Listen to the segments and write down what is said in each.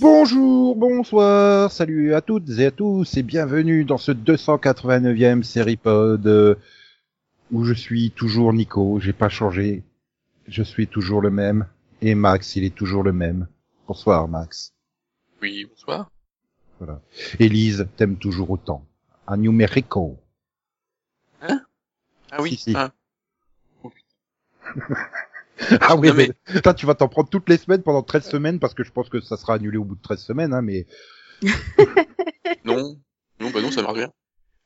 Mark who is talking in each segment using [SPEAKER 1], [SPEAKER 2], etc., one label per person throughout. [SPEAKER 1] Bonjour, bonsoir, salut à toutes et à tous et bienvenue dans ce 289e série pod euh, où je suis toujours Nico, j'ai pas changé, je suis toujours le même et Max il est toujours le même. Bonsoir Max.
[SPEAKER 2] Oui, bonsoir.
[SPEAKER 1] Élise t'aime toujours autant. À numérico.
[SPEAKER 2] Ah oui,
[SPEAKER 1] Si, si.
[SPEAKER 2] ah,
[SPEAKER 1] Ah oui,
[SPEAKER 2] Non, mais-
[SPEAKER 1] mais... toi, tu vas t'en prendre toutes les semaines pendant 13 semaines parce que je pense que ça sera annulé au bout de 13 semaines, hein, mais
[SPEAKER 2] non, non, bah non, ça marche bien.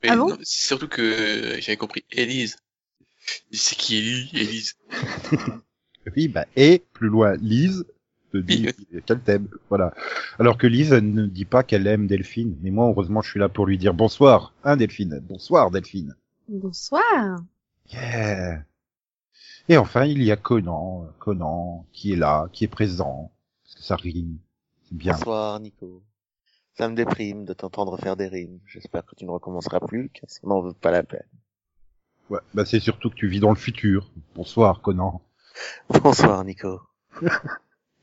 [SPEAKER 2] Mais
[SPEAKER 3] Ah bon
[SPEAKER 2] non, c'est surtout que euh, j'avais compris Élise. C'est qui Élie Élise
[SPEAKER 1] Oui, bah, et plus loin, Lise te dit qu'elle t'aime. Voilà. Alors que Lise elle ne dit pas qu'elle aime Delphine. Mais moi, heureusement, je suis là pour lui dire bonsoir, hein, Delphine. Bonsoir, Delphine.
[SPEAKER 3] Bonsoir.
[SPEAKER 1] Yeah. Et enfin, il y a Conan, Conan, qui est là, qui est présent. Parce que ça rime. C'est bien.
[SPEAKER 4] Bonsoir Nico. Ça me déprime de t'entendre faire des rimes. J'espère que tu ne recommenceras plus, car ça n'en veut pas la peine.
[SPEAKER 1] Ouais. Bah, c'est surtout que tu vis dans le futur. Bonsoir, Conan.
[SPEAKER 4] Bonsoir Nico.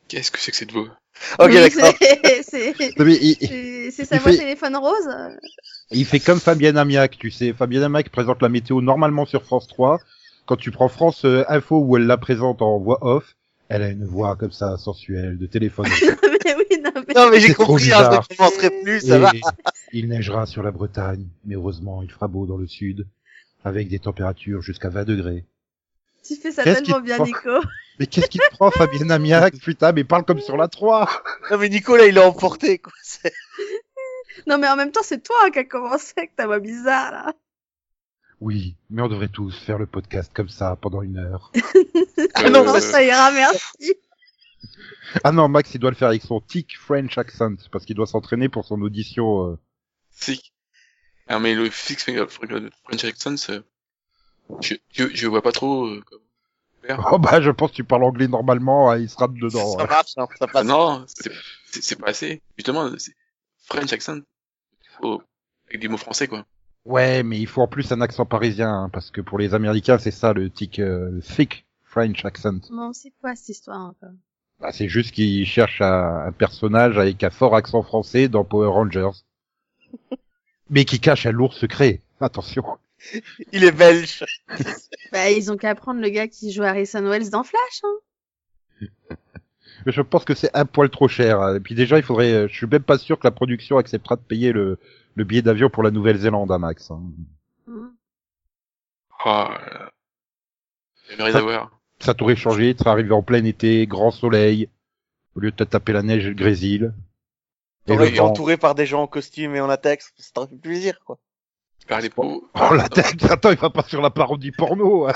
[SPEAKER 2] Qu'est-ce que c'est que cette voix
[SPEAKER 4] Ok
[SPEAKER 3] Oui,
[SPEAKER 4] d'accord.
[SPEAKER 3] c'est- c'est-
[SPEAKER 1] Non, mais il, il-
[SPEAKER 3] C'est c'est sa
[SPEAKER 1] Il
[SPEAKER 3] voix
[SPEAKER 1] fait-
[SPEAKER 3] téléphone rose. euh,
[SPEAKER 1] il fait comme Fabien Amiac, tu sais. Fabien Amiac présente la météo normalement sur France 3. Quand tu prends France euh, Info où elle la présente en voix off, elle a une voix comme ça, sensuelle, de téléphone.
[SPEAKER 3] mais oui, non, mais...
[SPEAKER 4] Non mais
[SPEAKER 1] C'est
[SPEAKER 4] j'ai
[SPEAKER 1] trop
[SPEAKER 4] compris, hein, je
[SPEAKER 1] bizarre.
[SPEAKER 4] ne commencerai plus, ça
[SPEAKER 1] Et
[SPEAKER 4] va.
[SPEAKER 1] il neigera sur la Bretagne, mais heureusement, il fera beau dans le sud, avec des températures jusqu'à 20 degrés.
[SPEAKER 3] Tu fais ça
[SPEAKER 1] Qu'est-ce
[SPEAKER 3] tellement
[SPEAKER 1] qui te
[SPEAKER 3] bien,
[SPEAKER 1] prend
[SPEAKER 3] Nico.
[SPEAKER 1] Mais qu'est-ce qui te prend, Fabien Amiac Putain, mais parle comme sur la 3
[SPEAKER 4] Non mais Nico là il est emporté quoi. C'est-
[SPEAKER 3] Non, mais en même temps, c'est toi qui a commencé avec ta voix bizarre, là.
[SPEAKER 1] Oui, mais on devrait tous faire le podcast comme ça, pendant une heure.
[SPEAKER 4] Ah non,
[SPEAKER 2] Euh,
[SPEAKER 3] ça, ça ira, merci.
[SPEAKER 1] Ah non, Max, il doit le faire avec son tic French accent, parce qu'il doit s'entraîner pour son audition... euh,
[SPEAKER 2] Si. Ah mais le fixe finger of French accent, c'est- je, je, je vois pas trop. euh, comment faire.
[SPEAKER 1] Oh bah je pense que tu parles anglais normalement, hein, il sera dedans.
[SPEAKER 4] Ça
[SPEAKER 1] hein.
[SPEAKER 4] marche, hein, ça
[SPEAKER 2] Ah
[SPEAKER 4] passe.
[SPEAKER 2] non, c'est- c'est c'est pas assez. Justement, c'est French accent oh, avec des mots français quoi.
[SPEAKER 1] Ouais, mais il faut en plus un accent parisien, hein, parce que pour les Américains c'est ça le tic euh, thick French accent.
[SPEAKER 3] Bon, c'est quoi cette histoire, encore
[SPEAKER 1] Bah, c'est juste qu'ils cherchent un, un personnage avec un fort accent français dans Power Rangers, mais qui cache un lourd secret. Attention.
[SPEAKER 4] Il est belge.
[SPEAKER 3] Bah, ils ont qu'à prendre le gars qui joue Harrison Wells dans Flash, hein.
[SPEAKER 1] Mais Je pense que c'est un poil trop cher. hein. Et puis déjà il faudrait, euh, je suis même pas sûr que la production acceptera de payer le, le billet d'avion pour la Nouvelle-Zélande, à Max. hein.
[SPEAKER 3] Mm.
[SPEAKER 2] Ah, là là. j'aimerais avoir.
[SPEAKER 1] ça t'aurait changé, tu serais arrivé en plein été, grand soleil, au lieu de te taper la neige et le grésil. Et
[SPEAKER 4] T'aurais
[SPEAKER 1] le
[SPEAKER 4] été
[SPEAKER 1] vent.
[SPEAKER 4] entouré par des gens en costume et en latex, ça t'aurait fait plaisir quoi.
[SPEAKER 2] Par les peaux. Ah,
[SPEAKER 1] Oh la tête, attends, il va pas sur la parodie porno. hein.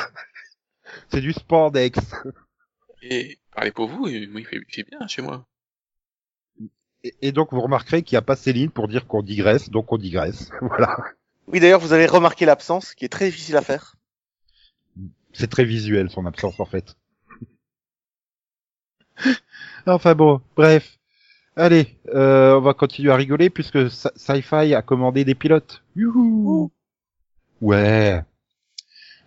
[SPEAKER 1] C'est du spandex.
[SPEAKER 2] Et parlez pour vous, et moi il fait, il fait bien chez moi.
[SPEAKER 1] Et, et donc vous remarquerez qu'il n'y a pas Céline pour dire qu'on digresse, donc on digresse. Voilà.
[SPEAKER 4] Oui d'ailleurs vous avez remarqué l'absence qui est très difficile à faire.
[SPEAKER 1] C'est très visuel son absence en fait. enfin bon, bref. Allez, euh, on va continuer à rigoler puisque Sci- Sci-Fi a commandé des pilotes. Youhou Ouais.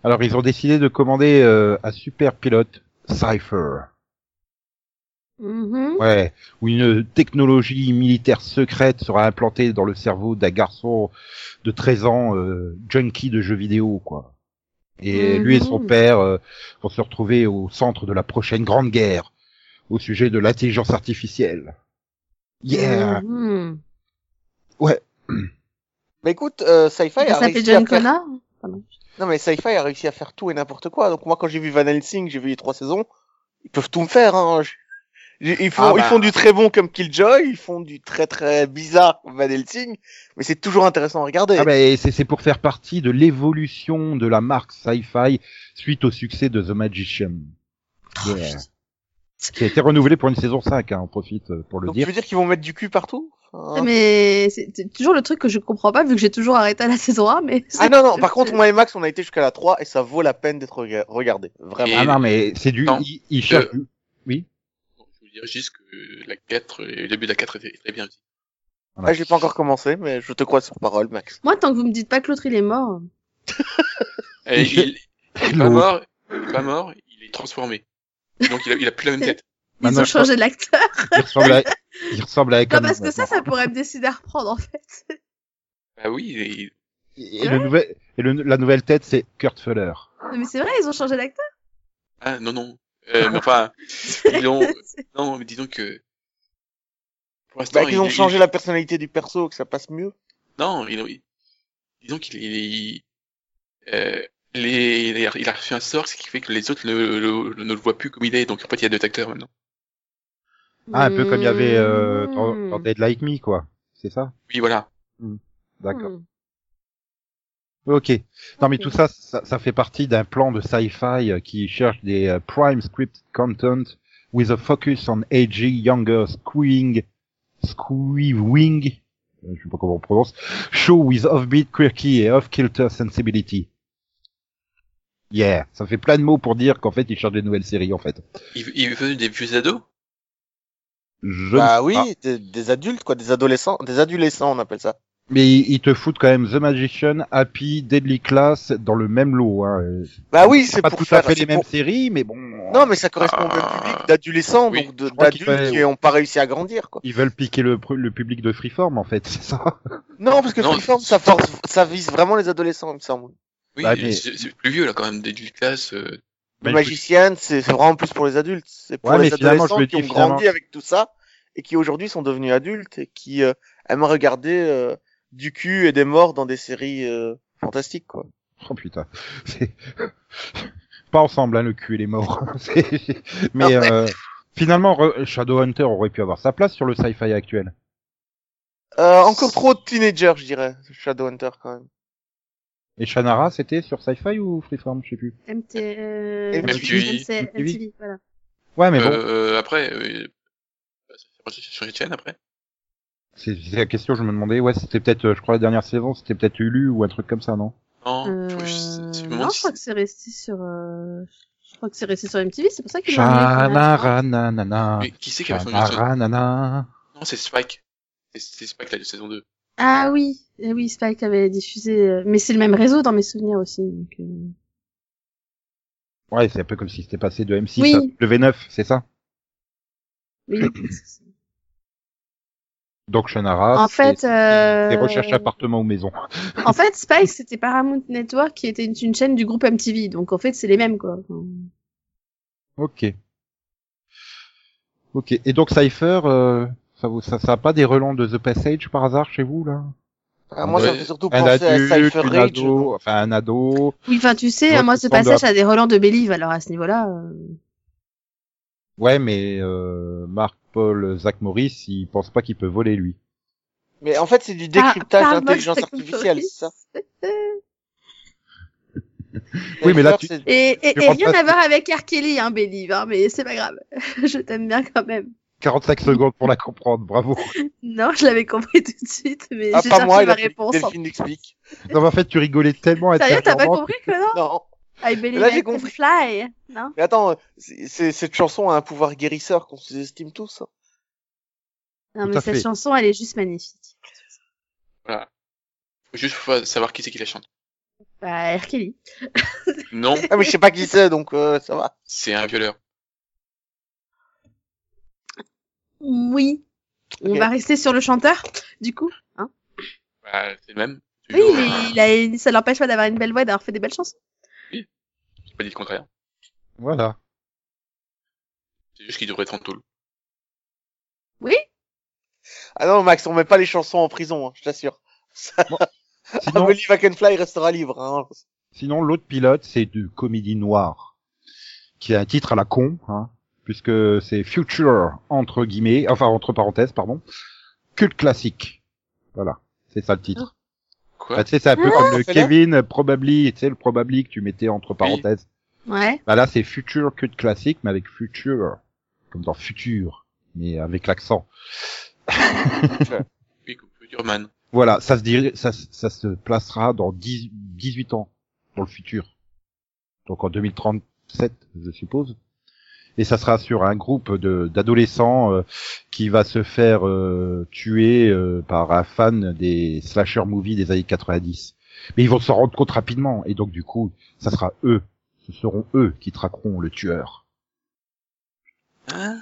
[SPEAKER 1] Alors ils ont décidé de commander euh, un super pilote, Cypher.
[SPEAKER 3] Mhm.
[SPEAKER 1] Ouais, où une technologie militaire secrète sera implantée dans le cerveau d'un garçon de 13 ans, euh, junkie de jeux vidéo, quoi. Et
[SPEAKER 3] Mhm.
[SPEAKER 1] lui et son père euh, vont se retrouver au centre de la prochaine grande guerre, au sujet de l'intelligence artificielle. Yeah
[SPEAKER 3] Mhm.
[SPEAKER 4] Mais écoute, euh, Sci-Fi a
[SPEAKER 3] Ça fait
[SPEAKER 4] réussi à
[SPEAKER 3] John
[SPEAKER 4] faire-
[SPEAKER 3] Connor
[SPEAKER 4] Non mais Sci-Fi a réussi à faire tout et n'importe quoi. Donc moi quand j'ai vu Van Helsing, j'ai vu les trois saisons, ils peuvent tout me faire. Hein. Je- je- Ils font,
[SPEAKER 2] Ah bah.
[SPEAKER 4] ils font du très bon comme Killjoy, ils font du très très bizarre comme Van Helsing, mais c'est toujours intéressant à regarder.
[SPEAKER 1] Ah ben, c'est c'est pour faire partie de l'évolution de la marque Sci-Fi suite au succès de The Magician.
[SPEAKER 3] Oh,
[SPEAKER 1] Yeah. Qui a été renouvelé pour une saison 5, hein, on profite euh, pour le
[SPEAKER 4] Donc
[SPEAKER 1] dire.
[SPEAKER 4] tu veux dire qu'ils vont mettre du cul partout Enfin,
[SPEAKER 3] Mais c'est c'est toujours le truc que je comprends pas vu que j'ai toujours arrêté à la saison 1. Mais
[SPEAKER 4] Ah non, non, par contre, moi et Max, on a été jusqu'à la 3 et ça vaut la peine d'être rega- regardé. Vraiment.
[SPEAKER 2] Et-
[SPEAKER 1] Ah non, mais c'est du.
[SPEAKER 2] Non. Euh,
[SPEAKER 1] Il, il cherche du-
[SPEAKER 2] Bon, je vous dirais juste que la 4, euh, le début de la 4 était très bien aussi.
[SPEAKER 4] Ah, j'ai pas encore commencé, mais je te crois sur parole, Max.
[SPEAKER 3] Moi, tant que vous me dites pas que l'autre il est mort.
[SPEAKER 2] Et
[SPEAKER 1] Il fait-
[SPEAKER 2] Euh, il, il est pas mort, il est pas mort, il est transformé. Donc il a, il a plus la même tête.
[SPEAKER 3] Ils
[SPEAKER 4] Bah
[SPEAKER 1] Maintenant,
[SPEAKER 3] ont
[SPEAKER 1] je crois-
[SPEAKER 3] changé l'acteur.
[SPEAKER 1] Il ressemble à. Il ressemble à.
[SPEAKER 3] Non,
[SPEAKER 1] Conan,
[SPEAKER 3] parce que ça,
[SPEAKER 1] maintenant.
[SPEAKER 3] ça pourrait me décider à reprendre en fait.
[SPEAKER 2] Bah oui, il est-
[SPEAKER 1] Et, le nouvel... et le- la nouvelle tête, c'est Kurt Fuller.
[SPEAKER 3] Non, mais c'est vrai, ils ont changé l'acteur.
[SPEAKER 2] ah non non. Euh, mais enfin, ils l'ont, non mais disons que. Pour l'instant,
[SPEAKER 4] Bah, qu'ils
[SPEAKER 2] il-
[SPEAKER 4] ont
[SPEAKER 2] il-
[SPEAKER 4] changé la personnalité du perso, que ça passe mieux.
[SPEAKER 2] Non, ils ont- ils- disons qu'il il, euh, les, il a- il a reçu un sort, ce qui fait que les autres le- le- le- ne le voient plus comme il est. Donc en fait, il y a deux acteurs maintenant.
[SPEAKER 1] Ah, un peu comme il y avait euh, dans,
[SPEAKER 3] Hmm.
[SPEAKER 1] dans Dead Like Me, quoi. C'est ça
[SPEAKER 2] Oui, voilà.
[SPEAKER 1] D'accord.
[SPEAKER 3] Hmm.
[SPEAKER 1] Ok. Non, mais
[SPEAKER 3] Ok.
[SPEAKER 1] tout ça, ça, ça fait partie d'un plan de sci-fi euh, qui cherche des euh, prime scripted content with a focus on aging, younger, squeeing, squeewing, euh, je sais pas comment on prononce, show with offbeat, quirky et off-kilter sensibility. Yeah, ça fait plein de mots pour dire qu'en fait ils cherchent des nouvelles séries en fait.
[SPEAKER 2] Il, il veut des vieux ados.
[SPEAKER 1] Je ne
[SPEAKER 4] Bah
[SPEAKER 1] sais
[SPEAKER 4] oui,
[SPEAKER 1] pas.
[SPEAKER 4] des, des adultes, quoi, des adolescents, des adolescents, on appelle ça.
[SPEAKER 1] Mais ils ils te foutent quand même The Magician, Happy, Deadly Class dans le même lot. Hein. Euh,
[SPEAKER 4] Bah oui, c'est
[SPEAKER 1] Pas
[SPEAKER 4] pour
[SPEAKER 1] tout
[SPEAKER 4] faire.
[SPEAKER 1] à fait les
[SPEAKER 4] c'est
[SPEAKER 1] mêmes
[SPEAKER 4] pour-
[SPEAKER 1] séries, mais bon.
[SPEAKER 4] Non, mais ça correspond au même
[SPEAKER 2] Ah.
[SPEAKER 4] public d'adolescents,
[SPEAKER 2] Oui,
[SPEAKER 4] donc de-
[SPEAKER 1] je crois
[SPEAKER 4] d'adultes
[SPEAKER 1] qu'il fallait-
[SPEAKER 4] qui ont pas réussi à grandir, quoi.
[SPEAKER 1] Ils veulent piquer le, pr- le public de Freeform en fait, c'est ça.
[SPEAKER 4] Non, parce que
[SPEAKER 2] Non.
[SPEAKER 4] Freeform, ça force, ça vise vraiment les adolescents, il me semble.
[SPEAKER 2] Oui,
[SPEAKER 1] Bah, mais-
[SPEAKER 2] c'est c'est plus vieux là quand même, des du classe. euh,
[SPEAKER 1] Bah,
[SPEAKER 4] Le magicien, c'est c'est vraiment plus pour les adultes. C'est pour
[SPEAKER 1] Ouais, mais
[SPEAKER 4] les
[SPEAKER 1] finalement,
[SPEAKER 4] adolescents
[SPEAKER 1] je me
[SPEAKER 4] qui
[SPEAKER 1] dis,
[SPEAKER 4] ont grandi avec tout ça et qui aujourd'hui sont devenus adultes et qui euh, aiment regarder euh, du cul et des morts dans des séries euh, fantastiques, quoi.
[SPEAKER 1] Oh putain. C'est- Pas ensemble, hein, le cul et les morts. C'est- Mais
[SPEAKER 4] Ah ouais.
[SPEAKER 1] euh, finalement, re- Shadowhunter aurait pu avoir sa place sur le sci-fi actuel.
[SPEAKER 4] Euh, encore trop de teenagers, je dirais, Shadowhunter, quand même.
[SPEAKER 1] Et Shannara, c'était sur sci-fi ou Freeform, je sais plus.
[SPEAKER 3] MT... euh,
[SPEAKER 2] MTV.
[SPEAKER 3] MC, MTV, voilà.
[SPEAKER 1] Ouais, mais bon,
[SPEAKER 2] euh, après, euh, bah, ça fait partie sur les chaînes après.
[SPEAKER 1] c'est c'est la question, je me demandais. Ouais, c'était peut-être, euh, je crois, la dernière saison, c'était peut-être Hulu ou un truc comme ça, non
[SPEAKER 2] Non,
[SPEAKER 3] Euh,
[SPEAKER 2] je crois que c'est- c'est le moment
[SPEAKER 3] non,
[SPEAKER 2] de-
[SPEAKER 3] je crois que c'est resté sur. euh, Je crois que c'est resté sur MTV, c'est pour ça qu'il l'ont amené à la fin.
[SPEAKER 1] Shannara, nanana.
[SPEAKER 2] Mais qui c'est qui avait fait une saison
[SPEAKER 1] Shannara, nanana.
[SPEAKER 2] Non, c'est Spike. C'est- C'est Spike la saison 2.
[SPEAKER 3] Ah oui, eh oui, Spike avait diffusé. euh, Mais c'est le même réseau dans mes souvenirs aussi. donc, euh,
[SPEAKER 1] Ouais, c'est un peu comme si c'était passé de M6
[SPEAKER 3] Oui.
[SPEAKER 1] à le V9, c'est ça
[SPEAKER 3] Oui.
[SPEAKER 1] Donc Shannara,
[SPEAKER 3] En
[SPEAKER 1] Ah, c'est-
[SPEAKER 3] fait, euh,
[SPEAKER 1] c'est recherche appartement ou maison.
[SPEAKER 3] en fait, Spike c'était Paramount Network qui était une, une chaîne du groupe MTV, donc en fait c'est les mêmes quoi. Enfin,
[SPEAKER 1] Ok. Ok. Et donc Cypher, euh, ça, vous, ça, ça a pas des relents de The Passage par hasard chez vous là
[SPEAKER 4] Ah, moi, ça
[SPEAKER 2] Ouais.
[SPEAKER 4] me fait surtout
[SPEAKER 1] Un
[SPEAKER 4] penser à
[SPEAKER 1] adulte,
[SPEAKER 4] Cypher
[SPEAKER 1] une
[SPEAKER 4] Rage.
[SPEAKER 1] ado, enfin un ado.
[SPEAKER 3] Oui, enfin tu sais,
[SPEAKER 1] Ouais,
[SPEAKER 3] moi
[SPEAKER 1] tout
[SPEAKER 3] ce
[SPEAKER 1] le temps
[SPEAKER 3] passage a des relents de Believe, alors à ce niveau-là. euh,
[SPEAKER 1] Ouais, mais euh, Marc Paul Zach Morris, il pense pas qu'il peut voler lui.
[SPEAKER 4] Mais en fait, c'est du
[SPEAKER 3] par-
[SPEAKER 4] décryptage
[SPEAKER 3] par
[SPEAKER 4] d'intelligence
[SPEAKER 3] Box
[SPEAKER 4] artificielle,
[SPEAKER 3] Technologies.
[SPEAKER 4] c'est ça.
[SPEAKER 1] Oui, mais là, tu-
[SPEAKER 4] Cypher, c'est-
[SPEAKER 3] Et, et,
[SPEAKER 1] Je
[SPEAKER 3] et
[SPEAKER 1] pense
[SPEAKER 3] rien
[SPEAKER 1] pas
[SPEAKER 3] à
[SPEAKER 1] que-
[SPEAKER 3] voir avec R. Kelly, hein, Believe, hein, mais c'est pas grave. Je t'aime bien quand même.
[SPEAKER 1] 45 secondes pour la comprendre, bravo.
[SPEAKER 3] Non, je l'avais compris tout de suite, mais
[SPEAKER 4] Ah,
[SPEAKER 3] j'ai
[SPEAKER 4] pas
[SPEAKER 3] cherché
[SPEAKER 4] moi, il
[SPEAKER 3] ma
[SPEAKER 4] a fallu que
[SPEAKER 3] réponse. hein.
[SPEAKER 4] Delphine explique.
[SPEAKER 1] Non, mais en fait, tu rigolais tellement
[SPEAKER 3] Sérieux, t'as pas
[SPEAKER 1] intérieurement
[SPEAKER 3] compris que non
[SPEAKER 4] Non.
[SPEAKER 3] I believe
[SPEAKER 4] Là,
[SPEAKER 3] I
[SPEAKER 4] j'ai
[SPEAKER 3] can
[SPEAKER 4] compris.
[SPEAKER 3] fly, non
[SPEAKER 4] Mais attends, c'est- c'est- cette chanson a un pouvoir guérisseur qu'on sous-estime tous. hein.
[SPEAKER 3] Non,
[SPEAKER 1] Tout
[SPEAKER 3] mais
[SPEAKER 1] à
[SPEAKER 3] cette
[SPEAKER 1] fait.
[SPEAKER 3] chanson, elle est juste magnifique.
[SPEAKER 2] Voilà. Faut juste fa- savoir qui c'est qui la chante.
[SPEAKER 3] Bah, R. Kelly.
[SPEAKER 2] Non,
[SPEAKER 4] Ah, mais je sais pas qui c'est, donc euh, ça va.
[SPEAKER 2] c'est un violeur.
[SPEAKER 3] Oui. On
[SPEAKER 4] Ok.
[SPEAKER 3] va rester sur le chanteur, du coup. Oh. Hein
[SPEAKER 2] Bah, c'est hein. le même.
[SPEAKER 3] oui,
[SPEAKER 2] Toujours,
[SPEAKER 3] il est- il a une- ça l'empêche pas d'avoir une belle voix et d'avoir fait des belles chansons.
[SPEAKER 2] J'ai pas dit le contraire.
[SPEAKER 1] Voilà.
[SPEAKER 2] C'est juste qu'il devrait être en taule.
[SPEAKER 4] Ah non, Max, on met pas les chansons en prison, hein, je t'assure. Ça... Ah,
[SPEAKER 1] Sinon-
[SPEAKER 4] Believe I Can Fly restera libre. Hein.
[SPEAKER 1] Sinon, l'autre pilote, c'est de comédie noire, qui a un titre à la con, hein, puisque c'est Future, entre guillemets, enfin, entre parenthèses, pardon, culte classique. Voilà. C'est ça le titre.
[SPEAKER 2] Quoi
[SPEAKER 1] Bah, tu sais, c'est un peu
[SPEAKER 4] Ah,
[SPEAKER 1] comme le
[SPEAKER 4] c'est là
[SPEAKER 1] Kevin, euh, probably, tu sais, le probably que tu mettais entre parenthèses.
[SPEAKER 3] Ouais.
[SPEAKER 1] Bah là, c'est Future culte classique, mais avec Future. Comme dans Future. Mais avec l'accent.
[SPEAKER 2] Durman.
[SPEAKER 1] Voilà, ça se, dir- ça, se- ça se placera dans 10 18 ans, dans le futur. Donc en 2037, je suppose. Et ça sera sur un groupe de- d'adolescents euh, qui va se faire euh, tuer euh, par un fan des slasher movies des années 90. Mais ils vont s'en rendre compte rapidement, et donc du coup, ça sera eux, ce seront eux qui traqueront le tueur.
[SPEAKER 2] Hein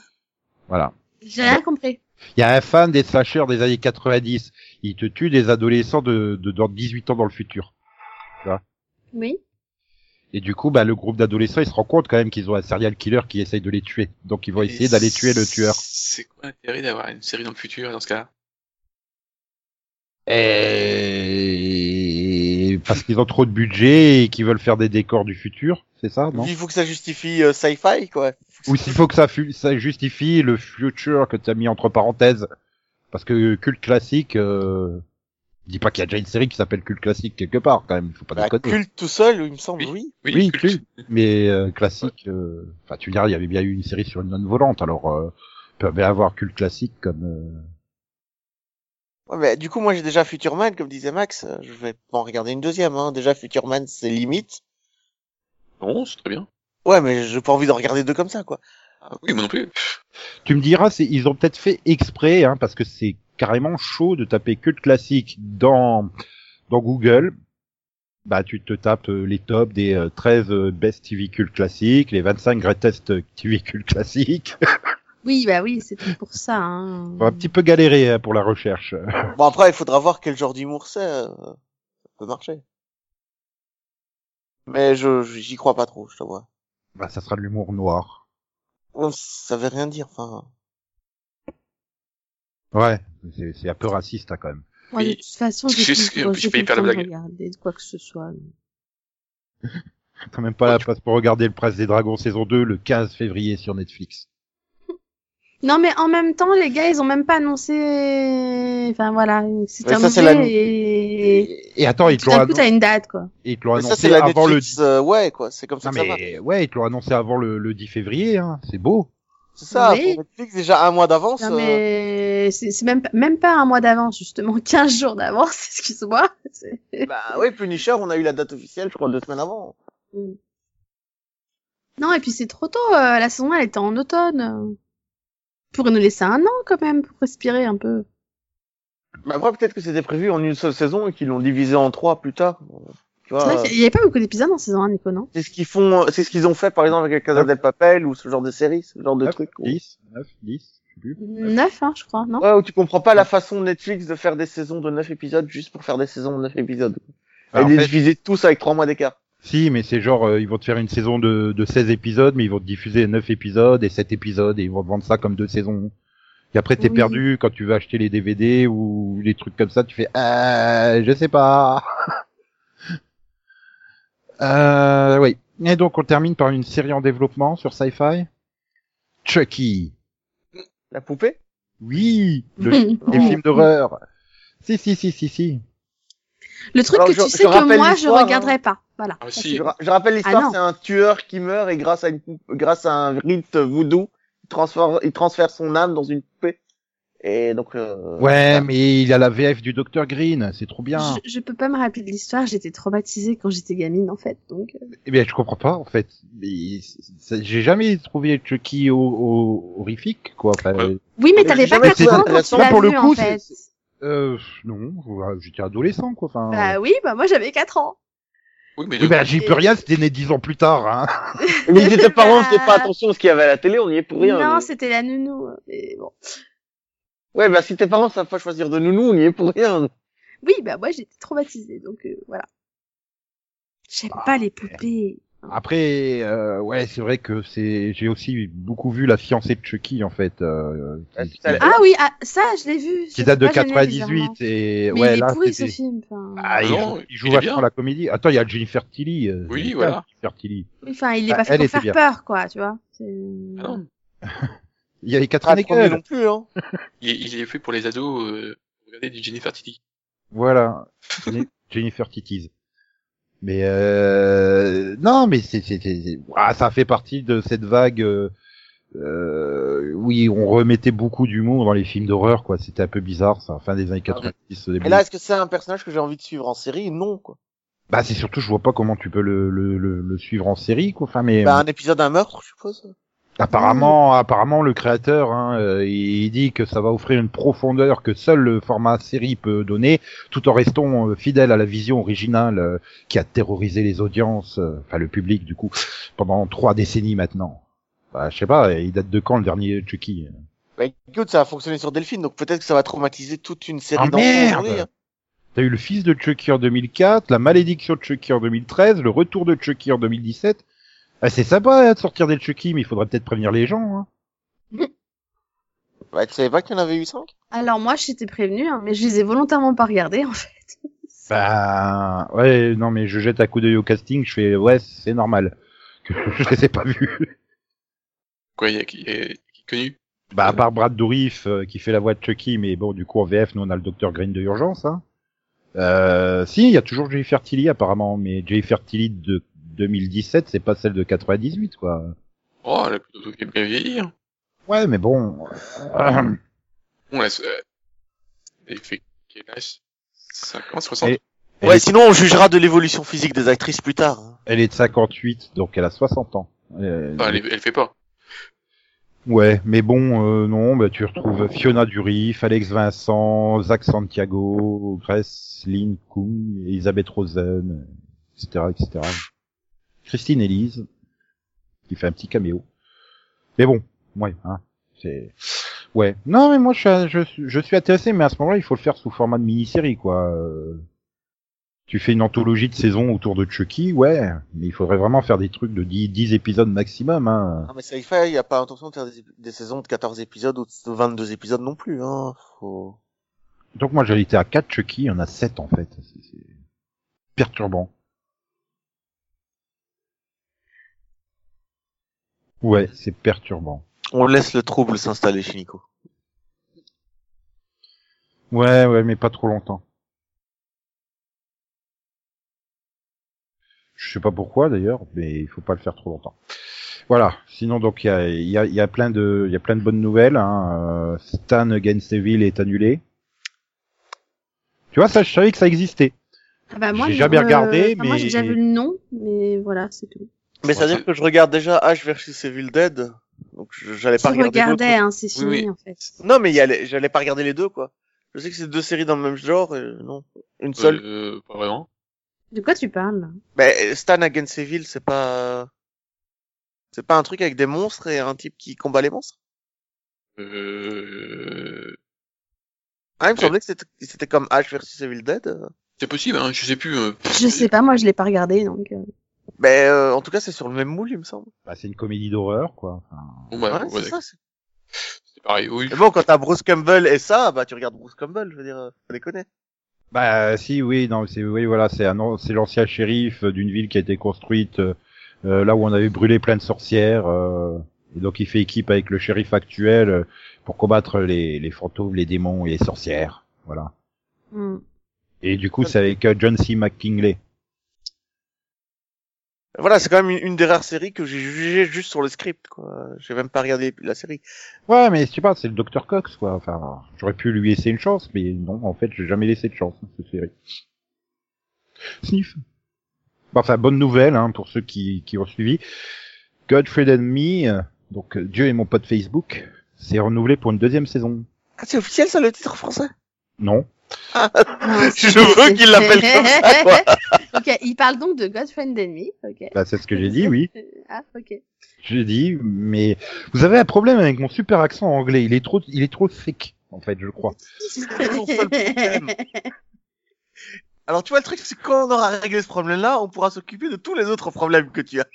[SPEAKER 1] Voilà.
[SPEAKER 3] J'ai rien compris.
[SPEAKER 1] Il y a un fan des slashers des années 90. Il te tue des adolescents de, de, dans 18 ans dans le futur.
[SPEAKER 3] Oui.
[SPEAKER 1] Et du coup, bah, le groupe d'adolescents, ils se rendent compte quand même qu'ils ont un serial killer qui essaye de les tuer. Donc ils vont essayer
[SPEAKER 2] Et
[SPEAKER 1] d'aller tuer le tueur.
[SPEAKER 2] C'est quoi l'intérêt d'avoir une série dans le futur dans ce cas
[SPEAKER 1] Et... Parce qu'ils ont trop de budget et qu'ils veulent faire des décors du futur, c'est ça, non
[SPEAKER 4] Il faut que ça justifie euh, sci-fi, quoi.
[SPEAKER 1] Ou s'il faut que ça, fu- ça justifie le future que t'as mis entre parenthèses. Parce que culte classique, euh... dis pas qu'il y a déjà une série qui s'appelle culte classique quelque part quand même, faut pas
[SPEAKER 4] Bah,
[SPEAKER 1] déconner.
[SPEAKER 4] culte tout seul, il me semble,
[SPEAKER 2] Oui.
[SPEAKER 4] oui.
[SPEAKER 1] Oui, mais euh, classique. euh, Enfin, tu diras, il y avait bien eu une série sur une nonne volante, alors euh, peut bien avoir culte classique comme. euh,
[SPEAKER 4] Ouais, mais du coup, moi, j'ai déjà Futureman, comme disait Max. Euh, Je vais pas en regarder une deuxième. Hein. Déjà, Futureman, c'est limite.
[SPEAKER 2] Non, c'est très bien.
[SPEAKER 4] Ouais, mais j'ai pas envie d'en regarder deux comme ça, quoi.
[SPEAKER 2] Oui, moi non plus.
[SPEAKER 1] Tu me diras, c'est, ils ont peut-être fait exprès, hein, parce que c'est carrément chaud de taper culte classique dans dans Google. Bah, tu te tapes euh, les tops des euh, 13 euh, best TV cultes classiques, les 25 greatest euh, TV cultes classiques.
[SPEAKER 3] Oui, bah oui, c'était pour ça. Hein.
[SPEAKER 1] On va un petit peu galérer hein, pour la recherche.
[SPEAKER 4] Bon, après, il faudra voir quel genre d'humour c'est. euh, Ça peut marcher. Mais je je- j'y crois pas trop, je te vois.
[SPEAKER 1] Bah, ça sera de l'humour noir.
[SPEAKER 4] Ça veut rien dire, enfin.
[SPEAKER 1] Ouais, c'est, c'est un peu raciste hein, quand même.
[SPEAKER 3] Moi, de
[SPEAKER 2] Oui.
[SPEAKER 3] toute façon,
[SPEAKER 2] Je
[SPEAKER 3] j'ai
[SPEAKER 2] sais
[SPEAKER 3] plus,
[SPEAKER 2] que je
[SPEAKER 3] j'ai
[SPEAKER 2] peux
[SPEAKER 3] plus
[SPEAKER 2] y
[SPEAKER 3] le
[SPEAKER 2] faire la
[SPEAKER 3] temps de
[SPEAKER 2] blague.
[SPEAKER 3] regarder quoi que ce soit.
[SPEAKER 1] T'as même pas la place pour regarder le Prince des Dragons saison 2 le 15 février sur Netflix.
[SPEAKER 3] Non, mais en même temps, les gars, ils ont même pas annoncé. Enfin voilà, c'est
[SPEAKER 4] Mais ça,
[SPEAKER 3] un
[SPEAKER 4] c'est la-
[SPEAKER 3] et...
[SPEAKER 1] Et, et attends, ils te
[SPEAKER 3] Tout
[SPEAKER 1] l'ont
[SPEAKER 3] d'un coup,
[SPEAKER 1] annon-
[SPEAKER 3] t'as une date, quoi.
[SPEAKER 1] ils te l'ont
[SPEAKER 4] Mais ça,
[SPEAKER 1] annoncé
[SPEAKER 4] c'est la
[SPEAKER 1] avant
[SPEAKER 4] Netflix, euh, ouais, quoi. C'est comme
[SPEAKER 1] le.
[SPEAKER 4] ça
[SPEAKER 1] Non
[SPEAKER 4] que ça marche.
[SPEAKER 1] mais ouais, ils te l'ont annoncé avant le, le 10 février, hein. c'est beau.
[SPEAKER 4] C'est ça,
[SPEAKER 3] Oui.
[SPEAKER 4] pour Netflix, déjà un mois d'avance.
[SPEAKER 3] Non,
[SPEAKER 4] euh,
[SPEAKER 3] mais c'est c'est même, pas- même pas un mois d'avance, justement, 15 jours d'avance, excuse-moi. C'est-
[SPEAKER 4] Bah ouais, Punisher, on a eu la date officielle, je crois, deux semaines avant.
[SPEAKER 3] Non, et puis c'est trop tôt, euh, la saison elle était en automne. Pour nous laisser un an, quand même, pour respirer un peu.
[SPEAKER 4] Bah après, peut-être que c'était prévu en une seule saison et qu'ils l'ont divisé en trois plus tard. Tu
[SPEAKER 3] C'est
[SPEAKER 4] vois,
[SPEAKER 3] vrai qu'il n'y avait pas beaucoup d'épisodes en saison 1, Nico, non
[SPEAKER 4] euh, c'est ce qu'ils font, euh, c'est ce qu'ils ont fait, par exemple, avec Casa del Papel ou ce genre de série, ce genre de
[SPEAKER 1] Hop,
[SPEAKER 4] truc. où-
[SPEAKER 1] 10, 9, 10, je sais plus.
[SPEAKER 3] 9, hein, je crois, non
[SPEAKER 4] Ouais, où tu comprends pas la façon de Netflix de faire des saisons de neuf épisodes juste pour faire des saisons de neuf épisodes.
[SPEAKER 1] Enfin,
[SPEAKER 4] et
[SPEAKER 1] en
[SPEAKER 4] les
[SPEAKER 1] fait,
[SPEAKER 4] diviser tous avec trois mois d'écart.
[SPEAKER 1] si, mais c'est genre, euh, ils vont te faire une saison de, de 16 épisodes, mais ils vont te diffuser 9 épisodes et 7 épisodes, et ils vont te vendre ça comme deux saisons. Et après, t'es
[SPEAKER 3] Oui.
[SPEAKER 1] perdu quand tu vas acheter les DVD ou les trucs comme ça, tu fais, euh, je sais pas. euh, oui. Et donc, on termine par une série en développement sur Sci-Fi. Chucky.
[SPEAKER 4] La poupée?
[SPEAKER 1] Oui. Le, les
[SPEAKER 3] Oh.
[SPEAKER 4] Non.
[SPEAKER 1] films d'horreur. Si, si, si, si, si.
[SPEAKER 3] Le truc
[SPEAKER 4] Alors,
[SPEAKER 3] que
[SPEAKER 4] je-
[SPEAKER 3] tu
[SPEAKER 4] je
[SPEAKER 3] sais que
[SPEAKER 4] rappelle
[SPEAKER 3] moi, je
[SPEAKER 4] l'histoire, hein.
[SPEAKER 3] regarderai pas. Voilà.
[SPEAKER 2] Ah,
[SPEAKER 3] Ça,
[SPEAKER 2] si.
[SPEAKER 4] Je, ra- je rappelle l'histoire,
[SPEAKER 3] Ah, non.
[SPEAKER 4] c'est un tueur qui meurt et grâce à une, pou- grâce à un rite voodoo, il transfère, il transfère son âme dans une poupée. Et donc, euh,
[SPEAKER 1] Ouais, mais il a la VF du Dr Green, c'est trop bien.
[SPEAKER 3] Je, je peux pas me rappeler de l'histoire, j'étais traumatisée quand j'étais gamine en fait. Donc euh,
[SPEAKER 1] Eh bien, je comprends pas, en fait. Mais c'est- c'est- j'ai jamais trouvé Chucky au, au, horrifique, quoi. Enfin,
[SPEAKER 2] Ouais.
[SPEAKER 1] Ah,
[SPEAKER 3] oui, mais
[SPEAKER 4] Mais
[SPEAKER 3] t'avais
[SPEAKER 4] j'ai
[SPEAKER 3] pas
[SPEAKER 4] jamais
[SPEAKER 3] 4
[SPEAKER 1] trouvé
[SPEAKER 3] ans quand tu
[SPEAKER 4] intéressant.
[SPEAKER 1] Là,
[SPEAKER 3] l'as
[SPEAKER 1] pour
[SPEAKER 3] vu
[SPEAKER 1] le coup,
[SPEAKER 3] en
[SPEAKER 1] c'est-
[SPEAKER 3] fait.
[SPEAKER 1] euh, non, euh, j'étais adolescent, quoi. Enfin,
[SPEAKER 3] Bah oui, bah moi j'avais 4 ans.
[SPEAKER 2] Oui, mais
[SPEAKER 1] eh
[SPEAKER 2] le-
[SPEAKER 1] ben, j'y peux rien, c'était né dix ans plus tard, hein.
[SPEAKER 4] Mais si tes parents
[SPEAKER 3] Bah.
[SPEAKER 4] faisaient pas attention à ce qu'il y avait à la télé, on y est pour rien.
[SPEAKER 3] non,
[SPEAKER 4] nous.
[SPEAKER 3] c'était la nounou. euh, mais bon.
[SPEAKER 4] Ouais, bah si tes parents savent pas choisir de nounou, on y est pour rien.
[SPEAKER 3] Oui, bah moi j'étais traumatisée, donc euh, voilà. J'aime
[SPEAKER 1] Ah,
[SPEAKER 3] pas les poupées.
[SPEAKER 1] Après, euh, ouais, c'est vrai que c'est, j'ai aussi beaucoup vu la fiancée de Chucky, en fait, euh,
[SPEAKER 4] Ah,
[SPEAKER 1] qui,
[SPEAKER 4] putain,
[SPEAKER 3] Ah oui, ah, ça je l'ai vu.
[SPEAKER 1] qui
[SPEAKER 3] ça
[SPEAKER 1] date de
[SPEAKER 3] m'a gênée, légèrement.
[SPEAKER 1] 98 et,
[SPEAKER 3] Mais
[SPEAKER 1] ouais,
[SPEAKER 3] il est
[SPEAKER 1] là,
[SPEAKER 3] pourri ce
[SPEAKER 1] c'était-
[SPEAKER 3] film. enfin.
[SPEAKER 1] Ah, il
[SPEAKER 2] Non,
[SPEAKER 1] joue, il
[SPEAKER 2] il
[SPEAKER 1] joue
[SPEAKER 2] est
[SPEAKER 1] vachement
[SPEAKER 2] bien.
[SPEAKER 1] la comédie. Attends, il y a Jennifer Tilly. euh,
[SPEAKER 2] Oui,
[SPEAKER 1] c'est
[SPEAKER 2] voilà.
[SPEAKER 1] bien, Jennifer Tilly.
[SPEAKER 3] Oui, Enfin, il est
[SPEAKER 1] Ah,
[SPEAKER 3] pas fait
[SPEAKER 1] elle
[SPEAKER 3] pour
[SPEAKER 1] était
[SPEAKER 3] faire
[SPEAKER 1] bien.
[SPEAKER 3] peur, quoi, tu vois. C'est-
[SPEAKER 2] Ah non.
[SPEAKER 1] Il y avait
[SPEAKER 4] Pas
[SPEAKER 1] Catherine
[SPEAKER 4] le premier
[SPEAKER 1] Hegel.
[SPEAKER 4] non plus, hein.
[SPEAKER 2] Il, est- il est fait pour les ados. Euh... Regardez du Jennifer Tilly.
[SPEAKER 1] Voilà. Jenny- Jennifer Titties. Mais euh... non, mais c'est, c'est, c'est- c'est- Ah, ça fait partie de cette vague euh, euh, oui, on remettait beaucoup d'humour dans les films d'horreur, quoi. C'était un peu bizarre, ça, fin des années 90, début.
[SPEAKER 4] Ah, Et là, est-ce que c'est un personnage que j'ai envie de suivre en série Non, quoi.
[SPEAKER 1] Bah, c'est surtout, je vois pas comment tu peux le, le, le, le suivre en série, quoi. Enfin, mais
[SPEAKER 4] Bah, un épisode d'un meurtre, je suppose.
[SPEAKER 1] apparemment, apparemment, le créateur, hein, euh, il dit que ça va offrir une profondeur que seul le format série peut donner, tout en restant euh, fidèle à la vision originale euh, qui a terrorisé les audiences, euh, enfin le public, du coup, pendant trois décennies maintenant. Bah, je sais pas, il date de quand le dernier Chucky euh
[SPEAKER 4] Bah, écoute, ça a fonctionné sur Delphine, donc peut-être que ça va traumatiser toute une série
[SPEAKER 1] Ah,
[SPEAKER 4] d'enfants
[SPEAKER 1] merde
[SPEAKER 4] aujourd'hui, hein.
[SPEAKER 1] T'as eu le fils de Chucky en 2004, la malédiction de Chucky en 2013, le retour de Chucky en 2017. Ah, c'est sympa hein, de sortir des Chucky, mais il faudrait peut-être prévenir les gens. Hein.
[SPEAKER 4] Bah, tu savais pas qu'il y en avait eu cinq
[SPEAKER 3] Alors moi, j'étais prévenue, hein, mais je les ai volontairement pas regardés, en fait.
[SPEAKER 1] Bah ouais, non mais je jette un coup d'œil au casting, je fais ouais c'est normal que je les ai pas vus.
[SPEAKER 2] Quoi, il y a qui est connu
[SPEAKER 1] Bah à part Brad Dourif euh, qui fait la voix de Chucky, mais bon du coup en VF nous on a le Docteur Green de l'urgence. Hein. Euh, si il y a toujours Jennifer Tilly apparemment, mais Jennifer Tilly de 2017 c'est pas celle de 98 quoi.
[SPEAKER 2] Oh, elle a plutôt bien vieilli. hein.
[SPEAKER 1] Ouais mais bon. euh,
[SPEAKER 2] Bon, là, c'est- euh, elle fait quel âge 50, 60
[SPEAKER 1] Et- Elle
[SPEAKER 4] Ouais,
[SPEAKER 1] est-
[SPEAKER 4] sinon on jugera de l'évolution physique des actrices plus tard. hein.
[SPEAKER 1] Elle est de 58, donc elle a 60 ans. Euh,
[SPEAKER 2] Enfin, Ah, elle, elle fait pas.
[SPEAKER 1] Ouais, mais bon, euh, non, bah, tu retrouves Fiona Durif, Alex Vincent, Zach Santiago, Grace Lynn Kuhn, Elisabeth Rosen, etc., etc. Christine Elise, qui fait un petit caméo. Mais bon, ouais, hein, c'est... Ouais. Non, mais moi, je suis, à- je, suis- je suis intéressé, mais à ce moment-là, il faut le faire sous format de mini-série, quoi. Euh, Tu fais une anthologie de saison autour de Chucky, ouais, mais il faudrait vraiment faire des trucs de 10, 10 épisodes maximum, hein.
[SPEAKER 4] Ah, mais ça y fait, il y a pas intention de faire des, ép- des saisons de 14 épisodes ou de 22 épisodes non plus. Hein. Faut...
[SPEAKER 1] Donc moi j'en étais à 4 Chucky, il y en a 7 en fait. C'est c'est perturbant. Ouais, c'est perturbant.
[SPEAKER 4] On laisse le trouble s'installer chez Nico.
[SPEAKER 1] Ouais, ouais, mais pas trop longtemps. Je sais pas pourquoi d'ailleurs, mais il faut pas le faire trop longtemps. Voilà. Sinon donc il y a, il y, a, il y a plein de, il y a plein de bonnes nouvelles. Hein. Euh, Stan Against Evil est annulé. Tu vois, ça, je savais que ça existait.
[SPEAKER 3] Ah bah, moi,
[SPEAKER 1] J'ai
[SPEAKER 3] le-
[SPEAKER 1] jamais regardé,
[SPEAKER 3] enfin, Moi,
[SPEAKER 1] mais-
[SPEAKER 3] j'ai déjà vu le nom, mais voilà, c'est tout.
[SPEAKER 4] Mais ça veut dire que je regarde déjà Ash versus Evil Dead. Donc je- j'allais
[SPEAKER 3] Tu
[SPEAKER 4] pas regarder.
[SPEAKER 3] regardais,
[SPEAKER 4] l'autre.
[SPEAKER 3] hein, c'est fini,
[SPEAKER 2] oui.
[SPEAKER 3] en fait.
[SPEAKER 4] Non, mais il y a les- j'allais pas regarder les deux quoi. Je sais que c'est deux séries dans le même genre. et non, une seule.
[SPEAKER 2] Euh, pas vraiment.
[SPEAKER 3] De quoi tu parles
[SPEAKER 4] Mais Bah, Stan Against Evil, c'est pas. C'est pas un truc avec des monstres et un type qui combat les monstres
[SPEAKER 2] Euh...
[SPEAKER 4] Ah, il me
[SPEAKER 2] Ouais.
[SPEAKER 4] semblait que c'était- c'était comme Ash versus Evil Dead.
[SPEAKER 2] C'est possible, hein, je sais plus. euh,
[SPEAKER 3] Je sais pas, moi, je l'ai pas regardé, donc... euh,
[SPEAKER 4] Mais euh, en tout cas, c'est sur le même moule, il me semble.
[SPEAKER 1] Bah, c'est une comédie d'horreur, quoi. Enfin,
[SPEAKER 2] Bon, bah,
[SPEAKER 4] Ouais,
[SPEAKER 2] ouais,
[SPEAKER 4] c'est ça. c'est-
[SPEAKER 2] c'est pareil, oui.
[SPEAKER 4] Mais bon, quand t'as Bruce Campbell et ça, bah tu regardes Bruce Campbell, je veux dire, euh, faut déconner.
[SPEAKER 1] Bah si, oui, non, c'est oui, voilà, c'est un an- c'est l'ancien shérif euh, d'une ville qui a été construite euh, euh, là où on avait brûlé plein de sorcières. euh, et donc il fait équipe avec le shérif actuel euh, pour combattre les, les fantômes, les démons et les sorcières. Voilà.
[SPEAKER 3] hmm.
[SPEAKER 1] Et du coup, c'est avec euh, John C. McKinley.
[SPEAKER 4] Voilà, c'est quand même une, une des rares séries que j'ai jugé juste sur le script, quoi. J'ai même pas regardé la série.
[SPEAKER 1] Ouais, mais je sais pas, c'est le Dr Cox, quoi. Enfin, j'aurais pu lui laisser une chance, mais non, en fait, j'ai jamais laissé de chance hein, cette série. Sniff. Bon, Enfin, bonne nouvelle hein, pour ceux qui, qui ont suivi. Godfrey and Me, euh, donc euh, Dieu et mon pote Facebook, s'est renouvelé pour une deuxième saison.
[SPEAKER 4] Ah, c'est officiel ça le titre français
[SPEAKER 1] Non.
[SPEAKER 3] Non,
[SPEAKER 4] Je
[SPEAKER 3] c'est-
[SPEAKER 4] veux
[SPEAKER 3] c'est-
[SPEAKER 4] qu'il l'appelle comme ça,
[SPEAKER 3] ok, il parle donc de Godfriend Enemy, ok.
[SPEAKER 1] Bah, c'est ce que j'ai dit, oui.
[SPEAKER 3] Ah, ok.
[SPEAKER 1] J'ai dit, mais vous avez un problème avec mon super accent anglais. Il est trop, il est trop thick, en fait, je crois.
[SPEAKER 4] toujours ça le problème.
[SPEAKER 3] Ah,
[SPEAKER 4] Alors tu vois le truc, c'est que quand on aura réglé ce problème-là, on pourra s'occuper de tous les autres problèmes que tu as.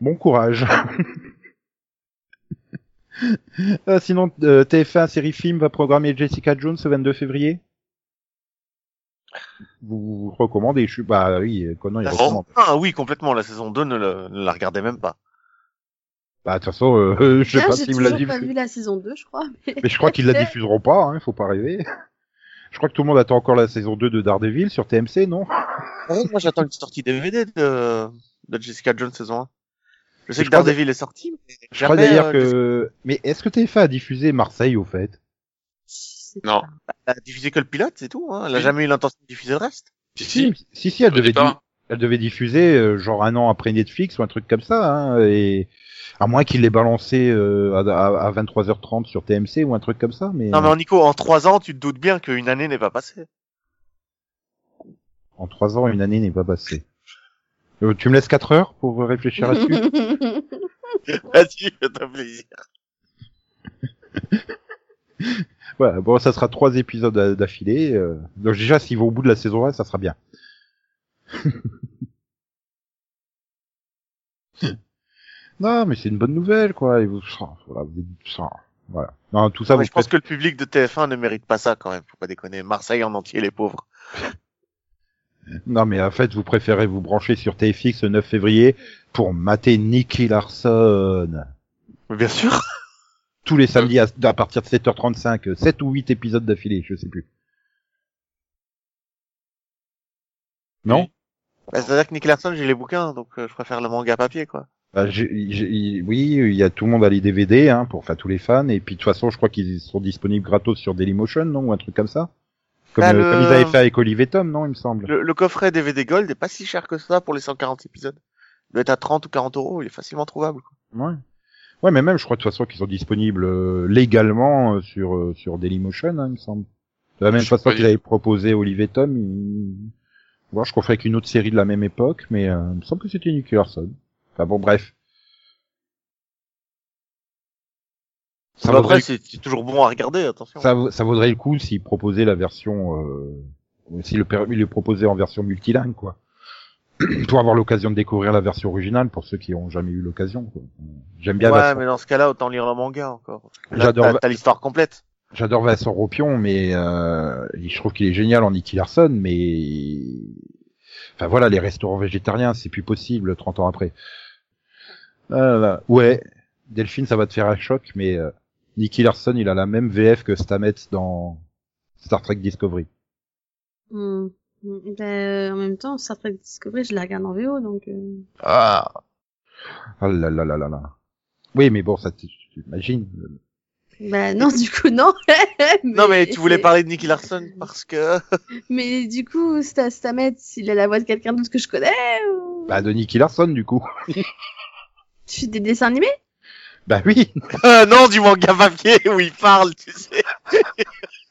[SPEAKER 1] Bon courage. Euh, sinon, euh, TF1 série film va programmer Jessica Jones le 22 février. Vous, vous recommandez Je suis bah oui, euh, Conan il
[SPEAKER 4] La
[SPEAKER 1] recommande.
[SPEAKER 4] saison 1, Ah, oui, complètement, la saison 2 ne, le- ne la regardez même pas.
[SPEAKER 1] Bah de toute façon, euh, euh, je sais
[SPEAKER 3] Là,
[SPEAKER 1] pas
[SPEAKER 3] Ah, j'ai
[SPEAKER 1] s'ils me la
[SPEAKER 3] toujours
[SPEAKER 1] diffusent.
[SPEAKER 3] pas vu la saison 2, je crois. mais-
[SPEAKER 1] Mais je crois qu'ils la diffuseront pas. Hein, faut pas rêver. Je crois que tout le monde attend encore la saison 2 de Daredevil sur TMC, non
[SPEAKER 4] Ah Par contre, moi j'attends une sortie DVD de, de Jessica Jones saison 1. Je sais
[SPEAKER 1] Je
[SPEAKER 4] que
[SPEAKER 1] crois
[SPEAKER 4] Daredevil est sorti. mais
[SPEAKER 1] Je crois
[SPEAKER 4] jamais,
[SPEAKER 1] d'ailleurs
[SPEAKER 4] euh,
[SPEAKER 1] que... Mais est-ce que TF1 a diffusé Marseille, au fait
[SPEAKER 2] Non.
[SPEAKER 4] Elle a diffusé que le pilote, c'est tout. Hein. Elle a
[SPEAKER 2] Oui.
[SPEAKER 4] jamais eu l'intention de diffuser le reste.
[SPEAKER 2] Si, si.
[SPEAKER 1] si, si, si, elle,
[SPEAKER 2] Au
[SPEAKER 1] devait
[SPEAKER 2] départ.
[SPEAKER 1] di- elle devait diffuser euh, genre un an après Netflix ou un truc comme ça. Hein, et à moins qu'il l'ait balancé euh, à, à- à 23h30 sur TMC ou un truc comme ça. Mais,
[SPEAKER 4] Non, mais en Nico, en trois ans, tu te doutes bien qu'une année n'est pas passée.
[SPEAKER 1] en trois ans, une année n'est pas passée. Euh, tu me laisses quatre heures pour réfléchir là-dessus
[SPEAKER 4] Vas-y, fais-toi plaisir.
[SPEAKER 1] Voilà, bon, ça sera trois épisodes à- d'affilée. euh. Donc déjà, s'ils vont au bout de la saison 1, ça sera bien. non, mais c'est une bonne nouvelle, quoi. Et vous, voilà, vous êtes- voilà. Non, tout ça,
[SPEAKER 4] Ouais,
[SPEAKER 1] vous
[SPEAKER 4] je pense
[SPEAKER 1] faites-
[SPEAKER 4] que le public de TF1 ne mérite pas ça quand même. Faut pas déconner. Marseille en entier, les pauvres.
[SPEAKER 1] Non, mais en fait, vous préférez vous brancher sur TFX le 9 février pour mater Nicky Larson.
[SPEAKER 4] Mais bien sûr.
[SPEAKER 1] Tous les samedis à, à partir de 7h35, euh, 7 ou 8 épisodes d'affilée, je sais plus. Non
[SPEAKER 4] Bah, C'est-à-dire que Nick Larson, j'ai les bouquins, donc euh, je préfère le manga papier, quoi.
[SPEAKER 1] Bah, j'ai- j'ai- oui, il y a tout le monde à les DVD, hein, pour enfin tous les fans. Et puis de toute façon, je crois qu'ils sont disponibles gratos sur Dailymotion, non, ou un truc comme ça. Comme,
[SPEAKER 4] Bah,
[SPEAKER 1] euh,
[SPEAKER 4] le-
[SPEAKER 1] comme ils avaient fait avec Olive et Tom, non, il me semble.
[SPEAKER 4] Le, le coffret DVD Gold est pas si cher que ça pour les 140 épisodes. Il doit être à 30 ou 40 euros, il est facilement trouvable. quoi.
[SPEAKER 1] Ouais. ouais, mais même, je crois de toute façon qu'ils sont disponibles euh, légalement euh, sur euh, sur Dailymotion, hein, il me semble. De la même
[SPEAKER 2] Je
[SPEAKER 1] façon
[SPEAKER 2] crois
[SPEAKER 1] qu'ils
[SPEAKER 2] que-
[SPEAKER 1] avaient proposé Olive et Tom, ils- bon, je confonds avec une autre série de la même époque, mais euh, il me semble que c'était Nicky Larson. Enfin bon, bref. Ça
[SPEAKER 4] Bah,
[SPEAKER 1] vaudrait
[SPEAKER 4] après, c'est c'est toujours bon à regarder, attention.
[SPEAKER 1] ça, vaut- ça vaudrait le coup s'il proposait la version, euh, s'il le, per- il le proposait en version multilingue, quoi. pour avoir l'occasion de découvrir la version originale pour ceux qui ont jamais eu l'occasion. quoi. J'aime bien,
[SPEAKER 4] ouais,
[SPEAKER 1] Vincent-
[SPEAKER 4] mais dans ce cas-là, autant lire le manga encore. Là,
[SPEAKER 1] J'adore-
[SPEAKER 4] T'as t'as l'histoire complète.
[SPEAKER 1] j'adore Vincent Ropion, mais euh, je trouve qu'il est génial en Nicky Larson, mais enfin voilà, les restaurants végétariens, c'est plus possible 30 ans après. Ah là là. Ouais, Delphine, ça va te faire un choc, mais euh, Nicky Larson, il a la même VF que Stamets dans Star Trek Discovery.
[SPEAKER 3] Hmm. Hmm. Ben, euh, en même temps, Star Trek Discovery, je la regarde en VO, donc. euh,
[SPEAKER 4] Ah.
[SPEAKER 1] Ah là là là là là. Oui, mais bon, ça tu tu imagines.
[SPEAKER 3] Ben non, du coup, non.
[SPEAKER 4] Non, mais tu voulais parler de Nicky Larson parce que...
[SPEAKER 3] Mais du coup, Sta- Stamets, il a la voix de quelqu'un d'autre que je connais ou...
[SPEAKER 1] Bah, de Nicky Larson, du coup.
[SPEAKER 3] Tu fais des dessins animés
[SPEAKER 1] Bah oui.
[SPEAKER 4] Euh, non, du manga papier où il parle, tu sais.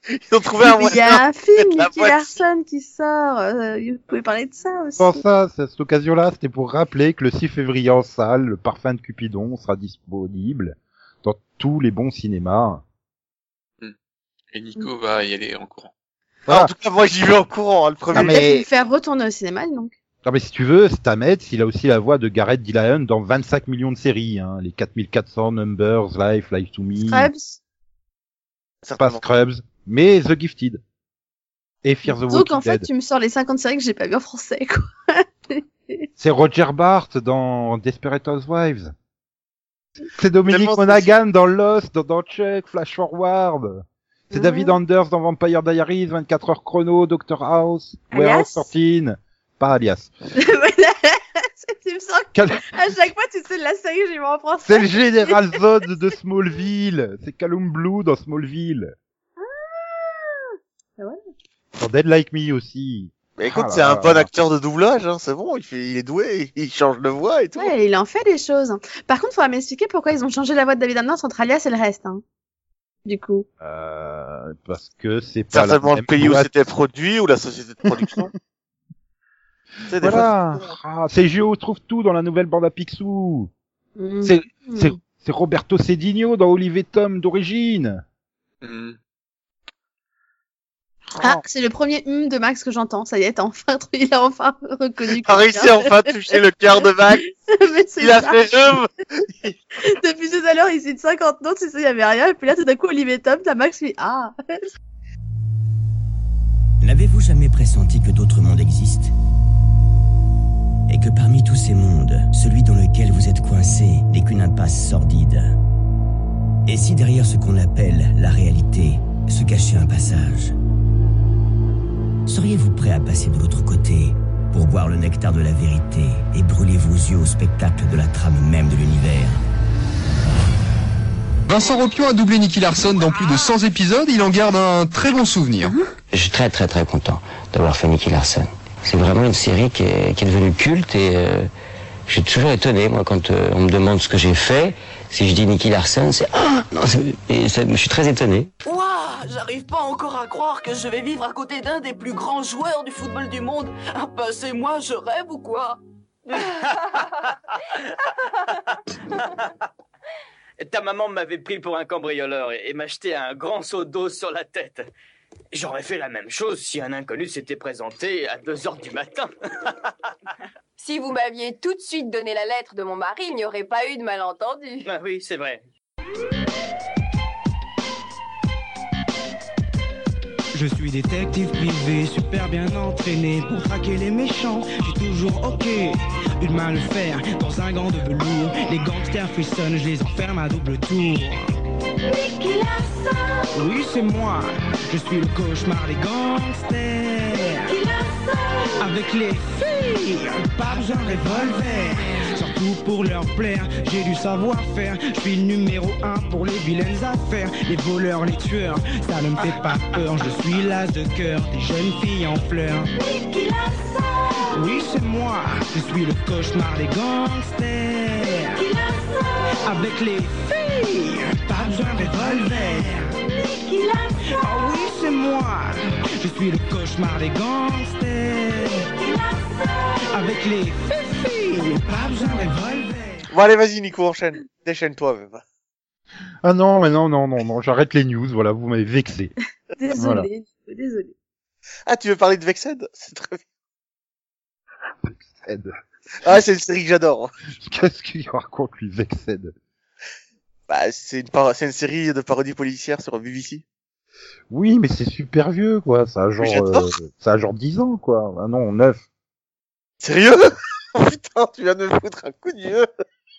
[SPEAKER 4] Ils ont trouvé un
[SPEAKER 3] Mais Il y
[SPEAKER 4] moyen.
[SPEAKER 3] a un film,
[SPEAKER 4] la
[SPEAKER 3] Nicky
[SPEAKER 4] voix de-
[SPEAKER 3] Larson, qui sort. euh, vous pouvez parler de ça aussi.
[SPEAKER 1] Pour ça, c'est- cette occasion-là, c'était pour rappeler que le 6 février en salle, le parfum de Cupidon sera disponible dans tous les bons cinémas.
[SPEAKER 2] Et Nico va y aller en courant.
[SPEAKER 1] Voilà.
[SPEAKER 4] En tout cas, moi, j'y vais en courant, hein, le premier.
[SPEAKER 1] Non, mais-
[SPEAKER 3] Et... faire retourner au cinéma, donc.
[SPEAKER 1] Non, mais si tu veux, Stamets, il a aussi la voix de Gareth Dillahan dans 25 millions de séries, hein. Les 4400 Numbers, Life, Life to Me,
[SPEAKER 3] Scrubs.
[SPEAKER 1] pas
[SPEAKER 4] Certainement.
[SPEAKER 1] Scrubs, mais The Gifted. Et Fear the
[SPEAKER 3] Donc,
[SPEAKER 1] Walking
[SPEAKER 3] en fait,
[SPEAKER 1] Dead.
[SPEAKER 3] tu me sors les 50 séries que j'ai pas vu en français, quoi.
[SPEAKER 1] C'est Roger Bart dans Desperate Housewives. C'est Dominique
[SPEAKER 4] Tellement
[SPEAKER 1] Monaghan dans Lost, dans, dans Chuck, Flash Forward. C'est
[SPEAKER 3] Ouais.
[SPEAKER 1] David Anders dans Vampire Diaries, 24 heures chrono, Doctor House,
[SPEAKER 3] Alias
[SPEAKER 1] Warehouse 13. Pas alias.
[SPEAKER 3] Voilà. tu me sors
[SPEAKER 1] Quel-
[SPEAKER 3] à chaque fois, tu sais, la série, j'ai vu en
[SPEAKER 1] C'est
[SPEAKER 3] français.
[SPEAKER 1] le général Zod de Smallville. C'est Calum Blue dans Smallville.
[SPEAKER 3] Ah ouais.
[SPEAKER 1] Dans Dead Like Me aussi.
[SPEAKER 4] Mais écoute,
[SPEAKER 1] Ah
[SPEAKER 4] c'est
[SPEAKER 1] là
[SPEAKER 4] un
[SPEAKER 1] là
[SPEAKER 4] bon
[SPEAKER 1] là.
[SPEAKER 4] acteur de doublage, hein, c'est bon, il, fait, il est doué, il change de voix et tout.
[SPEAKER 3] Ouais, il en fait des choses. hein. Par contre, faudra m'expliquer pourquoi ils ont changé la voix de David Arnold entre Alias et le reste. Hein. Du coup.
[SPEAKER 1] Euh, parce que c'est pas la
[SPEAKER 4] Certainement le
[SPEAKER 1] même
[SPEAKER 4] pays où
[SPEAKER 1] boîte.
[SPEAKER 4] c'était produit ou la société de production. Tu sais, des
[SPEAKER 1] Voilà.
[SPEAKER 4] fois,
[SPEAKER 1] Ah, c'est Géo trouve tout dans la nouvelle bande à Picsou.
[SPEAKER 3] Mm.
[SPEAKER 1] C'est-
[SPEAKER 5] Hmm.
[SPEAKER 3] Mm.
[SPEAKER 1] c'est- C'est Roberto Cedinho dans Olivier Tom d'origine.
[SPEAKER 2] Hmm.
[SPEAKER 4] Oh.
[SPEAKER 3] Ah, c'est le premier hum de Max que j'entends. Ça y est, t'as enfin, il a enfin reconnu.
[SPEAKER 4] Il a réussi à enfin à toucher le cœur de Max.
[SPEAKER 3] Mais c'est
[SPEAKER 4] Ah, Il a
[SPEAKER 3] ça.
[SPEAKER 4] fait hum.
[SPEAKER 3] Depuis tout à l'heure, il cite 50 noms, tu sais, il y avait rien. Et puis là, tout d'un coup, Olivier Tom, t'as Max lui. Ah.
[SPEAKER 6] N'avez-vous jamais pressenti que d'autres mondes existent Et que parmi tous ces mondes, celui dans lequel vous êtes coincé n'est qu'une impasse sordide Et si derrière ce qu'on appelle la réalité se cachait un passage Seriez-vous prêt à passer de l'autre côté pour boire le nectar de la vérité et brûler vos yeux au spectacle de la trame même de l'univers.
[SPEAKER 7] Vincent Ropion a doublé Nicky Larson dans plus de 100 épisodes, il en garde un très bon souvenir.
[SPEAKER 8] Je suis très très très content d'avoir fait Nicky Larson. C'est vraiment une série qui est, qui est devenue culte et euh, je suis toujours étonné, moi, quand euh, on me demande ce que j'ai fait, si je dis Nicky Larson, c'est... Ah non, c'est- et ça- je suis très étonné.
[SPEAKER 9] Ouah, j'arrive pas encore à croire que je vais vivre à côté d'un des plus grands joueurs du football du monde. Ah ben c'est moi, je rêve ou quoi
[SPEAKER 10] Ta maman m'avait pris pour un cambrioleur et, et m'achetait un grand seau d'eau sur la tête. J'aurais fait la même chose si un inconnu s'était présenté à 2 heures du matin.
[SPEAKER 11] Si vous m'aviez tout de suite donné la lettre de mon mari, il n'y aurait pas eu de malentendu.
[SPEAKER 10] Ah oui, c'est vrai.
[SPEAKER 5] Je suis détective privé, super bien entraîné pour traquer les méchants. J'ai toujours ok eu de mal faire dans un gant de velours. Les gangsters frissonnent, je les enferme à double tour. Oui, c'est moi, je suis le cauchemar des gangsters. Avec les filles, par un revolver. Surtout pour leur plaire, j'ai du savoir-faire. Je suis le numéro un pour les vilaines affaires. Les voleurs, les tueurs, ça ne me fait pas peur. Je suis l'as de cœur des jeunes filles en fleurs. Oui, c'est moi, je suis le cauchemar des gangsters. Avec les filles, par un revolver. Oh oui, c'est moi, je suis le cauchemar des gangsters. Avec les filles, par un revolver.
[SPEAKER 4] Bon, allez, vas-y, Nico, enchaîne. Déchaîne-toi, même.
[SPEAKER 1] Ah non, mais non, non, non, non, j'arrête les news, voilà, vous m'avez vexé. Voilà.
[SPEAKER 3] Désolé, désolé.
[SPEAKER 4] Ah, tu veux parler de Vexed C'est très bien.
[SPEAKER 1] Vexed.
[SPEAKER 4] Ah, c'est une série que j'adore.
[SPEAKER 1] Qu'est-ce qu'il raconte, lui, Vexed
[SPEAKER 4] Bah, c'est une, paro- c'est une série de parodies policières sur BBC.
[SPEAKER 1] Oui, mais c'est super vieux, quoi, ça a genre,
[SPEAKER 4] j'adore.
[SPEAKER 1] euh, ça a genre 10 ans, quoi. Ah non, 9.
[SPEAKER 4] Sérieux Putain, tu viens de me foutre un coup de vieux.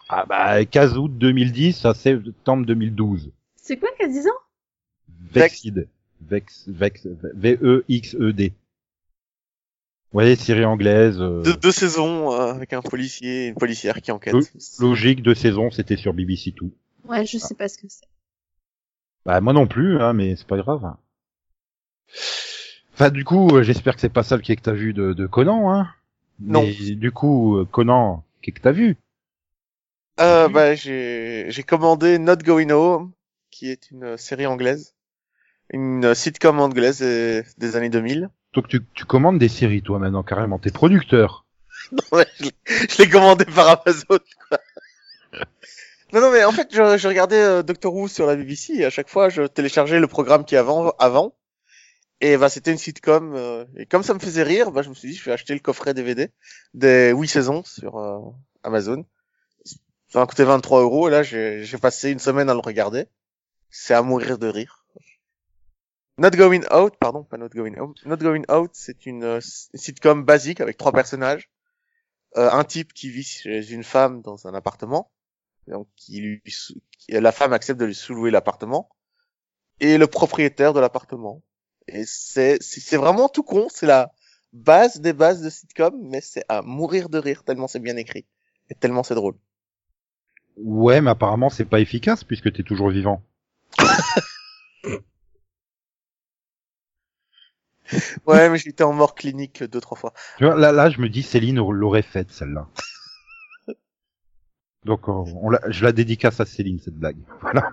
[SPEAKER 1] Ah bah, 15 août 2010 à septembre 2012.
[SPEAKER 3] C'est quoi qu'à 10 ans
[SPEAKER 1] Vexed. Vex, Vex, E, V-E-X-E-D. Vous voyez, série anglaise, euh,
[SPEAKER 4] De deux saisons euh, avec un policier et une policière qui enquête.
[SPEAKER 1] Oui. logique, deux saisons, c'était sur BBC Two.
[SPEAKER 3] Ouais, je sais pas ce que c'est.
[SPEAKER 1] Bah moi non plus, hein, mais c'est pas grave. Enfin du coup, euh, j'espère que c'est pas ça le quai que t'as vu de, de Conan, hein.
[SPEAKER 4] Non.
[SPEAKER 1] Mais, du coup, euh, Conan, qu'est que t'as vu
[SPEAKER 4] Euh, bah, j'ai j'ai commandé Not Going Home, qui est une série anglaise. Une euh, sitcom anglaise euh, des années 2000.
[SPEAKER 1] Donc tu, tu commandes des séries toi maintenant carrément, t'es producteur.
[SPEAKER 4] Ouais, je l'ai- je l'ai commandé par Amazon, quoi. Non, non, mais en fait, je, je regardais euh, Doctor Who sur la BBC et à chaque fois, je téléchargeais le programme qui avant, avant. Et bah, c'était une sitcom. euh, et comme ça me faisait rire, bah, je me suis dit, je vais acheter le coffret DVD des 8 saisons sur euh, Amazon. Ça m'a coûté 23 euros et là, j'ai j'ai passé une semaine à le regarder. C'est à mourir de rire. Not Going Out, pardon, pas Not Going Home. Not Going Out, c'est une euh, s- sitcom basique avec trois personnages. Euh, un type qui vit chez une femme dans un appartement. Donc, qui lui, sou- qui- la femme accepte de lui sous-louer l'appartement. Et le propriétaire de l'appartement. Et c'est, c'est c'est vraiment tout con. C'est la base des bases de sitcom, mais c'est à mourir de rire tellement c'est bien écrit. Et tellement c'est drôle.
[SPEAKER 1] Ouais, mais apparemment c'est pas efficace puisque t'es toujours vivant.
[SPEAKER 4] Ouais, mais j'étais en mort clinique deux, trois fois.
[SPEAKER 1] Tu vois, là, là je me dis Céline l'aurait faite celle-là. Donc on, on la- je la dédicace à Céline cette blague. Voilà.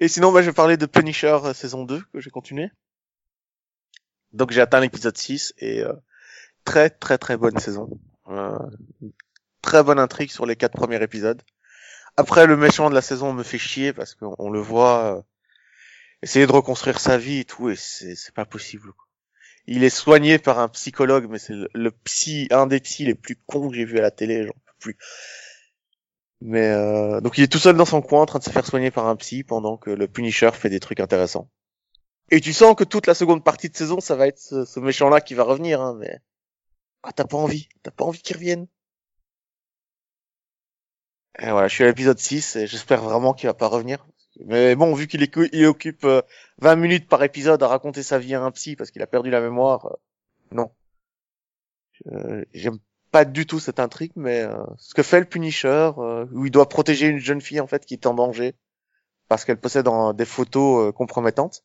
[SPEAKER 4] Et sinon, bah, je vais parler de Punisher euh, saison 2 que j'ai continué. Donc j'ai atteint l'épisode 6 et euh, très très très bonne saison. Euh, très bonne intrigue sur les quatre premiers épisodes. Après, le méchant de la saison me fait chier parce qu'on on le voit euh, essayer de reconstruire sa vie et tout et c'est c'est pas possible. quoi. Il est soigné par un psychologue mais c'est le, le psy, un des psys les plus cons que j'ai vu à la télé, j'en peux plus. Mais euh, donc il est tout seul dans son coin en train de se faire soigner par un psy pendant que le Punisher fait des trucs intéressants. Et tu sens que toute la seconde partie de saison, ça va être ce, ce méchant-là qui va revenir, hein, mais ah t'as pas envie, t'as pas envie qu'il revienne. Et voilà, je suis à l'épisode 6 et j'espère vraiment qu'il va pas revenir. Mais bon, vu qu'il écu- il occupe euh, 20 minutes par épisode à raconter sa vie à un psy parce qu'il a perdu la mémoire, euh, non. Euh, J'aime pas du tout cette intrigue, mais euh, ce que fait le Punisher, euh, où il doit protéger une jeune fille en fait qui est en danger parce qu'elle possède un- des photos euh, compromettantes,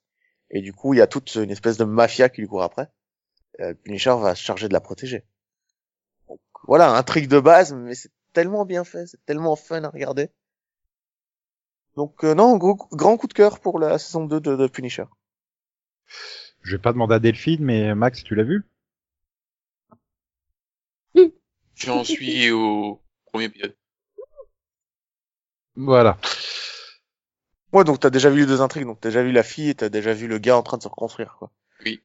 [SPEAKER 4] et du coup il y a toute une espèce de mafia qui lui court après. Euh, le Punisher va se charger de la protéger. Donc, voilà, intrigue de base, mais c'est tellement bien fait, c'est tellement fun à regarder. Donc euh, non, gros- grand coup de cœur pour la saison 2 de, de Punisher.
[SPEAKER 1] Je vais pas demander à Delphine, mais Max, tu l'as vu
[SPEAKER 2] J'en suis au premier épisode.
[SPEAKER 1] Voilà.
[SPEAKER 4] Ouais, donc t'as déjà vu les deux intrigues, donc t'as déjà vu la fille et t'as déjà vu le gars en train de se reconstruire, quoi.
[SPEAKER 2] Oui,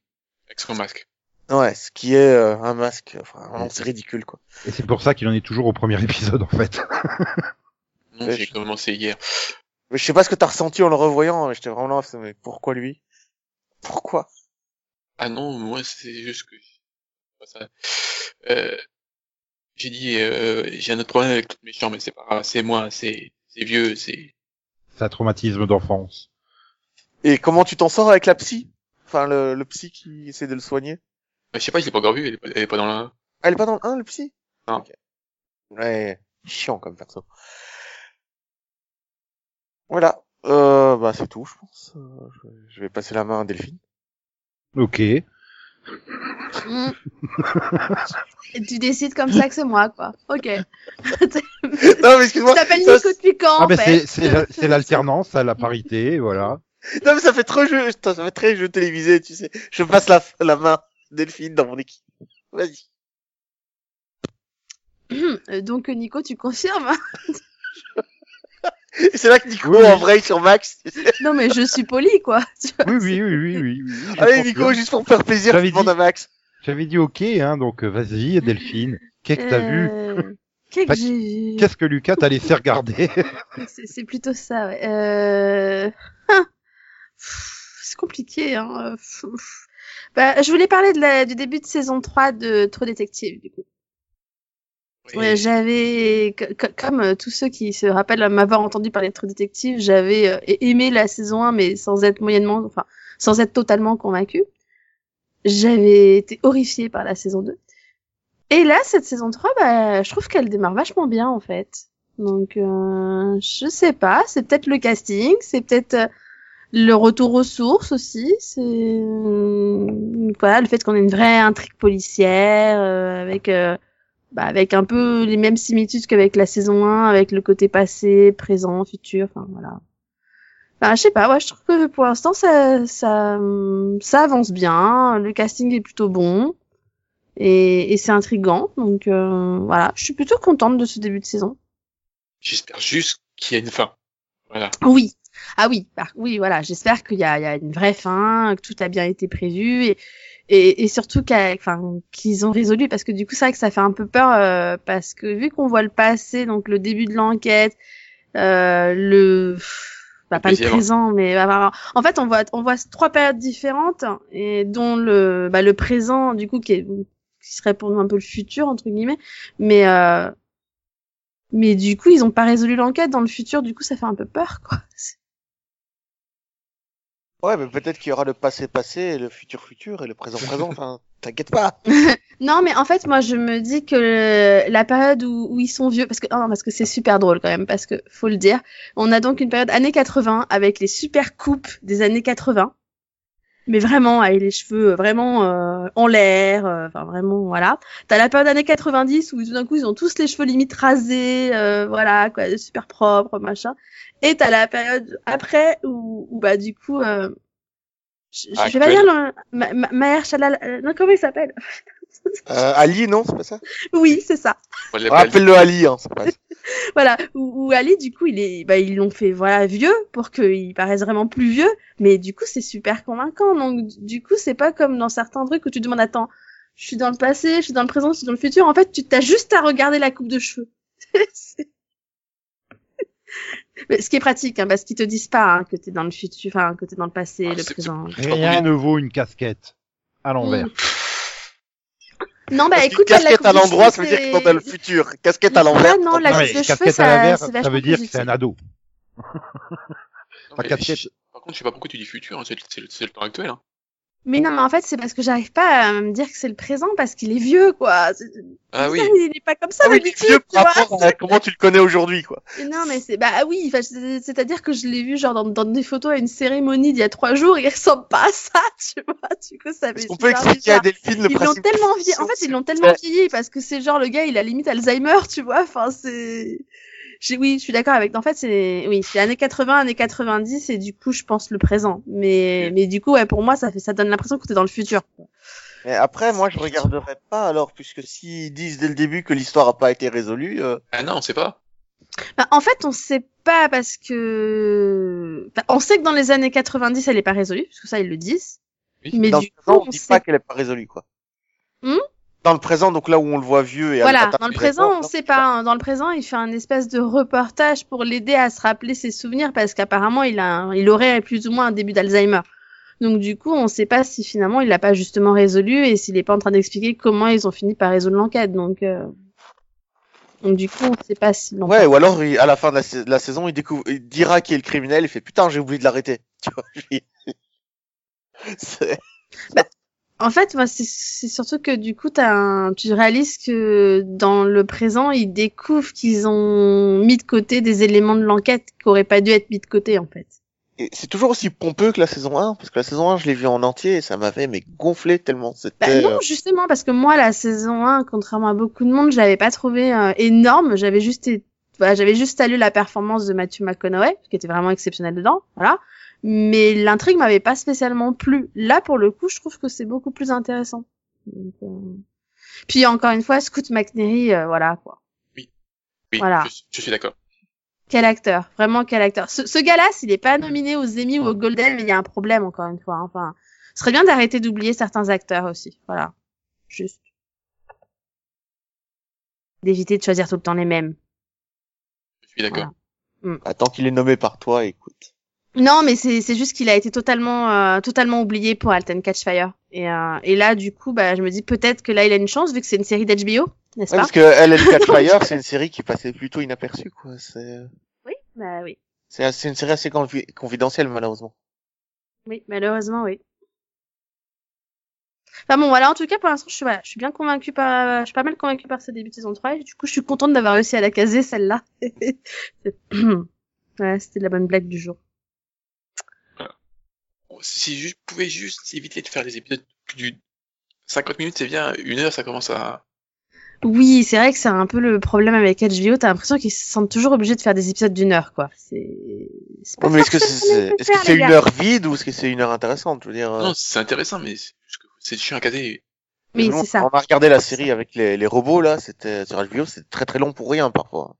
[SPEAKER 2] avec son masque.
[SPEAKER 4] Ouais, ce qui est euh, un masque, enfin, vraiment, c'est ridicule, quoi.
[SPEAKER 1] Et c'est pour ça qu'il en est toujours au premier épisode, en fait.
[SPEAKER 2] Non, j'ai commencé hier.
[SPEAKER 4] Mais je sais pas ce que t'as ressenti en le revoyant, mais j'étais vraiment là, mais pourquoi lui Pourquoi
[SPEAKER 2] Ah non, moi c'est juste que pas ça. Euh, j'ai dit euh, j'ai un autre problème avec toutes mes chambres, mais c'est pas grave, c'est moi, c'est c'est vieux, c'est
[SPEAKER 1] C'est un traumatisme d'enfance.
[SPEAKER 4] Et comment tu t'en sors avec la psy Enfin, le, le psy qui essaie de le soigner.
[SPEAKER 2] Bah, je sais pas, je l'ai pas encore vu, elle est pas, elle est pas dans la
[SPEAKER 4] Ah, Elle est pas dans le 1, le psy
[SPEAKER 2] Non.
[SPEAKER 4] Ok. Ouais, chiant comme perso. Voilà, euh, bah c'est tout, je pense. Euh, je vais- Je vais passer la main à Delphine.
[SPEAKER 1] Ok.
[SPEAKER 3] Mm. Et tu décides comme ça que c'est moi, quoi. Ok.
[SPEAKER 4] non, mais excuse-moi.
[SPEAKER 3] Je t'appelle
[SPEAKER 4] ça,
[SPEAKER 3] Nico depuis quand,
[SPEAKER 1] ah
[SPEAKER 3] en
[SPEAKER 1] ben
[SPEAKER 3] fait
[SPEAKER 1] c'est c'est la- c'est l'alternance à la parité, voilà.
[SPEAKER 4] Non, mais ça fait trop jeu, ça fait très jeu télévisé, tu sais. Je passe la, la main à Delphine dans mon équipe. Vas-y.
[SPEAKER 3] Euh, Donc, Nico, tu confirmes
[SPEAKER 4] Et C'est là que Nico, en vrai, sur Max. tu sais.
[SPEAKER 3] Non, mais je suis poli, quoi. Tu vois,
[SPEAKER 1] Oui, oui, oui, oui, oui. oui, je
[SPEAKER 4] Allez,
[SPEAKER 1] confirme.
[SPEAKER 4] Nico, juste pour faire plaisir,
[SPEAKER 1] J'avais
[SPEAKER 4] je demande à Max.
[SPEAKER 1] J'avais dit ok, hein, donc euh, vas-y, Delphine. Qu'est-ce que t'as vu
[SPEAKER 3] Euh, Qu'est-ce que
[SPEAKER 1] Pas-
[SPEAKER 3] j'ai
[SPEAKER 1] Qu'est-ce que Lucas t'a laissé regarder
[SPEAKER 3] C'est c'est plutôt ça, ouais. Euh... hein. Pff, C'est compliqué, hein. euh, pff, pff. Bah, je voulais parler de la, du début de saison 3 de Trop Détective, du coup. Ouais, j'avais, co- co- comme euh, tous ceux qui se rappellent m'avoir entendu parler de True Detective, j'avais euh, aimé la saison 1, mais sans être moyennement, enfin, sans être totalement convaincue. J'avais été horrifiée par la saison 2. Et là, cette saison 3, bah, je trouve qu'elle démarre vachement bien, en fait. Donc, euh, je sais pas, c'est peut-être le casting, c'est peut-être euh, le retour aux sources aussi, c'est, euh, voilà, le fait qu'on ait une vraie intrigue policière, euh, avec, euh, bah, avec un peu les mêmes similitudes qu'avec la saison 1, avec le côté passé, présent, futur, enfin voilà. Bah, je sais pas, ouais, je trouve que pour l'instant ça, ça, hum, ça avance bien, le casting est plutôt bon et, et c'est intrigant, donc euh, voilà, je suis plutôt contente de ce début de saison.
[SPEAKER 2] J'espère juste qu'il y a une fin. Voilà.
[SPEAKER 3] Oui. Ah oui, par- oui, voilà. J'espère qu'il y a, il y a une vraie fin, que tout a bien été prévu et, et, et surtout qu'à- enfin, qu'ils ont résolu parce que du coup, c'est vrai que ça fait un peu peur euh, parce que vu qu'on voit le passé, donc le début de l'enquête, euh, le, bah, pas le
[SPEAKER 11] Deuxième.
[SPEAKER 3] présent, mais bah, bah, en fait, on voit, on voit trois périodes différentes et dont le, bah, le présent, du coup, qui est, qui serait pour nous un peu le futur entre guillemets, mais euh, mais du coup, ils ont pas résolu l'enquête dans le futur, du coup, ça fait un peu peur, quoi.
[SPEAKER 4] Ouais, mais peut-être qu'il y aura le passé passé, et le futur futur et le présent présent. Enfin, t'inquiète pas.
[SPEAKER 3] Non, mais en fait, moi, je me dis que le- la période où, où ils sont vieux, parce que oh non, parce que c'est super drôle quand même, parce que faut le dire, on a donc une période années 80 avec les super coupes des années 80, mais vraiment avec les cheveux euh, vraiment euh, en l'air, euh, enfin vraiment voilà. T'as la période années 90 où tout d'un coup ils ont tous les cheveux limite rasés, euh, voilà quoi, super propre machin. Et t'as la période après où, où, bah du coup, euh, je, je vais pas
[SPEAKER 4] Actuel.
[SPEAKER 3] dire le, Ma- Ma- Maher Shalal, euh, non comment il s'appelle?
[SPEAKER 4] Euh, Ali, non, c'est pas ça
[SPEAKER 3] Oui, c'est ça.
[SPEAKER 1] Ah,
[SPEAKER 4] Rappelle-le Ali, hein, c'est pas ça.
[SPEAKER 3] voilà, où, où Ali, du coup, il est, bah, ils l'ont fait voilà vieux pour qu'il paraisse vraiment plus vieux, mais du coup, c'est super convaincant. Donc, du- du coup, c'est pas comme dans certains trucs où tu demandes attends, je suis dans le passé, je suis dans le présent, je suis dans le futur. En fait, tu t'as juste à regarder la coupe de cheveux. C'est- mais ce qui est pratique, hein, parce qu'ils te disent pas hein, que t'es dans le futur, enfin que t'es dans le passé, le présent.
[SPEAKER 1] Rien ne vaut une casquette à l'envers.
[SPEAKER 3] Non, bah écoute, là, la
[SPEAKER 4] Casquette
[SPEAKER 3] coupe
[SPEAKER 4] à
[SPEAKER 3] de cheveux,
[SPEAKER 4] l'endroit, ça veut dire que
[SPEAKER 3] c'est-
[SPEAKER 4] t'en as le futur. Casquette à l'envers.
[SPEAKER 3] Ah non, la
[SPEAKER 1] Non,
[SPEAKER 3] coupe
[SPEAKER 1] mais
[SPEAKER 3] de cheveux,
[SPEAKER 1] casquette à
[SPEAKER 3] ça,
[SPEAKER 1] l'envers,
[SPEAKER 3] c'est
[SPEAKER 1] ça
[SPEAKER 3] vachement
[SPEAKER 1] veut dire que
[SPEAKER 3] positif.
[SPEAKER 1] c'est un ado.
[SPEAKER 2] Non,
[SPEAKER 1] Pas
[SPEAKER 2] mais
[SPEAKER 1] casquette.
[SPEAKER 2] je- Par contre, je sais pas pourquoi tu dis futur, hein, c'est c'est le, c'est le temps actuel. Hein.
[SPEAKER 3] Mais non, mais en fait, c'est parce que j'arrive pas à me dire que c'est le présent parce qu'il est vieux, quoi. C'est-
[SPEAKER 2] Ah oui.
[SPEAKER 3] Il est pas comme ça
[SPEAKER 4] Bah Ah oui,
[SPEAKER 3] d'habitude,
[SPEAKER 4] vieux
[SPEAKER 3] tu
[SPEAKER 4] par
[SPEAKER 3] vois.
[SPEAKER 4] rapport à euh, comment tu le connais aujourd'hui, quoi.
[SPEAKER 3] Mais Non, mais c'est bah oui, enfin, c'est- c'est-à-dire que je l'ai vu genre dans, dans des photos à une cérémonie d'il y a trois jours, il ressemble pas à ça, tu vois. Du coup, ça fait
[SPEAKER 4] On peut
[SPEAKER 3] super
[SPEAKER 4] expliquer à
[SPEAKER 3] bizarre.
[SPEAKER 4] Delphine le
[SPEAKER 3] Ils l'ont
[SPEAKER 4] principe.
[SPEAKER 3] tellement vieilli, en fait, ils l'ont tellement vieilli parce que c'est genre le gars, il a limite Alzheimer, tu vois. Enfin, c'est J'ai- oui, je suis d'accord avec. En fait, c'est oui, c'est années 80, années 90 et du coup, je pense le présent. Mais mais du coup, ouais, pour moi, ça fait ça donne l'impression que t'es dans le futur.
[SPEAKER 4] Mais après, moi, je regarderai pas alors, puisque s'ils disent dès le début que l'histoire a pas été résolue. euh,
[SPEAKER 2] Ah non, on sait pas.
[SPEAKER 3] Bah, en fait, on sait pas parce que bah, on sait que dans les années 90, elle est pas résolue parce que ça ils le disent. Mais
[SPEAKER 4] dans
[SPEAKER 3] du
[SPEAKER 4] le
[SPEAKER 3] coup,
[SPEAKER 4] présent, on
[SPEAKER 3] on
[SPEAKER 4] dit
[SPEAKER 3] sait-
[SPEAKER 4] pas qu'elle est pas résolue, quoi.
[SPEAKER 3] Hmm
[SPEAKER 4] dans le présent, donc là où on le voit vieux et à
[SPEAKER 3] voilà,
[SPEAKER 4] la
[SPEAKER 3] dans le
[SPEAKER 4] patate,
[SPEAKER 3] présent, on
[SPEAKER 4] non.
[SPEAKER 3] sait pas. hein. Dans le présent, il fait un espèce de reportage pour l'aider à se rappeler ses souvenirs parce qu'apparemment, il a, un- il aurait plus ou moins un début d'Alzheimer. Donc du coup, on sait pas si finalement il l'a pas justement résolu et s'il est pas en train d'expliquer comment ils ont fini par résoudre l'enquête. Donc, euh, donc du coup, on sait pas si. l'on-
[SPEAKER 4] Ouais, ou alors il- à la fin de la, sais- de la saison, il découvre, il dira qui est le criminel, il fait putain, j'ai oublié de l'arrêter. Tu vois, j'ai- C'est-
[SPEAKER 3] En fait, moi, c'est- c'est surtout que du coup, t'as un... tu réalises que dans le présent, ils découvrent qu'ils ont mis de côté des éléments de l'enquête qui auraient pas dû être mis de côté en fait.
[SPEAKER 4] et c'est toujours aussi pompeux que la saison 1, parce que la saison 1, je l'ai vue en entier et ça m'avait mais gonflé tellement.
[SPEAKER 3] Bah
[SPEAKER 4] C'était
[SPEAKER 3] non,
[SPEAKER 4] euh,
[SPEAKER 3] justement, parce que moi, la saison 1, contrairement à beaucoup de monde, je l'avais pas trouvé euh, énorme. J'avais juste, é- voilà, j'avais juste salué la performance de Matthew McConaughey, qui était vraiment exceptionnelle dedans, voilà. Mais l'intrigue m'avait pas spécialement plu. Là, pour le coup, je trouve que c'est beaucoup plus intéressant. Donc, euh, Puis encore une fois, Scoot McNairy, euh, voilà quoi.
[SPEAKER 2] Oui,
[SPEAKER 3] Voilà.
[SPEAKER 2] je, je suis d'accord.
[SPEAKER 3] Quel acteur, vraiment quel acteur. Ce, ce gars-là, s'il n'est pas nominé aux Emmy ou aux Golden, mais il y a un problème encore une fois. hein. Enfin, ce serait bien d'arrêter d'oublier certains acteurs aussi. Voilà, juste d'éviter de choisir tout le temps les mêmes.
[SPEAKER 2] Je suis d'accord.
[SPEAKER 4] Attends qu'il est nommé par toi, écoute.
[SPEAKER 3] Non, mais c'est c'est juste qu'il a été totalement euh, totalement oublié pour Alten Catchfire. Et euh, et là, du coup, bah, je me dis peut-être que là, il a une chance vu que c'est une série d'HBO, n'est-ce pas
[SPEAKER 4] Ouais, parce que LL Catchfire, c'est une série qui passait plutôt inaperçue, quoi. C'est
[SPEAKER 3] Oui, bah oui,
[SPEAKER 4] c'est assez- une série assez confi- confidentielle, malheureusement.
[SPEAKER 3] oui, malheureusement, oui. Enfin bon, voilà, en tout cas, pour l'instant, je suis, voilà, je suis bien convaincue par, je suis pas mal convaincue par ce début de saison 3, et du coup, je suis contente d'avoir réussi à la caser, celle-là. C'est- ouais, c'était la bonne blague du jour.
[SPEAKER 2] Si je pouvais juste éviter de faire des épisodes plus de 50 minutes, c'est bien. Une heure, ça commence à.
[SPEAKER 3] Oui, c'est vrai que c'est un peu le problème avec HBO, t'as l'impression qu'ils se sentent toujours obligés de faire des épisodes d'une heure, quoi. C'est, c'est pas
[SPEAKER 4] Ouais, mais est-ce que c'est
[SPEAKER 3] forcément
[SPEAKER 4] c'est- est-ce que
[SPEAKER 3] nécessaire,
[SPEAKER 4] c'est
[SPEAKER 3] les
[SPEAKER 4] une
[SPEAKER 3] gars.
[SPEAKER 4] heure vide ou est-ce que c'est une heure intéressante Je veux dire. euh,
[SPEAKER 2] Non, c'est intéressant, mais c'est juste que c'est chiant à caser.
[SPEAKER 3] Oui,
[SPEAKER 4] Nous,
[SPEAKER 3] c'est ça.
[SPEAKER 4] On a regardé la série avec les, les robots là, c'était sur HBO, c'est très très long pour rien parfois.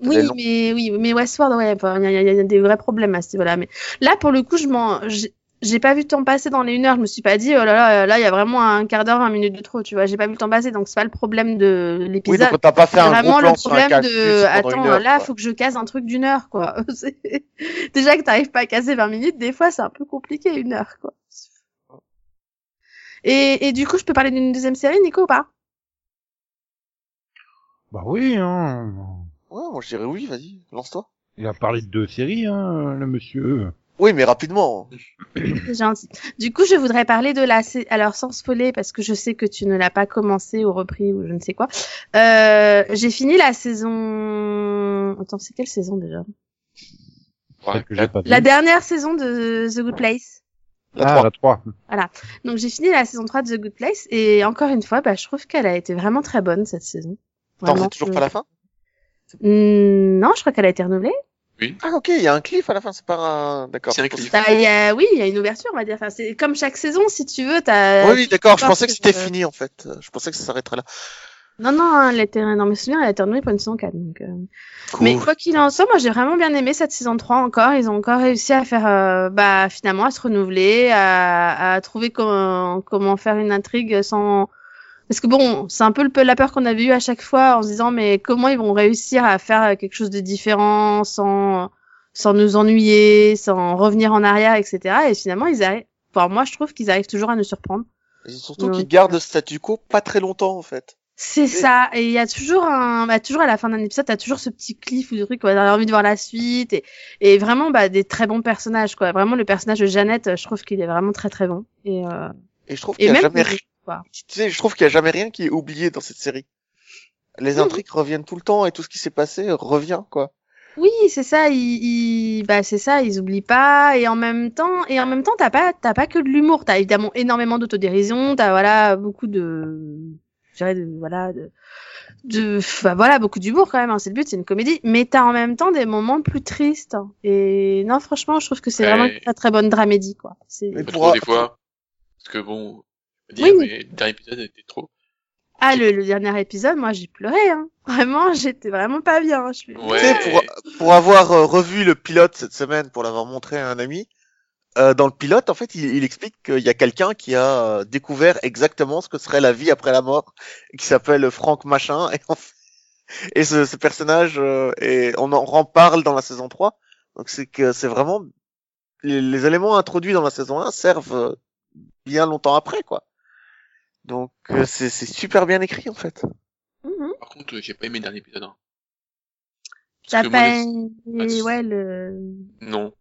[SPEAKER 3] Oui,
[SPEAKER 4] T'avais long-
[SPEAKER 3] mais oui, mais Westworld, ouais, enfin, il y, a- il y a des vrais problèmes à ce niveau-là. Mais là, pour le coup, je m'en, j'ai j'ai pas vu le temps passer dans les une heure. Je me suis pas dit, oh là là, là, il y a vraiment un quart d'heure, 20 minutes de trop, tu vois. J'ai pas vu le temps passer, donc c'est pas le problème de
[SPEAKER 4] Oui,
[SPEAKER 3] l'épisode.
[SPEAKER 4] donc t'as pas fait
[SPEAKER 3] C'est
[SPEAKER 4] un gros
[SPEAKER 3] vraiment
[SPEAKER 4] plan
[SPEAKER 3] le
[SPEAKER 4] sur un
[SPEAKER 3] problème
[SPEAKER 4] calcul
[SPEAKER 3] de,
[SPEAKER 4] pendant
[SPEAKER 3] attends,
[SPEAKER 4] une heure,
[SPEAKER 3] là,
[SPEAKER 4] quoi.
[SPEAKER 3] faut que je case un truc d'une heure, quoi. C'est- Déjà que t'arrives pas à caser 20 minutes, des fois, c'est un peu compliqué, une heure, quoi. Et, et du coup, je peux parler d'une deuxième série, Nico, ou pas?
[SPEAKER 1] Bah oui, hein.
[SPEAKER 4] Ouais, moi je dirais oui, vas-y, lance-toi.
[SPEAKER 1] Il a parlé de deux séries, hein, le monsieur.
[SPEAKER 4] Oui, mais rapidement.
[SPEAKER 3] C'est gentil. Du coup, je voudrais parler de la. sé- Alors, sans spoiler, parce que je sais que tu ne l'as pas commencé ou repris ou je ne sais quoi. Euh, j'ai fini la saison. Attends, c'est quelle saison déjà
[SPEAKER 1] Celle que j'ai pas vue.
[SPEAKER 3] La dernière saison de The Good Place.
[SPEAKER 4] La
[SPEAKER 1] Ah,
[SPEAKER 4] trois.
[SPEAKER 1] la 3.
[SPEAKER 3] Donc, j'ai fini la saison 3 de The Good Place et encore une fois, bah, je trouve qu'elle a été vraiment très bonne cette saison.
[SPEAKER 4] Attends,
[SPEAKER 3] Vraiment,
[SPEAKER 4] c'est toujours
[SPEAKER 3] je-
[SPEAKER 4] pas la fin
[SPEAKER 3] Mm, Non, je crois qu'elle a été renouvelée.
[SPEAKER 4] Ah ok, il y a un cliff à la fin, c'est pas un... D'accord.
[SPEAKER 2] C'est un cliff.
[SPEAKER 4] euh,
[SPEAKER 3] Bah, il y a- Oui, il y a une ouverture, on va dire. Enfin, c'est comme chaque saison, si tu veux, t'as.
[SPEAKER 4] Oui, oui, d'accord, je pensais que c'était
[SPEAKER 3] Euh,
[SPEAKER 4] fini en fait. Je pensais que ça s'arrêterait là.
[SPEAKER 3] Non, non, hein, elle était. Non, mais souviens, elle a été renouvelée pour une saison 4. Donc, euh, Mais quoi qu'il en soit, moi j'ai vraiment bien aimé cette saison 3 encore. Ils ont encore réussi à faire, euh, bah, finalement, à se renouveler, à, à trouver comment, comment faire une intrigue sans. Parce que bon, c'est un peu le peu la peur qu'on avait eue à chaque fois en se disant, mais comment ils vont réussir à faire euh, quelque chose de différent sans, sans nous ennuyer, sans revenir en arrière, etc. Et finalement, ils arrivent. Enfin, moi je trouve qu'ils arrivent toujours à nous surprendre.
[SPEAKER 4] Et surtout
[SPEAKER 3] Ouais.
[SPEAKER 4] qu'ils gardent le statu quo pas très longtemps en fait.
[SPEAKER 3] C'est ça. Et il y a toujours un, bah, toujours à la fin d'un épisode, t'as toujours ce petit cliff ou des trucs, quoi. T'as envie de voir la suite. Et, et vraiment, bah, des très bons personnages, quoi. Vraiment, le personnage de Jeannette, euh, je trouve qu'il est vraiment très très bon. Et, euh,
[SPEAKER 4] Et je trouve
[SPEAKER 3] et
[SPEAKER 4] qu'il y a
[SPEAKER 3] même
[SPEAKER 4] jamais
[SPEAKER 3] pour-
[SPEAKER 4] rien.
[SPEAKER 3] quoi.
[SPEAKER 4] Tu sais, je trouve qu'il y a jamais rien qui est oublié dans cette série. Les intrigues reviennent tout le temps et tout ce qui s'est passé revient quoi.
[SPEAKER 3] Oui, c'est ça. Ils, ils- bah, c'est ça. Ils oublient pas. Et en même temps, et en même temps, t'as pas, t'as pas que de l'humour. T'as évidemment énormément d'autodérision. T'as voilà beaucoup de, je dirais de, voilà de, de, bah, voilà beaucoup d'humour quand même. hein. C'est le but. C'est une comédie. Mais t'as en même temps des moments plus tristes. hein. Et non, franchement, je trouve que c'est
[SPEAKER 2] Ouais.
[SPEAKER 3] vraiment une très très bonne dramédie, quoi. C'est-
[SPEAKER 2] Pas trop des fois. Parce que bon, je veux
[SPEAKER 3] Oui,
[SPEAKER 2] dire,
[SPEAKER 3] oui.
[SPEAKER 2] mais le dernier épisode était trop.
[SPEAKER 3] Ah, le, le dernier épisode, moi, j'ai pleuré. Hein. Vraiment, j'étais vraiment pas bien. hein. Je suis-
[SPEAKER 4] Tu sais, pour, pour avoir euh, revu le pilote cette semaine, pour l'avoir montré à un ami, euh, dans le pilote, en fait, il, il explique qu'il y a quelqu'un qui a euh, découvert exactement ce que serait la vie après la mort, qui s'appelle Franck Machin, et, en fait- et ce, ce personnage, euh, et on en reparle dans la saison 3, donc c'est que c'est vraiment... Les, les éléments introduits dans la saison 1 servent euh, bien longtemps après, quoi. Donc euh, c'est c'est super bien écrit, en fait.
[SPEAKER 2] Par contre, j'ai pas aimé le dernier épisode. hein.
[SPEAKER 3] T'as
[SPEAKER 2] que
[SPEAKER 3] pas
[SPEAKER 2] moi,
[SPEAKER 3] aimé, ouais, le...
[SPEAKER 2] Non.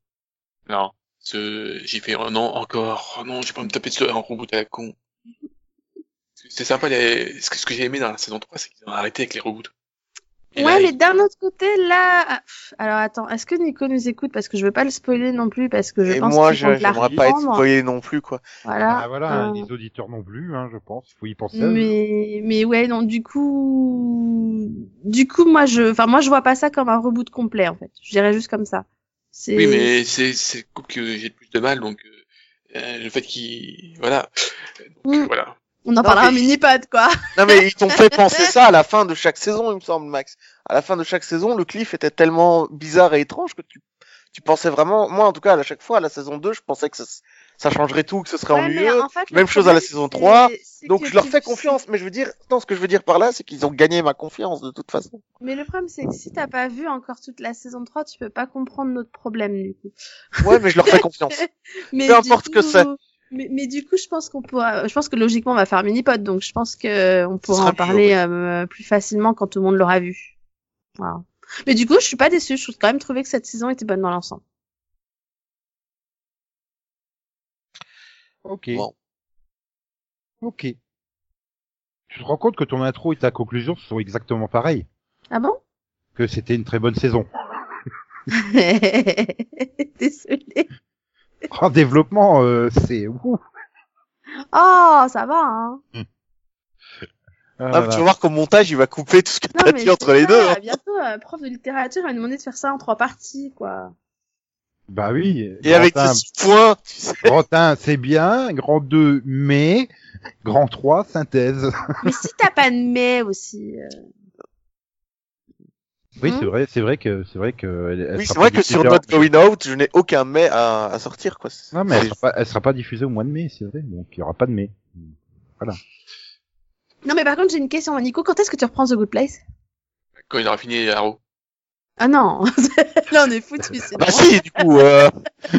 [SPEAKER 2] Non. Ce... J'ai fait, oh non, encore. Oh non, je vais pas me taper ce... un reboot à la con. C'est sympa, les... ce que, ce que j'ai aimé dans la saison 3, c'est qu'ils ont arrêté avec les reboots. Et là,
[SPEAKER 3] ouais, mais d'un autre côté, là... ah, pff, Alors, attends, est-ce que Nico nous écoute Parce que je veux pas le spoiler non plus, parce que je
[SPEAKER 4] Et
[SPEAKER 3] pense
[SPEAKER 4] moi,
[SPEAKER 3] qu'il
[SPEAKER 4] je-
[SPEAKER 3] compte la
[SPEAKER 4] j'aimerais pas être
[SPEAKER 3] reprendre.
[SPEAKER 4] spoilé non plus, quoi.
[SPEAKER 3] Voilà.
[SPEAKER 1] Ah, voilà,
[SPEAKER 3] Euh,
[SPEAKER 1] les auditeurs non plus, hein, je pense. Il faut y penser. à eux.
[SPEAKER 3] Mais, mais ouais, non, du coup... Du coup, moi, je... Enfin, moi, je vois pas ça comme un reboot complet, en fait. Je dirais juste comme ça. C'est...
[SPEAKER 2] Oui, mais c'est c'est le couple que j'ai le plus de mal, donc euh, euh, le fait qu'ils... Voilà. Donc,
[SPEAKER 3] Mm.
[SPEAKER 2] voilà.
[SPEAKER 3] On en parlera un mini-pod, quoi.
[SPEAKER 4] Non mais ils t'ont fait penser ça à la fin de chaque saison, il me semble, Max. À la fin de chaque saison, le cliff était tellement bizarre et étrange que tu, tu pensais vraiment, moi en tout cas, à chaque fois, à la saison 2, je pensais que ça, s- ça changerait tout, que ce serait
[SPEAKER 3] Ouais, mais
[SPEAKER 4] ennuyeux.
[SPEAKER 3] en fait, le
[SPEAKER 4] Même chose à la
[SPEAKER 3] problème,
[SPEAKER 4] saison
[SPEAKER 3] c'est-
[SPEAKER 4] 3.
[SPEAKER 3] c'est
[SPEAKER 4] Donc
[SPEAKER 3] que
[SPEAKER 4] je leur
[SPEAKER 3] tu-
[SPEAKER 4] fais confiance, mais je veux dire, non, ce que je veux dire par là, c'est qu'ils ont gagné ma confiance de toute façon.
[SPEAKER 3] Mais le problème, c'est que si t'as pas vu encore toute la saison 3, tu peux pas comprendre notre problème, du coup.
[SPEAKER 4] Ouais, mais je leur fais confiance.
[SPEAKER 1] Ah,
[SPEAKER 3] Mais
[SPEAKER 4] Peu
[SPEAKER 3] du
[SPEAKER 4] importe ce que
[SPEAKER 3] coup-
[SPEAKER 4] c'est.
[SPEAKER 3] Mais, mais du coup, je pense qu'on pourra, je pense que logiquement, on va faire un mini-pod, donc je pense que euh, on pourra
[SPEAKER 4] sera
[SPEAKER 3] en
[SPEAKER 4] mieux,
[SPEAKER 3] parler euh, plus facilement quand tout le monde l'aura vu. Voilà. Mais du coup, je suis pas déçue. Je trouve quand même trouvé que cette saison était bonne dans l'ensemble.
[SPEAKER 1] Ok.
[SPEAKER 4] Bon.
[SPEAKER 1] Ok. Tu te rends compte que ton intro et ta conclusion sont exactement pareilles
[SPEAKER 3] Ah bon
[SPEAKER 1] Que c'était une très bonne saison.
[SPEAKER 3] Désolée.
[SPEAKER 1] En développement, euh, c'est... ouh.
[SPEAKER 3] Oh, ça va. Hein.
[SPEAKER 1] Ah
[SPEAKER 4] Ah,
[SPEAKER 1] là
[SPEAKER 4] mais tu
[SPEAKER 1] là.
[SPEAKER 4] vas voir qu'au montage, il va couper tout ce que
[SPEAKER 3] Non
[SPEAKER 4] t'as
[SPEAKER 3] mais
[SPEAKER 4] dit entre
[SPEAKER 3] c'est
[SPEAKER 4] les
[SPEAKER 3] ça,
[SPEAKER 4] deux. hein.
[SPEAKER 3] Bientôt, euh, prof de littérature va nous demander de faire ça en trois parties, quoi.
[SPEAKER 1] Bah oui.
[SPEAKER 4] Et avec
[SPEAKER 1] Grand
[SPEAKER 4] ce
[SPEAKER 1] un,
[SPEAKER 4] six points, tu sais.
[SPEAKER 1] grand un, c'est bien. Grand 2, mais. Grand 3, synthèse.
[SPEAKER 3] Mais si t'as pas de mais aussi. euh,
[SPEAKER 1] Oui,
[SPEAKER 3] Hmm.
[SPEAKER 1] c'est vrai, c'est vrai que, c'est vrai que. elle- elle
[SPEAKER 4] Oui,
[SPEAKER 1] sera
[SPEAKER 4] c'est vrai
[SPEAKER 1] pas
[SPEAKER 4] que sur
[SPEAKER 1] diffusée en-
[SPEAKER 4] Not Going Out, je n'ai aucun mais à, à sortir, quoi.
[SPEAKER 1] Non, mais elle sera, pas, elle sera pas diffusée au mois de mai, c'est vrai. Donc, il y aura pas de mai.
[SPEAKER 3] Non mais par contre, j'ai une question, Nico. Quand est-ce que tu reprends The Good Place
[SPEAKER 2] Quand il aura fini Arrow.
[SPEAKER 3] Ah non, là on est foutu. c'est
[SPEAKER 4] Bah
[SPEAKER 3] bon.
[SPEAKER 4] si, du coup, euh...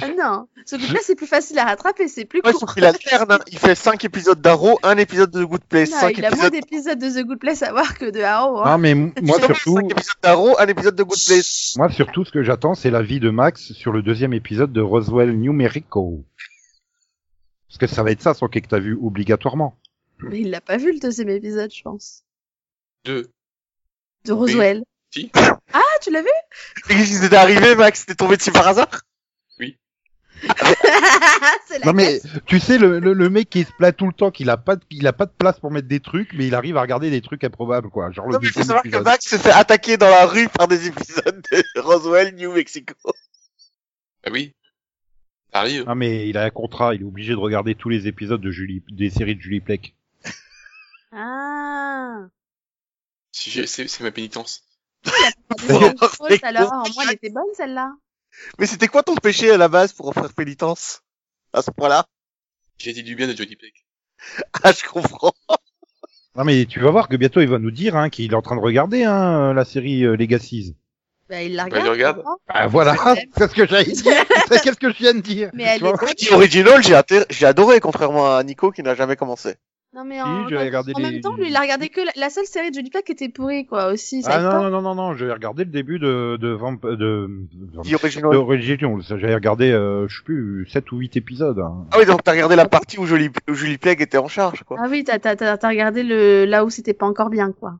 [SPEAKER 3] ah non, ce coup-là c'est plus facile à rattraper, c'est plus
[SPEAKER 4] Ouais,
[SPEAKER 3] court.
[SPEAKER 4] sauf qu'il alterne, hein. il fait 5 épisodes d'Arrow, 1 épisode de Good Place,
[SPEAKER 3] Non,
[SPEAKER 4] 5
[SPEAKER 3] il a moins
[SPEAKER 4] épisodes,
[SPEAKER 3] d'épisodes de The Good Place à voir que de Arrow.
[SPEAKER 1] Non,
[SPEAKER 3] Hein.
[SPEAKER 1] mais m- moi surtout,
[SPEAKER 4] 5 épisodes d'Arrow, 1 épisode de Good Place.
[SPEAKER 1] moi surtout, ce que j'attends, c'est l'avis de Max sur le deuxième épisode de Roswell New Mexico. Parce que ça va être ça, son quai que t'as vu obligatoirement.
[SPEAKER 3] Mais il l'a pas vu le deuxième épisode, je pense,
[SPEAKER 2] Deux.
[SPEAKER 3] de Roswell.
[SPEAKER 2] Si.
[SPEAKER 3] Ah, tu l'as vu
[SPEAKER 4] Ils étaient arrivés, Max, t'es tombé dessus par hasard
[SPEAKER 3] C'est la
[SPEAKER 1] Non mais
[SPEAKER 3] classe.
[SPEAKER 1] tu sais le, le, le mec qui se plaint tout le temps qu'il a pas de, il a pas de place pour mettre des trucs mais il arrive à regarder des trucs improbables quoi genre
[SPEAKER 4] Non,
[SPEAKER 1] le
[SPEAKER 4] mais il faut
[SPEAKER 1] deuxième
[SPEAKER 4] savoir que
[SPEAKER 1] épisode.
[SPEAKER 4] Max se fait attaquer dans la rue par des épisodes de Roswell, New Mexico.
[SPEAKER 2] Bah oui. Ça arrive.
[SPEAKER 1] Non mais il a un contrat il est obligé de regarder tous les épisodes de Julie des séries de Julie Plec.
[SPEAKER 3] Ah,
[SPEAKER 2] Si j'ai- C'est c'est ma pénitence.
[SPEAKER 3] Dragon
[SPEAKER 4] D'ailleurs,
[SPEAKER 3] Ball,
[SPEAKER 4] c'est
[SPEAKER 3] alors,
[SPEAKER 4] con.
[SPEAKER 3] au moins elle était bonne celle-là.
[SPEAKER 4] Mais c'était quoi ton péché à la base pour en faire pénitence À ce point-là
[SPEAKER 2] J'ai dit du bien de Johnny Peck.
[SPEAKER 4] Ah, je comprends.
[SPEAKER 1] Non mais tu vas voir que bientôt il va nous dire hein, qu'il est en train de regarder hein, la série euh, Legacies.
[SPEAKER 3] Bah, il la
[SPEAKER 2] Bah, il
[SPEAKER 3] regarde.
[SPEAKER 2] regarde.
[SPEAKER 3] comprends
[SPEAKER 1] Ah voilà
[SPEAKER 3] Ouais.
[SPEAKER 1] c'est ce que j'allais dire c'est qu'est-ce que je viens de dire.
[SPEAKER 3] Mais elle
[SPEAKER 1] Tu vois
[SPEAKER 3] est
[SPEAKER 4] Dit Original, j'ai atter- j'ai adoré, contrairement à Nico qui n'a jamais commencé.
[SPEAKER 3] Non, mais
[SPEAKER 1] Si,
[SPEAKER 3] en,
[SPEAKER 1] j'avais regardé
[SPEAKER 3] en
[SPEAKER 1] les-
[SPEAKER 3] même temps, lui, il a regardé que la, la seule série de Johnny Black qui était pourrie, quoi, aussi. Ça
[SPEAKER 1] Ah
[SPEAKER 3] aide
[SPEAKER 1] non,
[SPEAKER 3] pas.
[SPEAKER 1] non, non, non, non, j'avais regardé le début de, de Vamp, de,
[SPEAKER 4] The Original.
[SPEAKER 1] de Original. J'avais regardé, euh, je sais plus, 7 ou 8 épisodes. hein.
[SPEAKER 4] Ah oui, donc t'as regardé la partie où Julie, où Julie Plague était en charge, quoi.
[SPEAKER 3] Ah oui, t'as, t'as, t'as, t'as regardé le, là où c'était pas encore bien, quoi.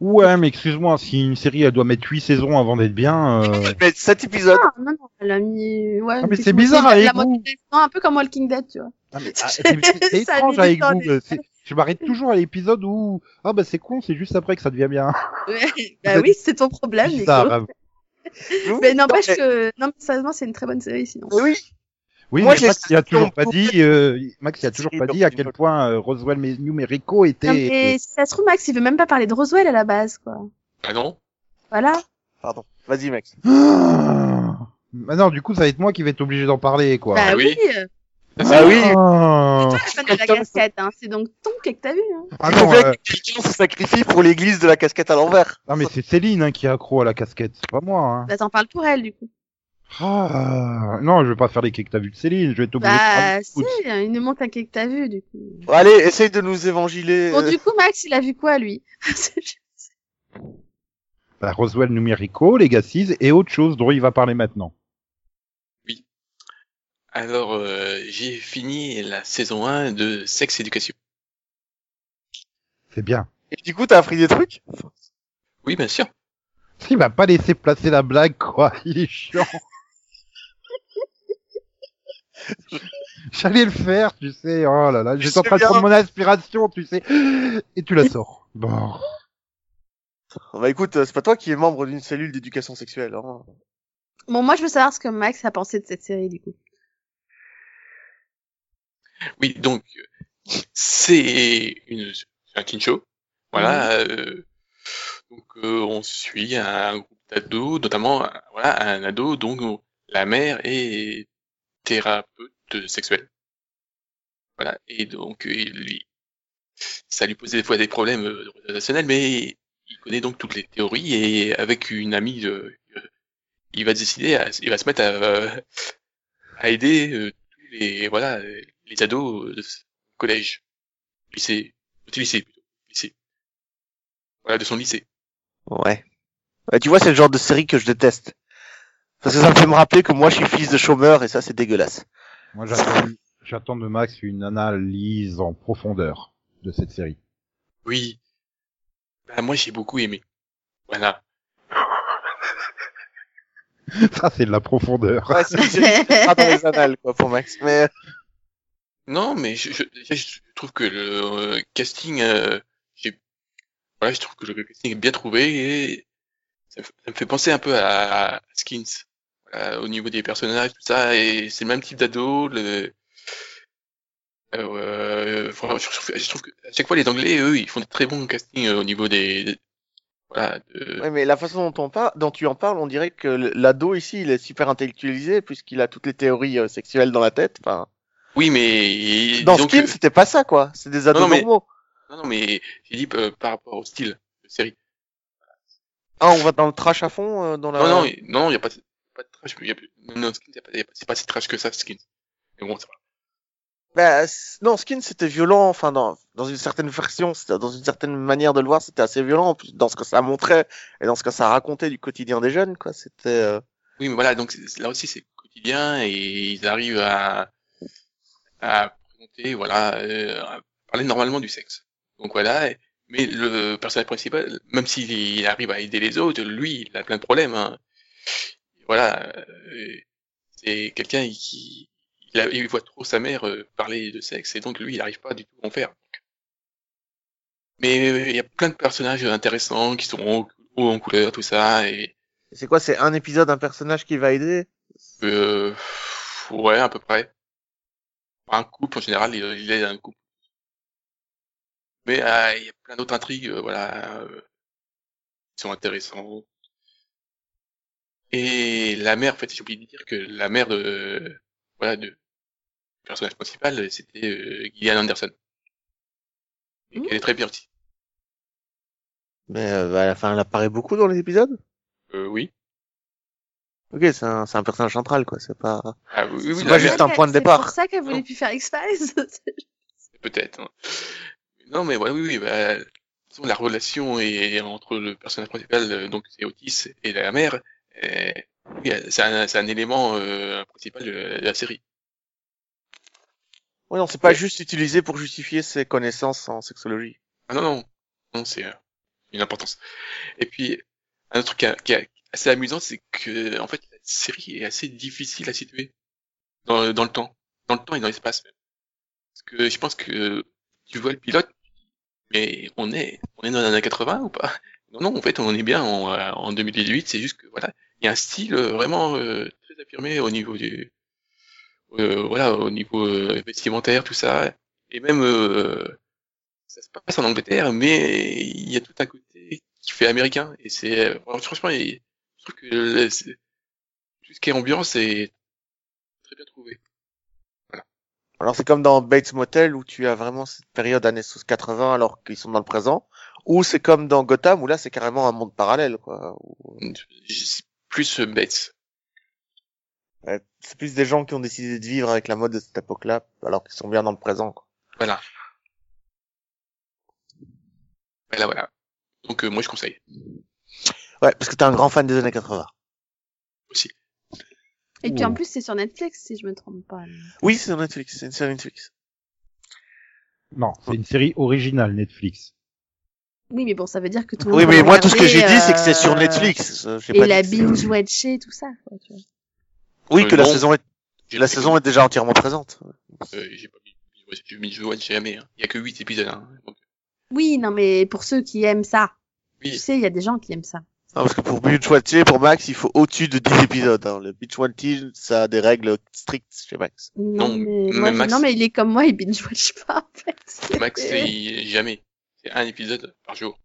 [SPEAKER 1] Ouais, mais excuse-moi, si une série, elle doit mettre 8 saisons avant d'être bien, euh,
[SPEAKER 4] Mais cet épisode,
[SPEAKER 3] Ah, non, non, elle a mis, ouais.
[SPEAKER 1] mais c'est
[SPEAKER 3] effectivement,
[SPEAKER 1] bizarre
[SPEAKER 3] la-
[SPEAKER 1] avec
[SPEAKER 3] la mode
[SPEAKER 1] vous.
[SPEAKER 3] Dead, non, un peu comme Walking Dead, tu vois.
[SPEAKER 1] Ah, mais, ah, c'est c'est
[SPEAKER 3] Ça a mis
[SPEAKER 1] étrange
[SPEAKER 3] du
[SPEAKER 1] avec
[SPEAKER 3] temps,
[SPEAKER 1] vous.
[SPEAKER 3] les-
[SPEAKER 1] euh, c'est- Je m'arrête toujours à l'épisode où, ah bah c'est con, c'est juste après que ça devient bien.
[SPEAKER 3] Ouais, bah oui, c'est ton problème, Nico.
[SPEAKER 1] Bizarre. hein.
[SPEAKER 3] Mais n'empêche
[SPEAKER 4] mais-
[SPEAKER 3] que, non, mais sérieusement, c'est une très bonne série, sinon.
[SPEAKER 4] Mais oui,
[SPEAKER 1] Oui,
[SPEAKER 4] Moi,
[SPEAKER 1] mais
[SPEAKER 4] j'ai
[SPEAKER 1] Max, il a toujours pas
[SPEAKER 4] l'impression
[SPEAKER 1] dit, euh, Max, il a toujours
[SPEAKER 4] C'est
[SPEAKER 1] pas dit à quel point euh, Roswell mais- Numérico
[SPEAKER 3] Non,
[SPEAKER 1] était.
[SPEAKER 3] mais si ça se trouve, Max, il veut même pas parler de Roswell à la base, quoi.
[SPEAKER 2] Ah non
[SPEAKER 3] Voilà.
[SPEAKER 4] Pardon. Vas-y, mec.
[SPEAKER 1] Ah Bah non, du coup, ça va être moi qui vais être obligé d'en parler, quoi.
[SPEAKER 3] bah oui. euh,
[SPEAKER 4] Bah oui.
[SPEAKER 1] Ah.
[SPEAKER 3] c'est fan de la casquette, hein. C'est donc ton que t'as vu, hein.
[SPEAKER 1] Ah
[SPEAKER 4] Il faut
[SPEAKER 1] non,
[SPEAKER 4] bien
[SPEAKER 1] euh,
[SPEAKER 4] que quelqu'un se sacrifie pour l'église de la casquette à l'envers.
[SPEAKER 1] non, mais c'est Céline hein, qui est accro à la casquette, c'est pas moi. Hein.
[SPEAKER 3] Bah, t'en parles pour elle, du coup.
[SPEAKER 1] Ah, non, je vais pas faire les cakes que t'as vu de Céline, je vais être obligé
[SPEAKER 3] Bah,
[SPEAKER 1] de
[SPEAKER 3] si,
[SPEAKER 1] parler de foot.
[SPEAKER 3] il nous manque un que t'as vu, du coup.
[SPEAKER 4] Bon, allez, essaye de nous évangiler.
[SPEAKER 3] Bon,
[SPEAKER 4] euh,
[SPEAKER 3] du coup, Max, il a vu quoi, lui?
[SPEAKER 1] Bah, Roswell Numérico, Legacies et autre chose dont il va parler maintenant.
[SPEAKER 2] Alors, euh, j'ai fini la saison 1 de Sex Education.
[SPEAKER 1] C'est bien.
[SPEAKER 4] Et du coup, t'as appris des trucs
[SPEAKER 2] Oui, bien sûr.
[SPEAKER 1] Il m'a pas laissé placer la blague, quoi. Il est chiant. J'allais le faire, tu sais. Oh là là, j'étais en
[SPEAKER 4] sais
[SPEAKER 1] train de
[SPEAKER 4] bien.
[SPEAKER 1] prendre mon aspiration, tu sais. Et tu la sors. Bon.
[SPEAKER 4] Bah écoute, euh, c'est pas toi qui es membre d'une cellule d'éducation sexuelle. Hein.
[SPEAKER 3] Bon, moi, je veux savoir ce que Max a pensé de cette série, du coup.
[SPEAKER 2] Oui, donc euh, c'est une c'est un teen show. Voilà. euh, donc euh, on suit un groupe d'ados, notamment euh, voilà un ado donc où la mère est thérapeute sexuelle. Voilà et donc euh, il, lui- ça lui posait des fois des problèmes euh, relationnels, mais il connaît donc toutes les théories et avec une amie, euh, euh, il va décider, à- il va se mettre à, euh, à aider euh, tous les voilà les ados euh, de ce collège, lycée, petit lycée plutôt, lycée. Voilà, de son lycée.
[SPEAKER 4] Ouais. Bah, tu vois, c'est le genre de série que je déteste. Parce que ça me fait me rappeler que moi, je suis fils de chômeur et ça, c'est dégueulasse.
[SPEAKER 1] Moi, j'attends, j'attends de Max une analyse en profondeur de cette série.
[SPEAKER 2] Oui. Bah, moi, j'ai beaucoup aimé. Voilà.
[SPEAKER 1] Ça, c'est de la profondeur.
[SPEAKER 4] Ouais, c'est une série qui sera dans les annales, quoi, pour Max. Mais euh,
[SPEAKER 2] Non, mais je, je, déjà, je trouve que le euh, casting, euh, j'ai, voilà, je trouve que le casting est bien trouvé et ça, me fait- ça me fait penser un peu à, à Skins. Voilà, au niveau des personnages, tout ça, et c'est le même type d'ado. Le... Euh, voilà, je, je- je trouve que à chaque fois les Anglais, eux, ils font de très bons castings euh, au niveau des, des- voilà, de-
[SPEAKER 4] Ouais, mais la façon dont, on par- dont tu en parles, on dirait que l- l'ado ici, il est super intellectualisé puisqu'il a toutes les théories euh, sexuelles dans la tête. Enfin,
[SPEAKER 2] Oui, mais
[SPEAKER 4] dans
[SPEAKER 2] disons
[SPEAKER 4] Skin,
[SPEAKER 2] que-
[SPEAKER 4] c'était pas ça, quoi. C'est des ados
[SPEAKER 2] non, mais-
[SPEAKER 4] normaux.
[SPEAKER 2] non, non, mais j'ai dit euh, par rapport au style de série.
[SPEAKER 4] Ah, on va dans le trash à fond, euh, dans la.
[SPEAKER 2] Non, non, il- non, non, y a pas de, pas de trash. Y a, plus- non, non, Skins, y a pas, y a pas- c'est pas si trash que ça, Skins. Mais bon, ça va.
[SPEAKER 4] Bah, c- non, Skin, c'était violent. Enfin, dans, dans une certaine version, c'était- dans une certaine manière de le voir, c'était assez violent. en plus, Dans ce que ça montrait et dans ce que ça racontait du quotidien des jeunes, quoi. C'était. euh,
[SPEAKER 2] Oui, mais voilà, donc c'est- là aussi c'est quotidien et ils arrivent à, à présenter, voilà, euh, à parler normalement du sexe. Donc voilà, et- mais le personnage principal, même s'il il arrive à aider les autres, lui, il a plein de problèmes. hein. Voilà, euh, c'est quelqu'un qui il, a- il voit trop sa mère euh, parler de sexe et donc lui, il n'arrive pas du tout à en faire. Mais euh, il y a plein de personnages intéressants qui sont hauts hauts en couleur, tout ça, et
[SPEAKER 4] C'est quoi C'est un épisode, un personnage qui va aider
[SPEAKER 2] euh, pff, ouais, à peu près. Un couple, en général, il, il est un couple. Mais euh, il y a plein d'autres intrigues, euh, voilà, euh, qui sont intéressantes. Et la mère, en fait, j'ai oublié de dire que la mère de, voilà, de du personnage principal, c'était euh, Gillian Anderson. Et
[SPEAKER 3] Mm.
[SPEAKER 2] Elle est très bien petite.
[SPEAKER 4] Mais euh, bah, à la fin, elle apparaît beaucoup dans les épisodes.
[SPEAKER 2] Euh, oui.
[SPEAKER 4] Ok, c'est un, c'est un personnage central, quoi. C'est pas.
[SPEAKER 2] Ah oui, oui, oui,
[SPEAKER 4] C'est
[SPEAKER 2] la mère-
[SPEAKER 4] pas juste un point de
[SPEAKER 3] C'est
[SPEAKER 4] départ.
[SPEAKER 3] pour ça qu'elle voulait plus faire X-Files.
[SPEAKER 2] peut-être. hein. Non, mais ouais, oui, oui, bah, de toute façon, la relation est, entre le personnage principal, euh, donc c'est Otis, et la mère, euh, oui, c'est un, c'est un élément euh, principal de la- de la série.
[SPEAKER 4] Oui, non, c'est pas juste utilisé pour justifier ses connaissances en sexologie.
[SPEAKER 2] Ah non, non, non, c'est euh, une importance. Et puis, un autre truc qui a- qui est assez amusant, c'est que, en fait, la série est assez difficile à situer dans, dans le temps. Dans le temps et dans l'espace, même. Parce que je pense que tu vois le pilote, mais on est, on est dans les années 80 ou pas? Non, non, en fait, on est bien en, euh, en 2018, c'est juste que, voilà, il y a un style euh, vraiment euh, très affirmé au niveau du, euh, voilà, au niveau euh, vestimentaire, tout ça. Et même, euh, passe en Angleterre, mais il y a tout un côté qui fait américain. Et c'est euh, franchement, il- je trouve que le- c'est- tout ce qui est ambiance est très bien trouvé.
[SPEAKER 4] Alors c'est comme dans Bates Motel où tu as vraiment cette période années 80 alors qu'ils sont dans le présent, ou c'est comme dans Gotham où là c'est carrément un monde parallèle quoi. où-
[SPEAKER 2] Plus euh, Bates.
[SPEAKER 4] Ouais, c'est plus des gens qui ont décidé de vivre avec la mode de cette époque-là alors qu'ils sont bien dans le présent quoi.
[SPEAKER 2] Voilà. Voilà, voilà. Donc euh, moi je conseille.
[SPEAKER 4] Ouais, parce que t'es un grand fan des années 80.
[SPEAKER 3] Et puis en
[SPEAKER 4] Ouh.
[SPEAKER 3] plus, c'est sur Netflix, si je me trompe pas.
[SPEAKER 4] Oui, c'est sur Netflix, c'est une série Netflix.
[SPEAKER 1] Non, c'est une série originale Netflix.
[SPEAKER 3] Oui, mais bon, ça veut dire que tout le monde.
[SPEAKER 4] Oui, mais
[SPEAKER 3] peut
[SPEAKER 4] moi tout ce que
[SPEAKER 3] regarder,
[SPEAKER 4] j'ai dit c'est que c'est sur
[SPEAKER 3] euh,
[SPEAKER 4] Netflix. euh, j'ai
[SPEAKER 3] Et
[SPEAKER 4] pas
[SPEAKER 3] la
[SPEAKER 4] dit que c'est-
[SPEAKER 3] binge-watcher, tout ça. quoi, tu vois.
[SPEAKER 4] Oui, que la
[SPEAKER 2] Euh, non.
[SPEAKER 4] saison est la saison est déjà entièrement présente.
[SPEAKER 2] Euh, j'ai pas mis, je mis je sais jamais. hein. Il y a que 8 épisodes. hein. Donc,
[SPEAKER 3] Oui, non, mais pour ceux qui aiment ça.
[SPEAKER 2] Oui.
[SPEAKER 3] Tu sais, il y a des gens qui aiment ça.
[SPEAKER 4] Non, parce que pour Beach Watcher, pour Max, il faut au-dessus de 10 épisodes. hein. Le Beach Watcher, ça a des règles strictes chez Max.
[SPEAKER 3] Non,
[SPEAKER 2] Non,
[SPEAKER 3] mais,
[SPEAKER 2] mais
[SPEAKER 3] moi, je-
[SPEAKER 2] Max-
[SPEAKER 3] non, mais il est comme moi, il binge-watch pas, en fait.
[SPEAKER 2] euh, Max, il- jamais. C'est un épisode par jour.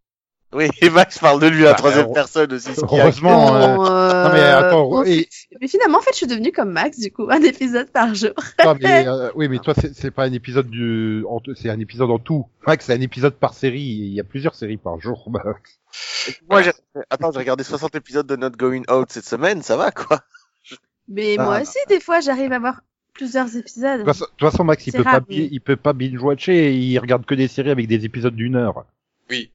[SPEAKER 4] Oui, et Max parle de lui à la
[SPEAKER 1] Bah,
[SPEAKER 4] troisième
[SPEAKER 1] heure-
[SPEAKER 4] personne aussi. ce qui est
[SPEAKER 1] Heureusement.
[SPEAKER 4] actuel.
[SPEAKER 1] euh, Non mais attends,
[SPEAKER 3] bon,
[SPEAKER 1] et-
[SPEAKER 3] Mais finalement, en fait, je suis devenue comme Max, du coup, un épisode par jour.
[SPEAKER 1] non, mais, euh, oui, mais toi c'est c'est pas un épisode du, en tout- c'est un épisode en tout. Max, c'est un épisode par série. Il y a plusieurs séries par jour. Bah, Max.
[SPEAKER 4] Moi, j'ai... Attends, j'ai regardé 60 épisodes de Not Going Out cette semaine, ça va quoi
[SPEAKER 3] Mais
[SPEAKER 1] Ah. Bah,
[SPEAKER 3] moi aussi, des fois, j'arrive à voir plusieurs épisodes.
[SPEAKER 1] De toute façon- de toute façon, Max, il
[SPEAKER 3] C'est
[SPEAKER 1] peut
[SPEAKER 3] rare,
[SPEAKER 1] pas, bi-
[SPEAKER 3] mais-
[SPEAKER 1] il peut pas binge watcher. Il regarde que des séries avec des épisodes d'une heure.
[SPEAKER 2] Oui.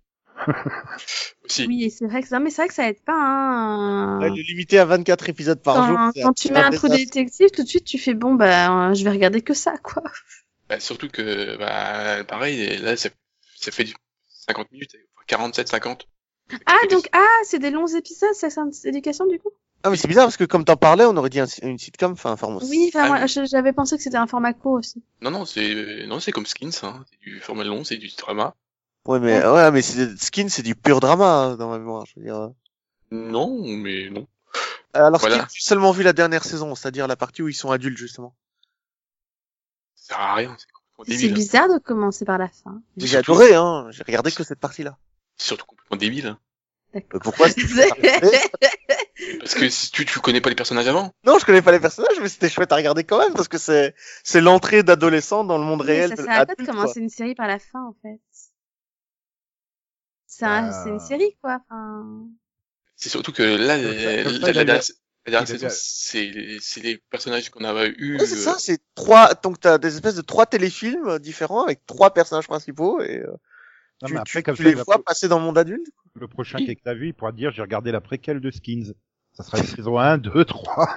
[SPEAKER 2] Aussi.
[SPEAKER 3] Oui, c'est vrai que ça, mais c'est vrai que ça aide pas. Hein.
[SPEAKER 4] Ouais, Le limiter à 24 épisodes par
[SPEAKER 3] quand,
[SPEAKER 4] jour.
[SPEAKER 3] quand
[SPEAKER 4] c'est
[SPEAKER 3] tu mets un trou
[SPEAKER 4] désastre.
[SPEAKER 3] détective, tout de suite, tu fais bon, bah, euh, je vais regarder que ça, quoi.
[SPEAKER 2] Bah, surtout que, bah, pareil, là, ça, ça fait du 50 minutes, 47, 50.
[SPEAKER 3] Ah, donc, ah, c'est des longs épisodes, Sex and Education, du coup
[SPEAKER 4] Ah, mais c'est bizarre parce que comme t'en parlais, on aurait dit un- une sitcom, enfin un format.
[SPEAKER 3] Oui, enfin,
[SPEAKER 2] Ah,
[SPEAKER 3] moi,
[SPEAKER 2] mais-
[SPEAKER 3] je- j'avais pensé que c'était un format court aussi.
[SPEAKER 2] Non, non, c'est, non, c'est comme Skins, hein. C'est du format long, c'est du drama.
[SPEAKER 4] Ouais, mais, ouais, mais c'est... Skin, c'est du pur drama hein, dans ma mémoire. Je veux dire.
[SPEAKER 2] Non, mais non.
[SPEAKER 4] Alors,
[SPEAKER 2] Voilà.
[SPEAKER 4] Skin, j'ai seulement vu la dernière saison, c'est-à-dire la partie où ils sont adultes justement.
[SPEAKER 2] Ça sert à rien, c'est complètement
[SPEAKER 3] C'est
[SPEAKER 2] débile. hein.
[SPEAKER 3] bizarre de commencer par la fin.
[SPEAKER 4] J'ai adoré, hein. J'ai regardé que cette partie-là.
[SPEAKER 2] C'est surtout complètement débile. hein.
[SPEAKER 4] Mais Euh, pourquoi c'est-
[SPEAKER 2] Parce que si tu, tu connais pas les personnages avant.
[SPEAKER 4] Non, je connais pas les personnages, mais c'était chouette à regarder quand même parce que c'est c'est l'entrée d'adolescents dans le monde
[SPEAKER 3] Mais
[SPEAKER 4] réel.
[SPEAKER 3] ça
[SPEAKER 4] de-
[SPEAKER 3] sert à quoi de
[SPEAKER 4] adulte,
[SPEAKER 3] commencer une série par la fin, en fait C'est un-
[SPEAKER 1] Euh.
[SPEAKER 3] c'est une série, quoi. Enfin...
[SPEAKER 2] C'est surtout que là,
[SPEAKER 1] Comme ça-
[SPEAKER 2] la,
[SPEAKER 1] comme ça,
[SPEAKER 2] la-
[SPEAKER 1] il a
[SPEAKER 2] la dernière,
[SPEAKER 1] eu-
[SPEAKER 2] la dernière
[SPEAKER 1] il a eu
[SPEAKER 2] saison,
[SPEAKER 1] un-
[SPEAKER 2] c'est, les- c'est les personnages qu'on a eu.
[SPEAKER 4] quoi. Ouais, c'est ça, c'est trois. Donc t'as des espèces de trois téléfilms euh, différents avec trois personnages principaux et euh,
[SPEAKER 1] Non,
[SPEAKER 4] tu,
[SPEAKER 1] mais après,
[SPEAKER 4] tu-
[SPEAKER 1] comme
[SPEAKER 4] tu
[SPEAKER 1] ça,
[SPEAKER 4] les
[SPEAKER 1] il va
[SPEAKER 4] vois
[SPEAKER 1] pas-
[SPEAKER 4] passer dans le monde adulte.
[SPEAKER 1] Le prochain qui est que t'as vu, il pourra dire j'ai regardé la préquelle de Skins. Ça sera les saisons 1, 2, 3.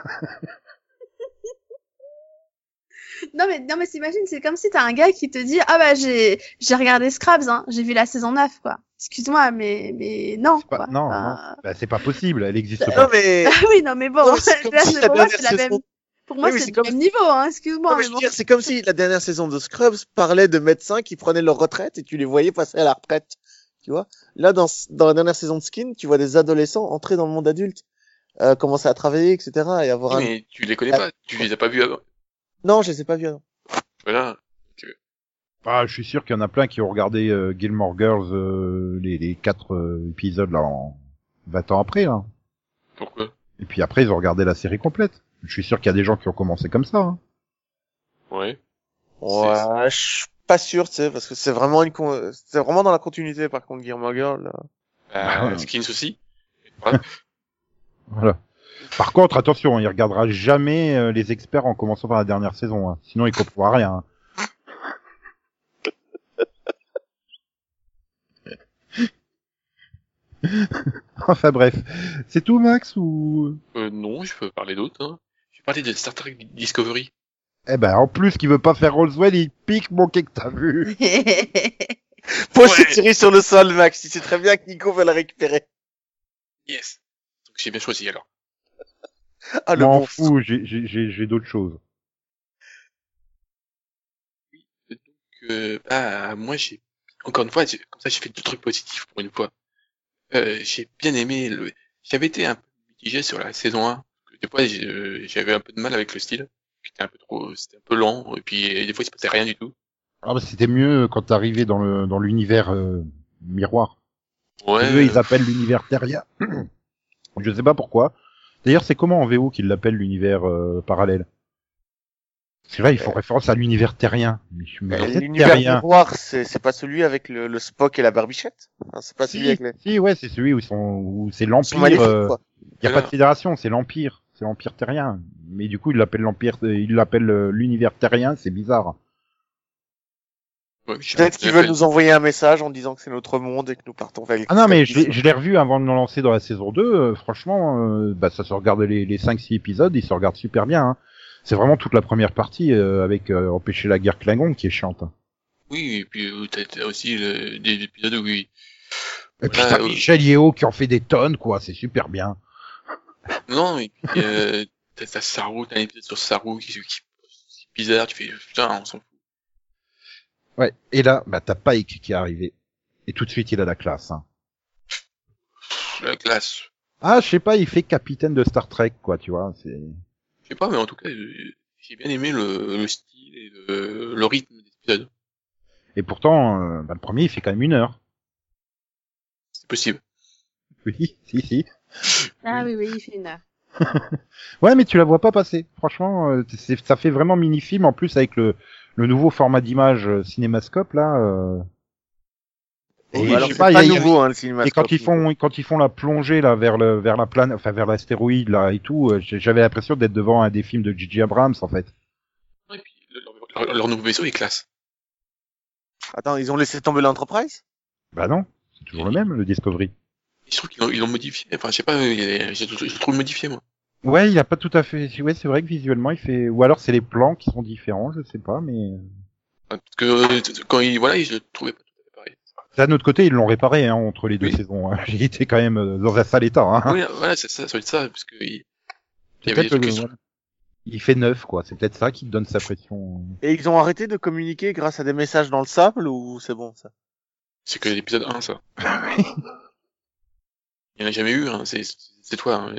[SPEAKER 3] Non mais non mais t'imagines, c'est comme si t'as un gars qui te dit ah bah j'ai j'ai regardé Scrabs hein, j'ai vu la saison 9 quoi. Excuse-moi mais mais non
[SPEAKER 1] Pas-
[SPEAKER 3] quoi.
[SPEAKER 1] non, non.
[SPEAKER 3] Enfin,
[SPEAKER 1] Bah, c'est pas possible, elle existe
[SPEAKER 4] Non,
[SPEAKER 1] pas.
[SPEAKER 4] mais
[SPEAKER 3] Ah oui non mais bon
[SPEAKER 4] Non, mais c'est comme
[SPEAKER 3] là,
[SPEAKER 4] si
[SPEAKER 3] c'est-
[SPEAKER 4] la
[SPEAKER 3] pour moi
[SPEAKER 4] dernière
[SPEAKER 3] c'est la même
[SPEAKER 4] saison-
[SPEAKER 3] pour moi
[SPEAKER 4] Oui, mais
[SPEAKER 3] c'est
[SPEAKER 4] c'est
[SPEAKER 3] le
[SPEAKER 4] comme-
[SPEAKER 3] même niveau hein, excuse-moi
[SPEAKER 4] Non, mais
[SPEAKER 3] mais
[SPEAKER 4] je veux
[SPEAKER 3] bon.
[SPEAKER 4] dire, c'est comme si la dernière saison de Scrubs parlait de médecins qui prenaient leur retraite et tu les voyais passer à la retraite. Tu vois Là, dans, dans la dernière saison de Skin, tu vois des adolescents entrer dans le monde adulte, euh, commencer à travailler, etc. et avoir un...
[SPEAKER 2] euh, Mais tu les connais pas, tu les as pas vus avant.
[SPEAKER 4] Non, je les ai pas vus. non.
[SPEAKER 2] Voilà.
[SPEAKER 1] Ah, je suis sûr qu'il y en a plein qui ont regardé euh, Gilmore Girls euh, les, les quatre euh, épisodes là en 20 ans après là.
[SPEAKER 2] Pourquoi?
[SPEAKER 1] Et puis après ils ont regardé la série complète. Je suis sûr qu'il y a des gens qui ont commencé comme ça. hein.
[SPEAKER 2] Ouais.
[SPEAKER 4] Ouais, je suis pas sûr, tu sais, parce que c'est vraiment une... con- euh, C'est vraiment dans la continuité, par contre, Gilmore Girl. là.
[SPEAKER 2] Bah,
[SPEAKER 1] Ouais.
[SPEAKER 2] Skins aussi.
[SPEAKER 1] Voilà. Par contre, attention, il regardera jamais euh, les experts en commençant par la dernière saison. hein. Sinon, il comprendra rien. hein. enfin bref, c'est tout Max ou
[SPEAKER 2] Euh, non, je peux parler d'autres. Hein. Je vais parler de Star Trek Discovery.
[SPEAKER 1] Eh ben en plus qu'il veut pas faire Roswell, il pique mon quai que t'as vu.
[SPEAKER 4] Pose cette série sur le sol, Max. Il sait très bien que Nico va la récupérer.
[SPEAKER 2] Yes. Donc j'ai bien choisi alors.
[SPEAKER 4] Ah, le
[SPEAKER 1] M'en
[SPEAKER 4] bon
[SPEAKER 1] fous, j'ai- j'ai j'ai- j'ai d'autres choses.
[SPEAKER 2] que bah moi j'ai encore une fois j'ai- comme ça j'ai fait deux trucs positifs pour une fois. Euh, j'ai bien aimé le j'avais été un peu mitigé sur la saison 1 parce que des fois j'ai- euh, j'avais un peu de mal avec le style qui était un peu trop c'était un peu lent et puis euh, des fois il se passait rien du tout.
[SPEAKER 1] Ah bah, c'était mieux quand t'arrivais dans le dans l'univers euh, miroir.
[SPEAKER 2] Ouais.
[SPEAKER 1] Eux, ils appellent l'univers Terria. Je sais pas pourquoi. D'ailleurs, c'est comment en VO qu'ils l'appellent l'univers euh, parallèle Parce que là, ils font référence à l'univers terrien. Mais je me
[SPEAKER 4] Euh,
[SPEAKER 1] disais,
[SPEAKER 4] L'univers
[SPEAKER 1] terrien.
[SPEAKER 4] miroir, c'est c'est pas celui avec le, le Spock et la barbichette Hein, C'est pas celui avec les...
[SPEAKER 1] Si, ouais, c'est celui où ils sont, où c'est l'empire. Il
[SPEAKER 4] maléfiques,
[SPEAKER 1] euh,
[SPEAKER 4] quoi.
[SPEAKER 1] y a
[SPEAKER 4] Voilà.
[SPEAKER 1] pas de fédération, c'est l'empire, c'est l'empire terrien. Mais du coup, ils l'appellent l'empire, ils l'appellent euh, l'univers terrien, c'est bizarre.
[SPEAKER 4] Peut-être qu'ils veulent nous envoyer un message en disant que c'est notre monde et que nous partons vers
[SPEAKER 1] Ah non, mais je l'ai je l'ai revu avant de le lancer dans la saison 2. euh, franchement, euh, bah, ça se regarde les, les 5-6 épisodes, ils se regardent super bien. hein. C'est vraiment toute la première partie euh, avec euh, Empêcher la guerre Klingon qui est chiante. hein.
[SPEAKER 2] Oui et puis euh, t'as t'as aussi le- des épisodes où ils-
[SPEAKER 1] Et puis
[SPEAKER 2] Voilà,
[SPEAKER 1] t'as
[SPEAKER 2] euh,
[SPEAKER 1] Michel Yeo qui en fait des tonnes, quoi, c'est super bien.
[SPEAKER 2] non et puis euh, t'as t'as Saru t'as un épisode sur Saru qui, qui, qui est bizarre tu fais putain on s'en fout.
[SPEAKER 1] Ouais. Et là, bah, t'as Pike qui est arrivé. Et tout de suite, il a la classe. hein.
[SPEAKER 2] la classe
[SPEAKER 1] Ah, je sais pas, il fait capitaine de Star Trek, quoi, tu vois. c'est...
[SPEAKER 2] Je sais pas, mais en tout cas, euh, j'ai bien aimé le, le style et le, le rythme des épisodes.
[SPEAKER 1] Et pourtant, euh, bah, le premier, il fait quand même une heure.
[SPEAKER 2] C'est possible.
[SPEAKER 1] Oui, si, si.
[SPEAKER 3] Ah oui, oui, il fait une heure.
[SPEAKER 1] Ouais, mais tu la vois pas passer. Franchement, euh, c'est- ça fait vraiment mini-film. En plus, avec le, le nouveau format d'image euh, cinémascope, là. euh,
[SPEAKER 4] Et
[SPEAKER 1] je
[SPEAKER 4] alors,
[SPEAKER 1] sais
[SPEAKER 4] c'est
[SPEAKER 1] il
[SPEAKER 4] pas
[SPEAKER 1] il
[SPEAKER 4] nouveau, hein, le cinémascope.
[SPEAKER 1] Et quand ils font, quand ils font la plongée là vers le, vers la plane, enfin vers l'astéroïde là et tout, euh, j'ai- j'avais l'impression d'être devant un des films de Gigi Abrams en fait.
[SPEAKER 2] Leur, leur nouveau vaisseau est classe.
[SPEAKER 4] Attends, ils ont laissé tomber l'Enterprise
[SPEAKER 1] Bah non, c'est toujours le même, le Discovery.
[SPEAKER 2] Et je trouve qu'ils l'ont- ils l'ont modifié. Enfin, je sais pas, euh, il est- je, je le trouve modifié, moi.
[SPEAKER 1] Ouais, il a pas tout à fait. Ouais, c'est vrai que visuellement il fait, ou alors c'est les plans qui sont différents, je sais pas, mais.
[SPEAKER 2] Enfin, Parce que euh, quand il, voilà, je le trouvais pas.
[SPEAKER 1] D'un autre côté, ils l'ont réparé hein, entre les deux saisons. hein. J'ai été quand même euh, dans un sale état. Hein.
[SPEAKER 2] Oui, voilà, c'est ça, ça doit être ça, parce que il, il y avait
[SPEAKER 1] Peut-être
[SPEAKER 2] des trucs
[SPEAKER 1] le-
[SPEAKER 2] qui sont-
[SPEAKER 1] voilà. Il fait neuf, quoi. C'est peut-être ça qui donne sa pression.
[SPEAKER 4] Et ils ont arrêté de communiquer grâce à des messages dans le sable ou c'est bon ça
[SPEAKER 2] C'est que l'épisode 1, ça. il n'y en a jamais eu, hein, c'est, c'est toi. hein.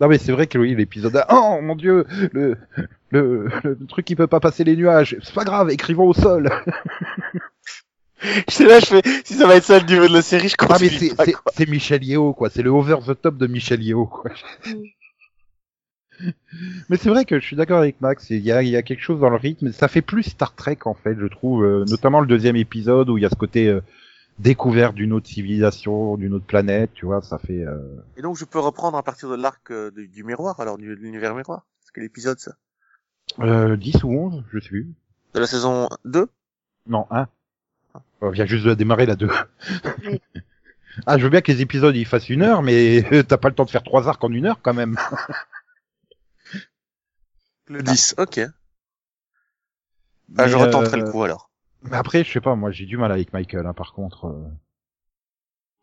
[SPEAKER 1] Non mais c'est vrai que oui, l'épisode a- Oh mon dieu, le le, le truc qui peut pas passer les nuages. C'est pas grave, écrivons au sol.
[SPEAKER 4] J'étais là, je fais, si ça va être ça le niveau de la série, je
[SPEAKER 1] Ah mais
[SPEAKER 4] continue
[SPEAKER 1] c'est
[SPEAKER 4] pas,
[SPEAKER 1] c'est-
[SPEAKER 4] quoi.
[SPEAKER 1] c'est Michel Yeo quoi, c'est le over the top de Michel Yeo quoi. mais c'est vrai que je suis d'accord avec Max, il y a, il y a quelque chose dans le rythme, ça fait plus Star Trek en fait, je trouve, euh, notamment le deuxième épisode où il y a ce côté euh, découverte d'une autre civilisation, d'une autre planète, tu vois, ça fait. euh,
[SPEAKER 4] Et donc je peux reprendre à partir de l'arc euh, du, du miroir, alors du, de l'univers miroir. C'est quel épisode ça
[SPEAKER 1] Euh, 10 ou 11, je sais plus.
[SPEAKER 4] De la saison 2
[SPEAKER 1] Non, 1. On vient juste de la démarrer, la 2. ah, je veux bien que les épisodes ils fassent une heure, mais euh, t'as pas le temps de faire trois arcs en une heure quand même.
[SPEAKER 4] Le 10, ok. Bah, je
[SPEAKER 1] Mais,
[SPEAKER 4] retenterai
[SPEAKER 1] euh,
[SPEAKER 4] le coup alors.
[SPEAKER 1] Mais après, je sais pas, moi j'ai du mal avec Michael, hein, par contre. euh.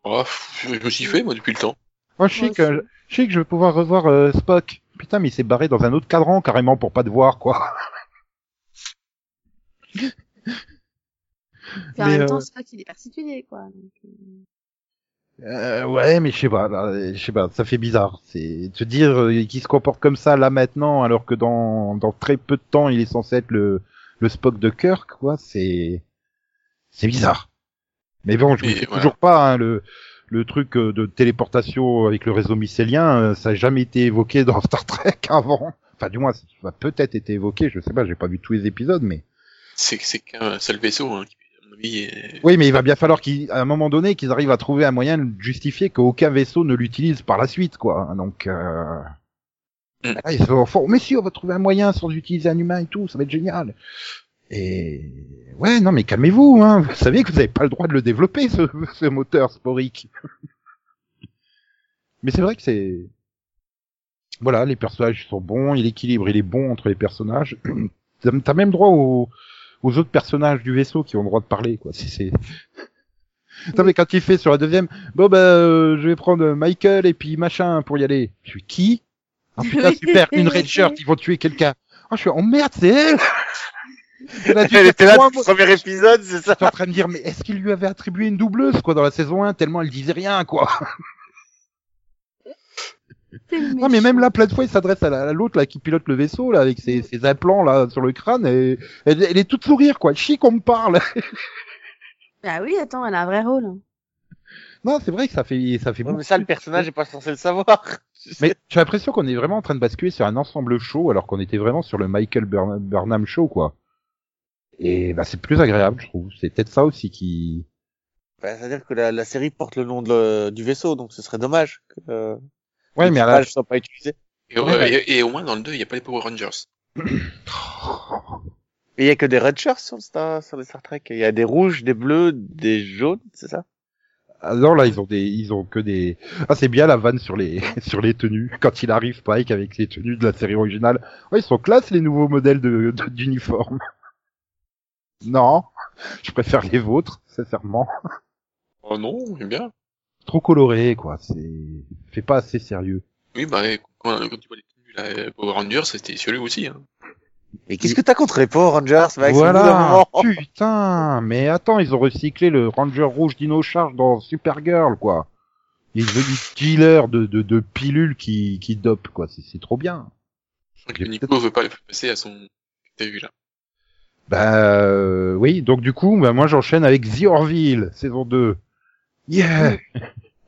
[SPEAKER 2] Oh, pff, je, je me suis fait, moi, depuis le temps.
[SPEAKER 1] Moi, Oh, je sais, que, je sais que je vais pouvoir revoir euh, Spock. Putain, mais il s'est barré dans un autre cadran carrément pour pas te voir, quoi.
[SPEAKER 3] Puis en
[SPEAKER 1] Mais,
[SPEAKER 3] même
[SPEAKER 1] euh,
[SPEAKER 3] temps, c'est pas qu'il est particulier, quoi. donc, euh,
[SPEAKER 1] Euh, ouais, mais je sais pas, là, je sais pas, ça fait bizarre. C'est te dire euh, qu'il se comporte comme ça là maintenant, alors que dans dans très peu de temps, il est censé être le le Spock de Kirk, quoi. C'est c'est bizarre. Mais bon, je me
[SPEAKER 2] Et
[SPEAKER 1] fais
[SPEAKER 2] voilà.
[SPEAKER 1] toujours pas hein, le le truc euh, de téléportation avec le réseau mycélien, euh, ça a jamais été évoqué dans Star Trek avant. Enfin, du moins, ça a peut-être été évoqué, je sais pas, j'ai pas vu tous les épisodes, mais
[SPEAKER 2] C'est, c'est qu'un seul vaisseau, hein, qui, à mon avis, est-
[SPEAKER 1] oui, mais il va bien falloir qu'à un moment donné qu'ils arrivent à trouver un moyen de justifier qu'aucun vaisseau ne l'utilise par la suite, quoi. Donc euh... Ah, là, ils se font fort. Mais si, on va trouver un moyen sans utiliser un humain et tout, ça va être génial. Et ouais, non, mais calmez-vous, hein. Vous savez que vous n'avez pas le droit de le développer, ce, ce moteur sporique. mais c'est vrai que c'est voilà, les personnages sont bons, et l'équilibre il est bon entre les personnages. T'as t'as même droit aux, aux autres personnages du vaisseau qui ont le droit de parler, quoi. C'est, c'est... Non mais quand il fait sur la deuxième, bon bah euh, je vais prendre Michael et puis machin pour y aller. Je suis qui Ah putain super, une red shirt, ils vont tuer quelqu'un. Ah je suis en merde, c'est elle. Elle, a dû
[SPEAKER 4] Elle
[SPEAKER 1] faire
[SPEAKER 4] était là
[SPEAKER 1] trois
[SPEAKER 4] depuis le
[SPEAKER 1] mois-
[SPEAKER 4] premier épisode, c'est ça
[SPEAKER 1] Je suis en train de dire mais est-ce qu'il lui avait attribué une doubleuse quoi dans la saison 1 tellement elle disait rien quoi. Non mais même là, plein de fois, il s'adresse à la- à l'autre là qui pilote le vaisseau là avec ses, ses implants là sur le crâne. Et, elle, elle est toute sourire quoi. Chic, on me parle.
[SPEAKER 3] Bah oui, attends, elle a un vrai rôle. hein.
[SPEAKER 1] non, c'est vrai que ça fait ça fait.
[SPEAKER 4] Ouais, mais ça, le personnage est pas censé le savoir.
[SPEAKER 1] Mais j'ai l'impression qu'on est vraiment en train de basculer sur un ensemble show alors qu'on était vraiment sur le Michael Burn- Burnham show quoi. Et bah c'est plus agréable, je trouve. C'est peut-être ça aussi qui.
[SPEAKER 4] Bah, C'est-à-dire que la, la série porte le nom de le- du vaisseau, donc ce serait dommage que euh,
[SPEAKER 1] Ouais, mais à la...
[SPEAKER 4] ne soit pas utilisé.
[SPEAKER 2] Et, au-
[SPEAKER 1] Ouais.
[SPEAKER 2] et- et au moins, dans le 2, il n'y a pas les Power Rangers.
[SPEAKER 4] Mais il y a que des red shirts sur, le Star, sur les Star Trek. Il y a des rouges, des bleus, des jaunes, c'est ça
[SPEAKER 1] Ah non là ils ont des ils ont que des ah c'est bien la vanne sur les sur les tenues quand il arrive Pike avec les tenues de la série originale ouais ils sont classe les nouveaux modèles de de- d'uniformes non je préfère les vôtres sincèrement
[SPEAKER 2] Oh non, j'aime bien.
[SPEAKER 1] trop coloré quoi c'est fait pas assez sérieux
[SPEAKER 2] Oui, bah, quand, quand tu vois les tenues, là, euh, Power Rangers, c'était celui aussi, hein.
[SPEAKER 4] Mais qu'est-ce que t'as contre les Power Rangers, Max Au bout d'un
[SPEAKER 1] voilà
[SPEAKER 4] moment.
[SPEAKER 1] putain mais attends ils ont recyclé le Ranger rouge Dino Charge dans Supergirl quoi il est devenu dealer de de, de pilules qui qui dope quoi c'est c'est trop bien
[SPEAKER 2] Je crois que Nico veut pas le passer à son, t'as vu, là.
[SPEAKER 1] Bah euh, oui, donc du coup, bah, moi j'enchaîne avec The Orville, saison 2. Yeah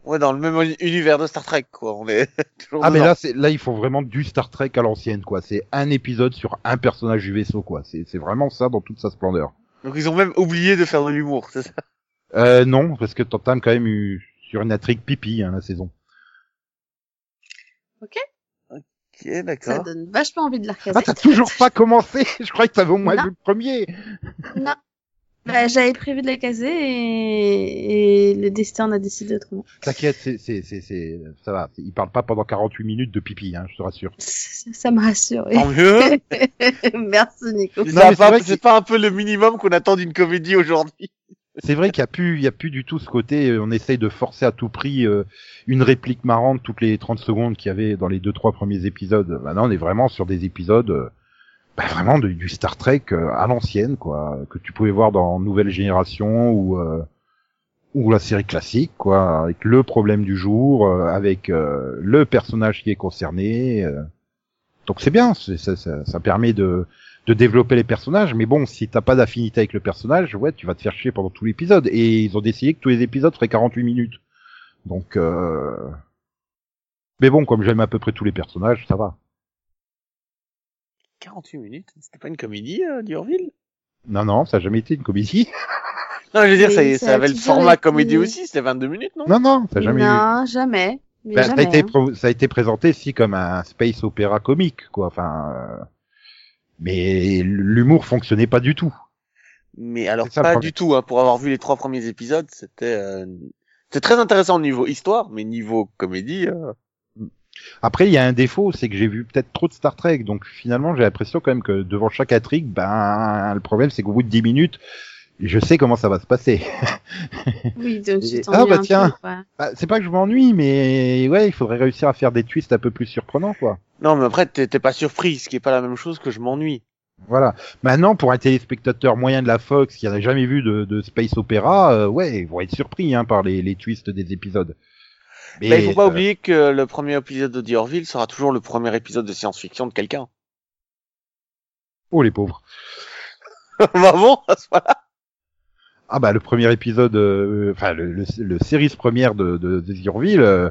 [SPEAKER 4] Ouais, dans le même uni- univers de Star Trek, quoi. On est toujours
[SPEAKER 1] Ah mais
[SPEAKER 4] dedans.
[SPEAKER 1] là, c'est là ils font vraiment du Star Trek à l'ancienne, quoi. C'est un épisode sur un personnage du vaisseau, quoi. C'est c'est vraiment ça dans toute sa splendeur.
[SPEAKER 4] Donc ils ont même oublié de faire de l'humour, c'est ça
[SPEAKER 1] Euh, non, parce que t'entames quand même eu- sur une intrigue pipi, hein, la saison.
[SPEAKER 4] Ok,
[SPEAKER 3] Ça
[SPEAKER 4] d'accord.
[SPEAKER 3] donne vachement envie de la recaser.
[SPEAKER 1] Ah, t'as toujours pas commencé Je croyais que t'avais au moins
[SPEAKER 3] Non.
[SPEAKER 1] vu le premier
[SPEAKER 3] Non. Bah, j'avais prévu de la caser et... et le destin en a décidé autrement.
[SPEAKER 1] T'inquiète, c'est, c'est, c'est, c'est, ça va. Il parle pas pendant 48 minutes de pipi, hein, je te rassure.
[SPEAKER 3] Ça, ça me rassure.
[SPEAKER 4] Tant mieux
[SPEAKER 3] Merci Nico.
[SPEAKER 1] Non, mais
[SPEAKER 4] Ça va
[SPEAKER 1] c'est vrai
[SPEAKER 4] pas-
[SPEAKER 1] que-
[SPEAKER 4] C'est pas un peu le minimum qu'on attend d'une comédie aujourd'hui
[SPEAKER 1] C'est vrai qu'il y a plus, il y a plus du tout ce côté. euh, On essaye de forcer à tout prix euh, une réplique marrante toutes les 30 secondes qu'il y avait dans les deux trois premiers épisodes. Maintenant, on est vraiment sur des épisodes, euh, bah, vraiment du, du Star Trek euh, à l'ancienne, quoi, que tu pouvais voir dans Nouvelle Génération ou euh, ou la série classique, quoi, avec le problème du jour, euh, avec euh, le personnage qui est concerné. euh. Donc c'est bien, c'est- ça, ça, ça permet de de développer les personnages, mais bon, si t'as pas d'affinité avec le personnage, ouais, tu vas te faire chier pendant tout l'épisode. Et ils ont décidé que tous les épisodes feraient 48 minutes. Donc, euh... mais bon, comme j'aime à peu près tous les personnages, ça va.
[SPEAKER 4] 48 minutes C'était pas une comédie, euh, d'Urville
[SPEAKER 1] Non, non, ça a jamais été une comédie.
[SPEAKER 4] Non, je veux dire,
[SPEAKER 3] Oui,
[SPEAKER 4] ça, y est,
[SPEAKER 3] ça
[SPEAKER 4] ça
[SPEAKER 3] a
[SPEAKER 4] avait le
[SPEAKER 3] toujours
[SPEAKER 4] format
[SPEAKER 3] été-
[SPEAKER 4] comédie aussi, c'était 22 minutes, non
[SPEAKER 1] Non, non, ça a jamais. eu-
[SPEAKER 3] non, jamais. Mais
[SPEAKER 4] Bah,
[SPEAKER 1] Ben, ça, a
[SPEAKER 3] jamais,
[SPEAKER 1] été
[SPEAKER 3] hein.
[SPEAKER 1] pro- ça a été présenté si comme un space opéra comique, quoi. Enfin, euh, mais l'humour fonctionnait pas du tout.
[SPEAKER 4] Mais alors
[SPEAKER 1] C'est ça, le
[SPEAKER 4] pas
[SPEAKER 1] problème.
[SPEAKER 4] du tout, hein, pour avoir vu les trois premiers épisodes, c'était euh, c'était très intéressant au niveau histoire, mais niveau comédie, euh,
[SPEAKER 1] Après, il y a un défaut, c'est que j'ai vu peut-être trop de Star Trek, donc finalement, j'ai l'impression quand même que devant chaque intrigue, ben, le problème, c'est qu'au bout de 10 minutes, je sais comment ça va se passer.
[SPEAKER 3] Oui, donc tu
[SPEAKER 1] Et-
[SPEAKER 3] t'en
[SPEAKER 1] Ah,
[SPEAKER 3] dis
[SPEAKER 1] bah
[SPEAKER 3] un
[SPEAKER 1] tiens.
[SPEAKER 3] peu, quoi.
[SPEAKER 1] Bah, c'est pas que je m'ennuie, mais ouais, il faudrait réussir à faire des twists un peu plus surprenants, quoi.
[SPEAKER 4] non mais après t'es t'es pas surpris, ce qui est pas la même chose que je m'ennuie.
[SPEAKER 1] Voilà. Maintenant, pour un téléspectateur moyen de la Fox qui n'a jamais vu de, de space opéra, euh, ouais, ils vont être surpris hein, par les, les twists des épisodes. Mais
[SPEAKER 4] Mais Bah, il faut pas
[SPEAKER 1] euh,
[SPEAKER 4] oublier que le premier épisode de The Orville sera toujours le premier épisode de science-fiction de quelqu'un.
[SPEAKER 1] Oh les pauvres.
[SPEAKER 4] bah bon, à ce moment-là.
[SPEAKER 1] Ah bah le premier épisode, euh, enfin le, le, le séries première de, de, de The Orville, euh,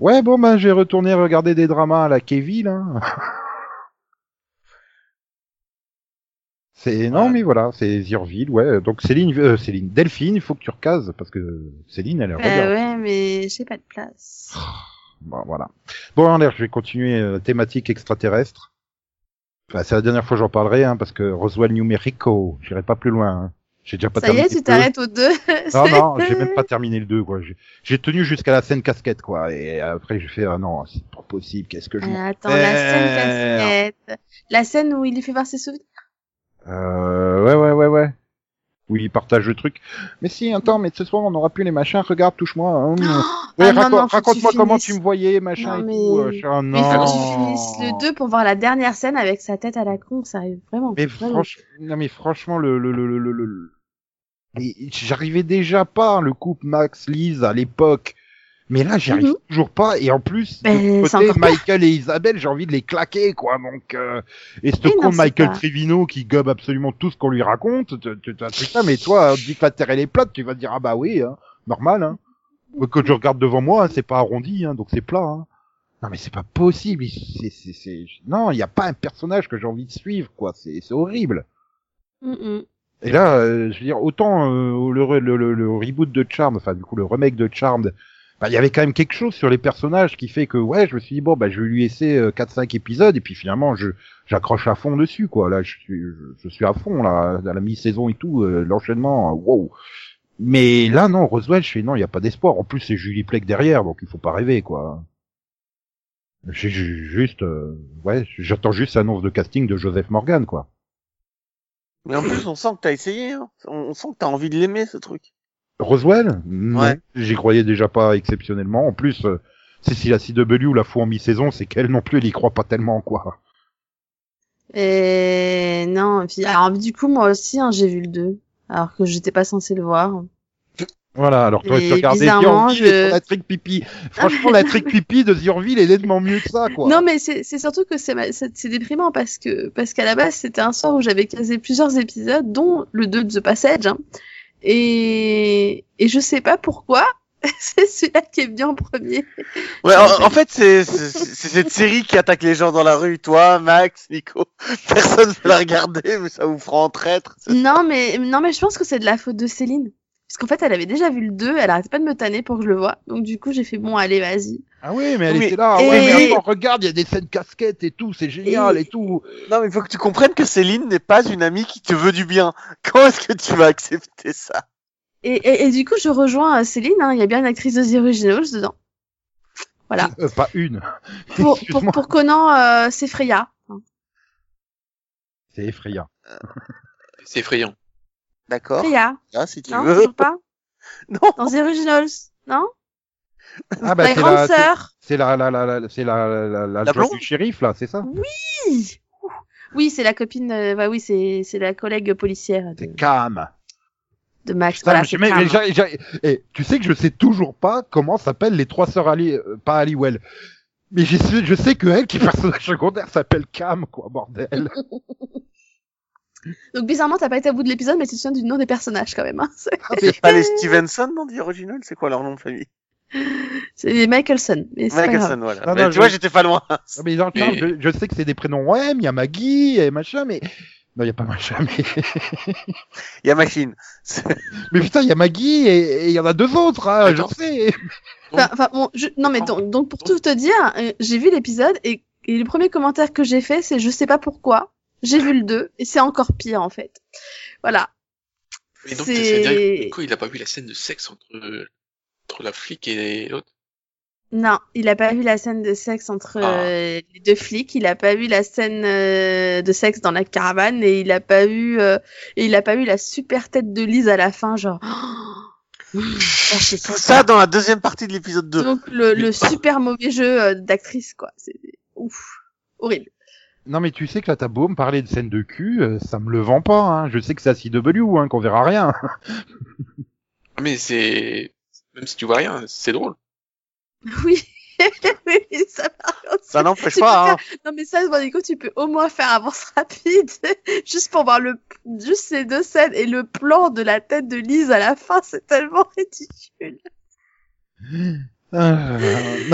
[SPEAKER 1] ouais bon bah j'ai retourné regarder des dramas à la Kevin. Hein. c'est non
[SPEAKER 4] Ouais.
[SPEAKER 1] mais voilà c'est The Orville, ouais donc Céline, euh, Céline Delphine, il faut que tu recases parce que Céline elle est
[SPEAKER 3] Bah
[SPEAKER 1] regarde.
[SPEAKER 3] ouais, mais j'ai pas de place.
[SPEAKER 4] Oh,
[SPEAKER 1] Bon voilà. Bon en l'air je vais continuer euh, thématique extraterrestre. Enfin, c'est la dernière fois que j'en parlerai, hein, parce que Roswell, New Mexico, j'irai pas plus loin. hein. J'ai déjà pas
[SPEAKER 3] Ça y
[SPEAKER 1] terminé
[SPEAKER 3] est, tu
[SPEAKER 1] le
[SPEAKER 3] t'arrêtes aux deux.
[SPEAKER 1] Non,
[SPEAKER 3] C'est-
[SPEAKER 1] non, j'ai même pas terminé le 2, quoi. J'ai- J'ai tenu jusqu'à la scène casquette, quoi. Et après, j'ai fait, ah non, c'est pas possible, qu'est-ce que je m'en
[SPEAKER 3] Ah, Attends, la scène
[SPEAKER 1] perds
[SPEAKER 3] casquette. La scène où il lui fait voir ses souvenirs.
[SPEAKER 1] Euh, ouais, ouais, ouais, ouais. Oui, il partage le truc. Mais si, attends, mais ce soir, on aura plus les machins, regarde, touche-moi. hein. Ouais,
[SPEAKER 3] ah non,
[SPEAKER 1] raconte-
[SPEAKER 3] non, faut que
[SPEAKER 1] raconte-moi
[SPEAKER 3] tu
[SPEAKER 1] comment
[SPEAKER 3] finisses.
[SPEAKER 1] tu me voyais, machin
[SPEAKER 3] Non,
[SPEAKER 1] et
[SPEAKER 3] mais-
[SPEAKER 1] tout. euh, je- ah,
[SPEAKER 3] Mais faut que tu
[SPEAKER 1] non.
[SPEAKER 3] finisses le 2 pour voir la dernière scène avec sa tête à la con, ça arrive vraiment.
[SPEAKER 1] Mais
[SPEAKER 3] vraiment.
[SPEAKER 1] franch- non, mais franchement, le, le, le, le, le, le- le- Et j'arrivais déjà pas, hein, le couple Max-Lise à l'époque. Mais là, j'y arrive
[SPEAKER 3] Mhm.
[SPEAKER 1] toujours pas. Et en plus,
[SPEAKER 3] Ben,
[SPEAKER 1] de
[SPEAKER 3] c'est
[SPEAKER 1] côté,
[SPEAKER 3] encore pire.
[SPEAKER 1] Michael et Isabelle, j'ai envie de les claquer, quoi. Donc, euh, et ce
[SPEAKER 3] Eh non,
[SPEAKER 1] con
[SPEAKER 3] c'est
[SPEAKER 1] Michael
[SPEAKER 3] pas-
[SPEAKER 1] Trivino qui gobe absolument tout ce qu'on lui raconte. tu- tu- tu- Putain, mais toi, on te dit que la terre elle est plate, tu vas te dire, ah bah oui, hein, normal, hein. Moi, Quand je regarde devant moi, hein, c'est pas arrondi, hein, donc c'est plat, hein. Non mais c'est pas possible. il- c'est- c'est- c'est- Non, il n'y a pas un personnage que j'ai envie de suivre, quoi. C'est c'est horrible.
[SPEAKER 3] Mm-mm.
[SPEAKER 1] Et là, euh, je veux dire, autant euh, le, re- le, le- le reboot de Charmed, enfin du coup le remake de Charmed, bah, il y avait quand même quelque chose sur les personnages qui fait que ouais, je me suis dit bon bah je vais lui laisser euh, 4-5 épisodes et puis finalement je j'accroche à fond dessus quoi. Là je suis je, je suis à fond là à la mi-saison et tout, euh, l'enchaînement, wow. Mais là non, Roswell, je fais non, il y a pas d'espoir. En plus c'est Julie Plec derrière, donc il faut pas rêver quoi. J'ai ju- juste euh, ouais, j'attends juste l'annonce de casting de Joseph Morgan quoi.
[SPEAKER 4] Mais en plus, on sent que t'as essayé. hein. On, on sent que t'as envie de l'aimer, ce truc.
[SPEAKER 1] Roswell Non, J'y croyais déjà pas exceptionnellement. En plus, euh, c'est si la CW la fout en mi-saison, c'est qu'elle non plus, elle y croit pas tellement, quoi.
[SPEAKER 3] Et non, et puis alors du coup moi aussi hein, j'ai vu le 2 alors que j'étais pas censée le voir.
[SPEAKER 1] Voilà, alors toi,
[SPEAKER 3] Et
[SPEAKER 1] tu regardais
[SPEAKER 3] bizarrement,
[SPEAKER 1] Thionville et
[SPEAKER 3] je-
[SPEAKER 1] ton la trick pipi. Franchement, la trick pipi de Thionville est nettement mieux que ça, quoi.
[SPEAKER 3] Non mais c'est c'est surtout que c'est ma- c'est c'est déprimant parce que parce qu'à la base c'était un soir où j'avais casé plusieurs épisodes dont le 2 de The Passage hein. et et je sais pas pourquoi c'est celui-là qui est bien en premier.
[SPEAKER 4] Ouais, en, en fait, c'est c'est- c'est cette série qui attaque les gens dans la rue. Toi, Max, Nico, personne ne la regarder, mais ça vous fera en traître.
[SPEAKER 3] Non mais non mais je pense que c'est de la faute de Céline parce qu'en fait elle avait déjà vu le 2, elle arrêtait pas de me tanner pour que je le voie. Donc du coup j'ai fait bon allez vas-y.
[SPEAKER 1] Ah oui, mais elle
[SPEAKER 4] Oui.
[SPEAKER 1] était là. ah
[SPEAKER 3] Et-
[SPEAKER 1] ouais, mais attends, regarde, il y a des scènes casquettes et tout, c'est génial et, tout.
[SPEAKER 4] Non, mais il faut que tu comprennes que Céline n'est pas une amie qui te veut du bien. Quand est-ce que tu vas accepter ça
[SPEAKER 3] Et, et, et du coup, je rejoins euh, Céline, hein, il y a bien une actrice de The Originals dedans. Voilà.
[SPEAKER 1] Euh, pas une.
[SPEAKER 3] Pour, pour, pour Conan, euh, c'est Freya. hein.
[SPEAKER 1] C'est effrayant.
[SPEAKER 2] C'est effrayant.
[SPEAKER 1] Oh.
[SPEAKER 4] D'accord.
[SPEAKER 3] Freya.
[SPEAKER 4] Ah, si tu
[SPEAKER 3] Non,
[SPEAKER 4] veux.
[SPEAKER 3] toujours pas
[SPEAKER 4] Non.
[SPEAKER 3] Dans The Originals, non
[SPEAKER 1] Ah,
[SPEAKER 3] Ma grande
[SPEAKER 1] c'est-
[SPEAKER 3] sœur.
[SPEAKER 1] C'est la, la, la, la- c'est la, la, la,
[SPEAKER 3] Ah
[SPEAKER 1] la,
[SPEAKER 4] blonde
[SPEAKER 1] du shérif, là, c'est ça
[SPEAKER 3] Oui Ouh. Oui, c'est la copine, euh, bah oui, c'est c'est la collègue policière de,
[SPEAKER 1] C'est Cam.
[SPEAKER 3] de Max.
[SPEAKER 1] Putain,
[SPEAKER 3] voilà,
[SPEAKER 1] mais
[SPEAKER 3] c'est
[SPEAKER 1] mais- mais
[SPEAKER 3] Carmen.
[SPEAKER 1] j'ai- j'ai- eh, tu sais que je sais toujours pas comment s'appellent les trois sœurs Ali, euh, pas Halliwell. Mais je sais, je sais que elle, qui est personnage secondaire, s'appelle Cam, quoi, bordel.
[SPEAKER 3] Donc bizarrement, t'as pas été à bout de l'épisode, mais tu te souviens du nom des personnages quand même. Hein. C'est-
[SPEAKER 4] C'est pas les Stevenson dans The Original C'est quoi leur nom de famille
[SPEAKER 3] C'est les Michaelson. Mais c'est pas grave.
[SPEAKER 4] Michelson, voilà.
[SPEAKER 1] Non,
[SPEAKER 4] Mais
[SPEAKER 1] non,
[SPEAKER 4] tu
[SPEAKER 1] je-
[SPEAKER 4] vois, j'étais pas loin.
[SPEAKER 1] Non, mais dans le terme,
[SPEAKER 2] Mais-
[SPEAKER 1] je, je sais que c'est des prénoms ouais, il y a Maggie et machin, mais non, il y a pas machin, mais
[SPEAKER 4] Il y a Machine.
[SPEAKER 1] mais putain, il y a Maggie et et il y en a deux autres, hein, je
[SPEAKER 2] Attends.
[SPEAKER 1] sais.
[SPEAKER 3] Enfin, enfin, bon, je- Non,
[SPEAKER 2] Ah.
[SPEAKER 3] mais donc, donc pour tout te dire, euh, j'ai vu l'épisode et, et le premier commentaire que j'ai fait, c'est je sais pas pourquoi. J'ai vu le 2 et c'est encore pire en fait. Voilà.
[SPEAKER 2] Mais donc,
[SPEAKER 3] C'est-
[SPEAKER 2] ça veut dire que Nico, il a pas vu la scène de sexe entre, entre la flic et l'autre.
[SPEAKER 3] Non, il a pas vu la scène de sexe entre
[SPEAKER 2] Ah.
[SPEAKER 3] euh, les deux flics, il a pas vu la scène euh, de sexe dans la caravane et il a pas vu euh, et il a pas vu la super tête de Lise à la fin genre. Oh, mmh, ça, c'est
[SPEAKER 4] Tout
[SPEAKER 3] sympa.
[SPEAKER 4] ça dans la deuxième partie de l'épisode 2.
[SPEAKER 3] Donc le, le super mauvais jeu euh, d'actrice quoi, c'est ouf, horrible.
[SPEAKER 1] Non, mais tu sais que là, t'as beau me parler de scène de cul, euh, ça me le vend pas. Hein. Je sais que c'est à CW, hein, qu'on verra rien.
[SPEAKER 2] Ah, Mais c'est, même si tu vois rien, c'est drôle.
[SPEAKER 3] Oui. Oui, ça par contre,
[SPEAKER 4] Ça n'empêche
[SPEAKER 3] tu
[SPEAKER 4] pas,
[SPEAKER 3] peux
[SPEAKER 4] hein.
[SPEAKER 3] Non mais ça, bon, du coup, tu peux au moins faire avance rapide, juste pour voir le, juste ces deux scènes et le plan de la tête de Lise à la fin, c'est tellement ridicule.
[SPEAKER 1] Euh,
[SPEAKER 3] Non,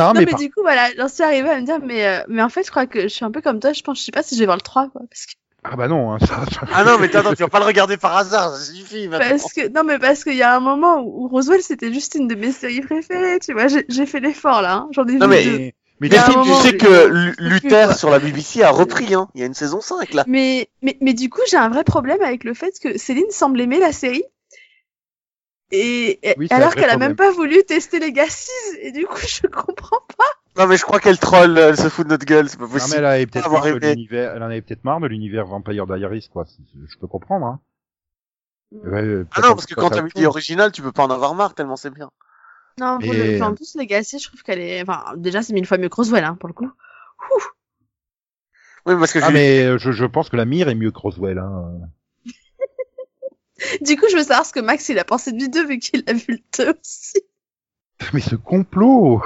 [SPEAKER 1] non,
[SPEAKER 3] mais,
[SPEAKER 1] mais, par-
[SPEAKER 3] du coup, voilà, j'en suis arrivée à me dire, mais, euh, mais en fait, je crois que je suis un peu comme toi, je pense, je sais pas si je vais voir le 3, quoi, parce que,
[SPEAKER 1] ah bah non, hein, ça, ça-
[SPEAKER 4] Ah non, mais attends, tu vas pas le regarder par hasard, ça suffit maintenant.
[SPEAKER 3] parce que, non mais parce qu'il y a un moment où, où Roswell, c'était juste une de mes séries préférées, tu vois, j'ai j'ai fait l'effort, là, hein, j'en ai
[SPEAKER 4] Non
[SPEAKER 3] vu deux.
[SPEAKER 4] mais, Mais,
[SPEAKER 3] Mais à un
[SPEAKER 4] Philippe, tu
[SPEAKER 3] moment,
[SPEAKER 4] sais
[SPEAKER 3] je-
[SPEAKER 4] que
[SPEAKER 3] je-
[SPEAKER 4] Lu-
[SPEAKER 3] je peux plus,
[SPEAKER 4] Luther
[SPEAKER 3] quoi.
[SPEAKER 4] sur la BBC a repris, hein. Il y a une saison 5 là.
[SPEAKER 3] Mais, mais, mais du coup, j'ai un vrai problème avec le fait que Céline semble aimer la série. Et, et-
[SPEAKER 4] Oui, c'est un
[SPEAKER 3] alors
[SPEAKER 4] vrai
[SPEAKER 3] qu'elle a même pas voulu tester les Gassies, et du coup, je comprends pas.
[SPEAKER 4] Non, mais je crois qu'elle troll, elle se fout de notre gueule, c'est pas
[SPEAKER 1] Non,
[SPEAKER 4] possible.
[SPEAKER 1] mais elle en avait peut-être
[SPEAKER 4] Pas avoir
[SPEAKER 1] marre de
[SPEAKER 4] aimé.
[SPEAKER 1] l'univers, elle en avait peut-être marre de l'univers Vampire Diaries, quoi. C'est- c'est- Je peux comprendre, hein. Ouais,
[SPEAKER 4] Ah
[SPEAKER 1] peut-être
[SPEAKER 4] non,
[SPEAKER 1] on
[SPEAKER 4] parce que
[SPEAKER 1] peut
[SPEAKER 4] quand
[SPEAKER 1] passer à
[SPEAKER 4] t'as
[SPEAKER 1] autre
[SPEAKER 4] mis
[SPEAKER 1] chose.
[SPEAKER 4] original, tu peux pas en avoir marre tellement c'est bien.
[SPEAKER 3] Non, pour
[SPEAKER 1] Mais- euh,
[SPEAKER 3] le, enfin, en plus, Legacy, je trouve qu'elle est, enfin, déjà, c'est mille fois mieux que Roswell, hein, pour le coup.
[SPEAKER 4] Oui, parce que
[SPEAKER 1] ah, mais euh, je, je pense que la mire est mieux que Roswell, hein.
[SPEAKER 3] Du coup, je veux savoir ce que Max, il a pensé du 2, vu qu'il a vu le 2 aussi.
[SPEAKER 1] Mais ce complot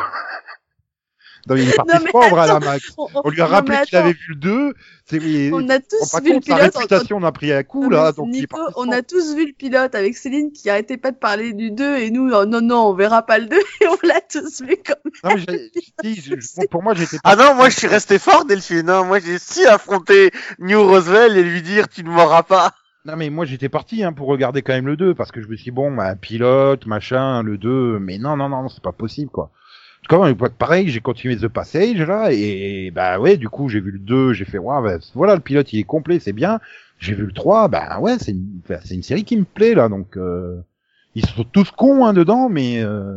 [SPEAKER 1] Non, mais il est parti
[SPEAKER 3] Non, mais
[SPEAKER 1] se pendre à la
[SPEAKER 3] attends,
[SPEAKER 1] Max.
[SPEAKER 3] on- on-
[SPEAKER 1] On lui a
[SPEAKER 3] non,
[SPEAKER 1] rappelé
[SPEAKER 3] mais
[SPEAKER 1] qu'il avait
[SPEAKER 3] attends.
[SPEAKER 1] vu le 2. C'est, il-
[SPEAKER 3] On a
[SPEAKER 1] il-
[SPEAKER 3] tous
[SPEAKER 1] on
[SPEAKER 3] vu le
[SPEAKER 1] sa
[SPEAKER 3] pilote en-
[SPEAKER 1] réputation, on a pris un coup, là. Donc, il est
[SPEAKER 3] Nico,
[SPEAKER 1] parti se
[SPEAKER 3] on a tous vu le pilote avec Céline qui arrêtait pas de parler du 2 et nous, oh, non, non, on verra pas le 2 et on l'a tous vu quand même.
[SPEAKER 1] Non, mais j'ai- si, je- je- pour moi, j'étais
[SPEAKER 4] Ah non, moi je suis resté fort, Delphine. hein. Moi j'ai si affronté New Roosevelt et lui dire tu ne mourras pas.
[SPEAKER 1] Non mais moi j'étais parti hein, pour regarder quand même le 2 parce que je me suis dit, bon bah, pilote machin le 2 mais non non non c'est pas possible quoi. Quand même pareil j'ai continué The Passage là et bah ouais du coup j'ai vu le 2 j'ai fait ouais bah, voilà le pilote il est complet c'est bien j'ai vu le 3 bah ouais c'est une, bah, c'est une série qui me plaît là donc euh, ils sont tous cons hein, dedans mais euh,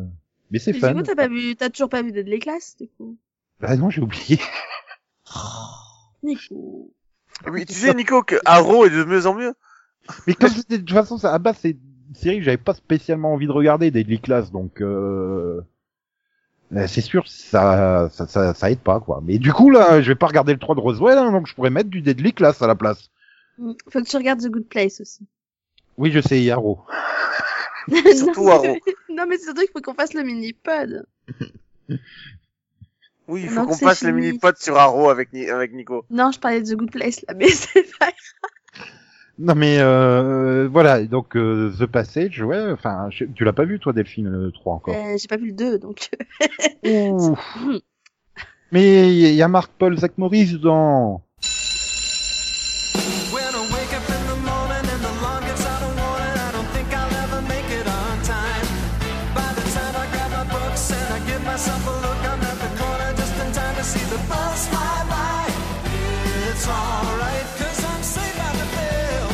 [SPEAKER 1] mais c'est
[SPEAKER 3] Mais
[SPEAKER 1] fun.
[SPEAKER 3] Du coup, t'as pas vu, t'as toujours pas vu Deadly Class, du coup.
[SPEAKER 1] Bah non j'ai oublié.
[SPEAKER 3] Nico.
[SPEAKER 4] Oui, tu sais Nico que Arrow est de mieux en mieux.
[SPEAKER 1] Mais comme c'était de toute façon ça à base c'est une série que j'avais pas spécialement envie de regarder Deadly Class donc euh... euh, c'est sûr ça, ça ça ça aide pas quoi. Mais du coup là je vais pas regarder le 3 de Roswell hein, donc je pourrais mettre du Deadly Class à la place.
[SPEAKER 3] Mm. Faut que tu regardes The Good Place aussi.
[SPEAKER 1] Oui je sais Yarrow.
[SPEAKER 4] Surtout
[SPEAKER 3] non,
[SPEAKER 4] Arrow.
[SPEAKER 3] mais... non, mais c'est surtout qu'il faut qu'on fasse le mini-pod.
[SPEAKER 4] Oui, il
[SPEAKER 3] Non,
[SPEAKER 4] faut qu'on
[SPEAKER 3] que c'est
[SPEAKER 4] passe les
[SPEAKER 3] fini.
[SPEAKER 4] mini-pods sur Arrow avec, Ni- avec Nico.
[SPEAKER 3] Non, je parlais de The Good Place, là, mais c'est pas
[SPEAKER 1] Non mais euh, voilà donc euh, The Passage ouais enfin je- tu l'as pas vu toi Delphine le 3 encore.
[SPEAKER 3] Euh, J'ai pas vu le 2, donc. euh,
[SPEAKER 1] Ouf. Mais il y a Marc Paul Zach Morris dans
[SPEAKER 5] When I wake up in the morning and the alarm gets out of warning, I don't think I'll ever make it on time. By the time I grab my books and I give myself a look, I'm at the corner just in time to see the bus fly by. It's alright, cause I'm safe out of bail.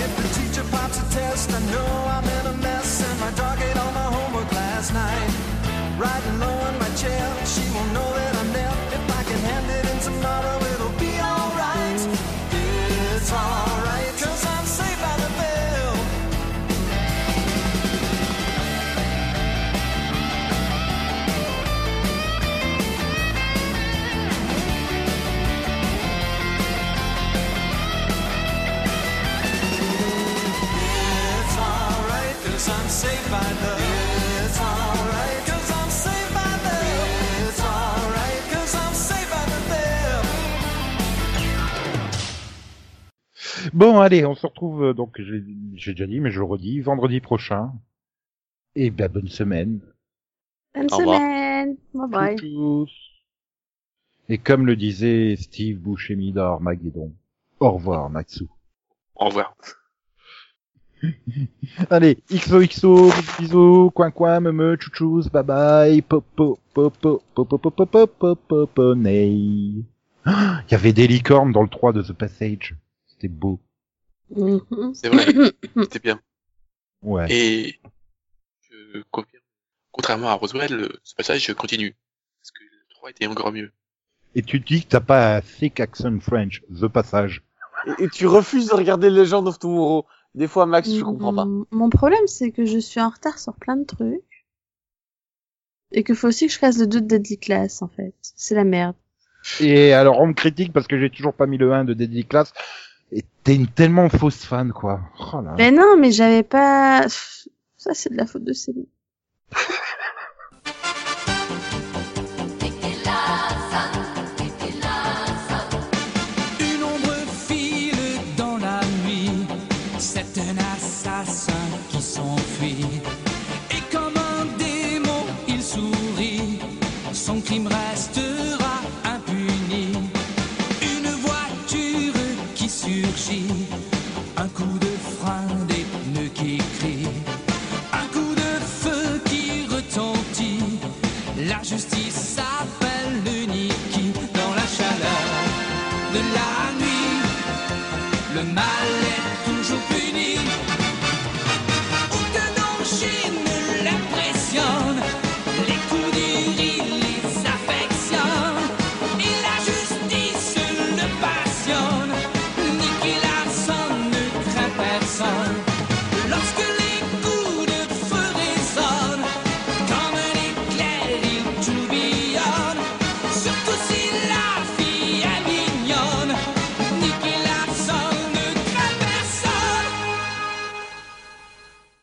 [SPEAKER 5] If the teacher pops a test, I know I'm in a mess, and my dog ate all my homework last night. Riding low on my chair, she won't know that I'm there. If I can hand it in tomorrow, it'll be alright. It's alright, cause I'm safe by the bell. It's alright, cause I'm saved by the It's alright, cause I'm saved by the It's alright, cause I'm saved by the bell.
[SPEAKER 1] Bon, allez, on se retrouve euh, donc, j'ai j'ai déjà dit, mais je le redis, vendredi prochain. Et ben, bonne semaine.
[SPEAKER 3] Bonne
[SPEAKER 1] Au revoir.
[SPEAKER 3] semaine. Bye bye.
[SPEAKER 1] Tous. Et comme le disait Steve Buscemi d'Armageddon, au revoir, Matsu.
[SPEAKER 2] Au revoir.
[SPEAKER 1] Allez, XOXO, bisous, coin coin, meme, chouchous, bye bye, popo, popo, popo, popo, popo, popo, Ah, Il y avait des licornes dans le 3 de The Passage. C'était beau.
[SPEAKER 2] C'est vrai. C'était bien.
[SPEAKER 1] Ouais.
[SPEAKER 2] Et je confirme. Contrairement à Roswell, le- ce passage continue. Parce que le 3 était encore mieux.
[SPEAKER 1] Et tu te dis que t'as pas un thick accent French, The Passage.
[SPEAKER 4] Et, et tu refuses de regarder Legend of Tomorrow. Des fois, Max,
[SPEAKER 3] Mm.
[SPEAKER 4] je hein. comprends pas.
[SPEAKER 3] Mon- Mon problème, c'est que je suis en retard sur plein de trucs. Et que faut aussi que je fasse le 2 de Deadly Class, en fait. C'est la merde.
[SPEAKER 1] Et alors, on me critique parce que j'ai toujours pas mis le 1 de Deadly Class. Et t'es une tellement fausse fan, quoi. Oh là là.
[SPEAKER 3] Mais non, mais j'avais pas. Pff, Ça, c'est de la faute de Céline.